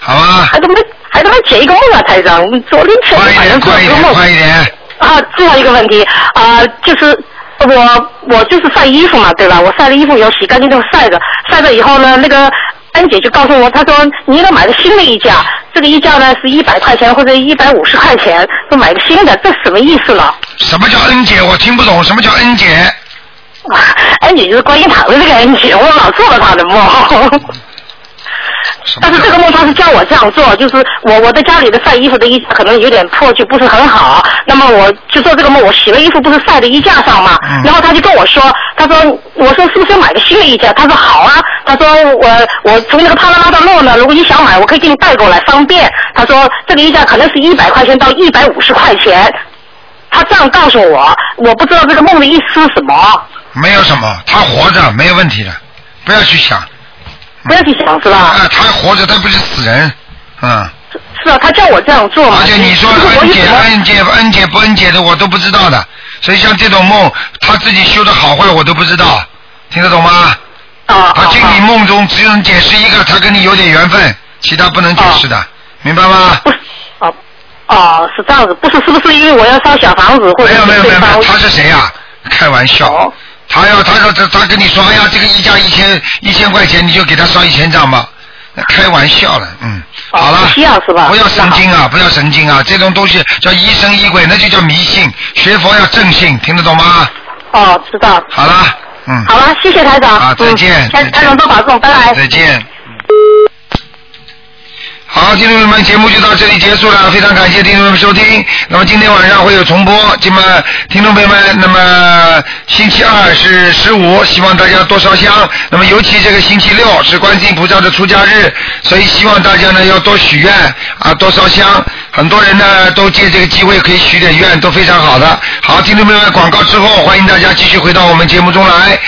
Speaker 2: 好吧？
Speaker 6: 还他妈还他妈解一个梦啊，台长，我昨天前天晚上做一个梦。
Speaker 2: 快一点。
Speaker 6: 啊，最后一个问题啊、就是。我我就是晒衣服嘛，对吧？我晒了衣服以后洗干净就晒着，晒着以后呢，那个安姐就告诉我，她说你应该买个新的衣架，这个衣架呢是一百块钱或者一百五十块钱，说买个新的，这什么意思了？
Speaker 2: 什么叫恩姐？我听不懂什么叫恩姐。
Speaker 6: 哎安姐就是观音堂的那个安姐，我老做了她的梦。但是这个梦他是叫我这样做，就是我我的家里的晒衣服的衣架可能有点破，就不是很好。那么我就做这个梦，我洗了衣服不是晒在衣架上嘛，然后他就跟我说，他说我说是不是要买个新的衣架？他说好啊，他说我我从那个帕拉拉到洛呢，如果你想买，我可以给你带过来，方便。他说这个衣架可能是一百块钱到一百五十块钱。他这样告诉我，我不知道这个梦的意思是什么，
Speaker 2: 没有什么，他活着没有问题的，不要去想。
Speaker 6: 不要去想是吧？
Speaker 2: 啊，他活着，他不是死人，嗯。
Speaker 6: 是啊，他叫我这样做嘛。
Speaker 2: 而且你说
Speaker 6: 就是我
Speaker 2: 恩
Speaker 6: 有
Speaker 2: 姐、
Speaker 6: 什么
Speaker 2: 恩姐、恩姐不恩姐的，我都不知道的。所以像这种梦，他自己修的好坏我都不知道，听得懂吗？
Speaker 6: 啊。
Speaker 2: 他经你梦中只能解释一个，他跟你有点缘分，其他不能解释的，明白吗？
Speaker 6: 哦，是这样子，不是是不是因为我要烧小房子或者
Speaker 2: 没有没
Speaker 6: 是
Speaker 2: 有没
Speaker 6: 对
Speaker 2: 有没
Speaker 6: 方
Speaker 2: 有，他是谁呀、啊开玩
Speaker 6: 哦
Speaker 2: 笑。他要他说他他跟你说，哎呀，这个一家一千一千块钱，你就给他烧一千张吧，那开玩笑了，嗯，好了，
Speaker 6: 哦不需要是吧
Speaker 2: 不要神经啊，不要神经啊，这种东西叫疑神疑鬼，那就叫迷信。学佛要正信，听得懂吗？
Speaker 6: 哦，知道。
Speaker 2: 好了，嗯，
Speaker 6: 好了，谢谢台长。
Speaker 2: 啊再见
Speaker 6: 嗯台台长多保重，拜拜。
Speaker 2: 再见。好，听众朋友们，节目就到这里结束了，非常感谢听众朋友们收听。那么今天晚上会有重播，那么听众朋友们，那么星期二是十五，希望大家多烧香。那么尤其这个星期六是观世音菩萨的出家日，所以希望大家呢要多许愿啊，多烧香。很多人呢都借这个机会可以许点愿，都非常好的。好，听众朋友们，广告之后欢迎大家继续回到我们节目中来。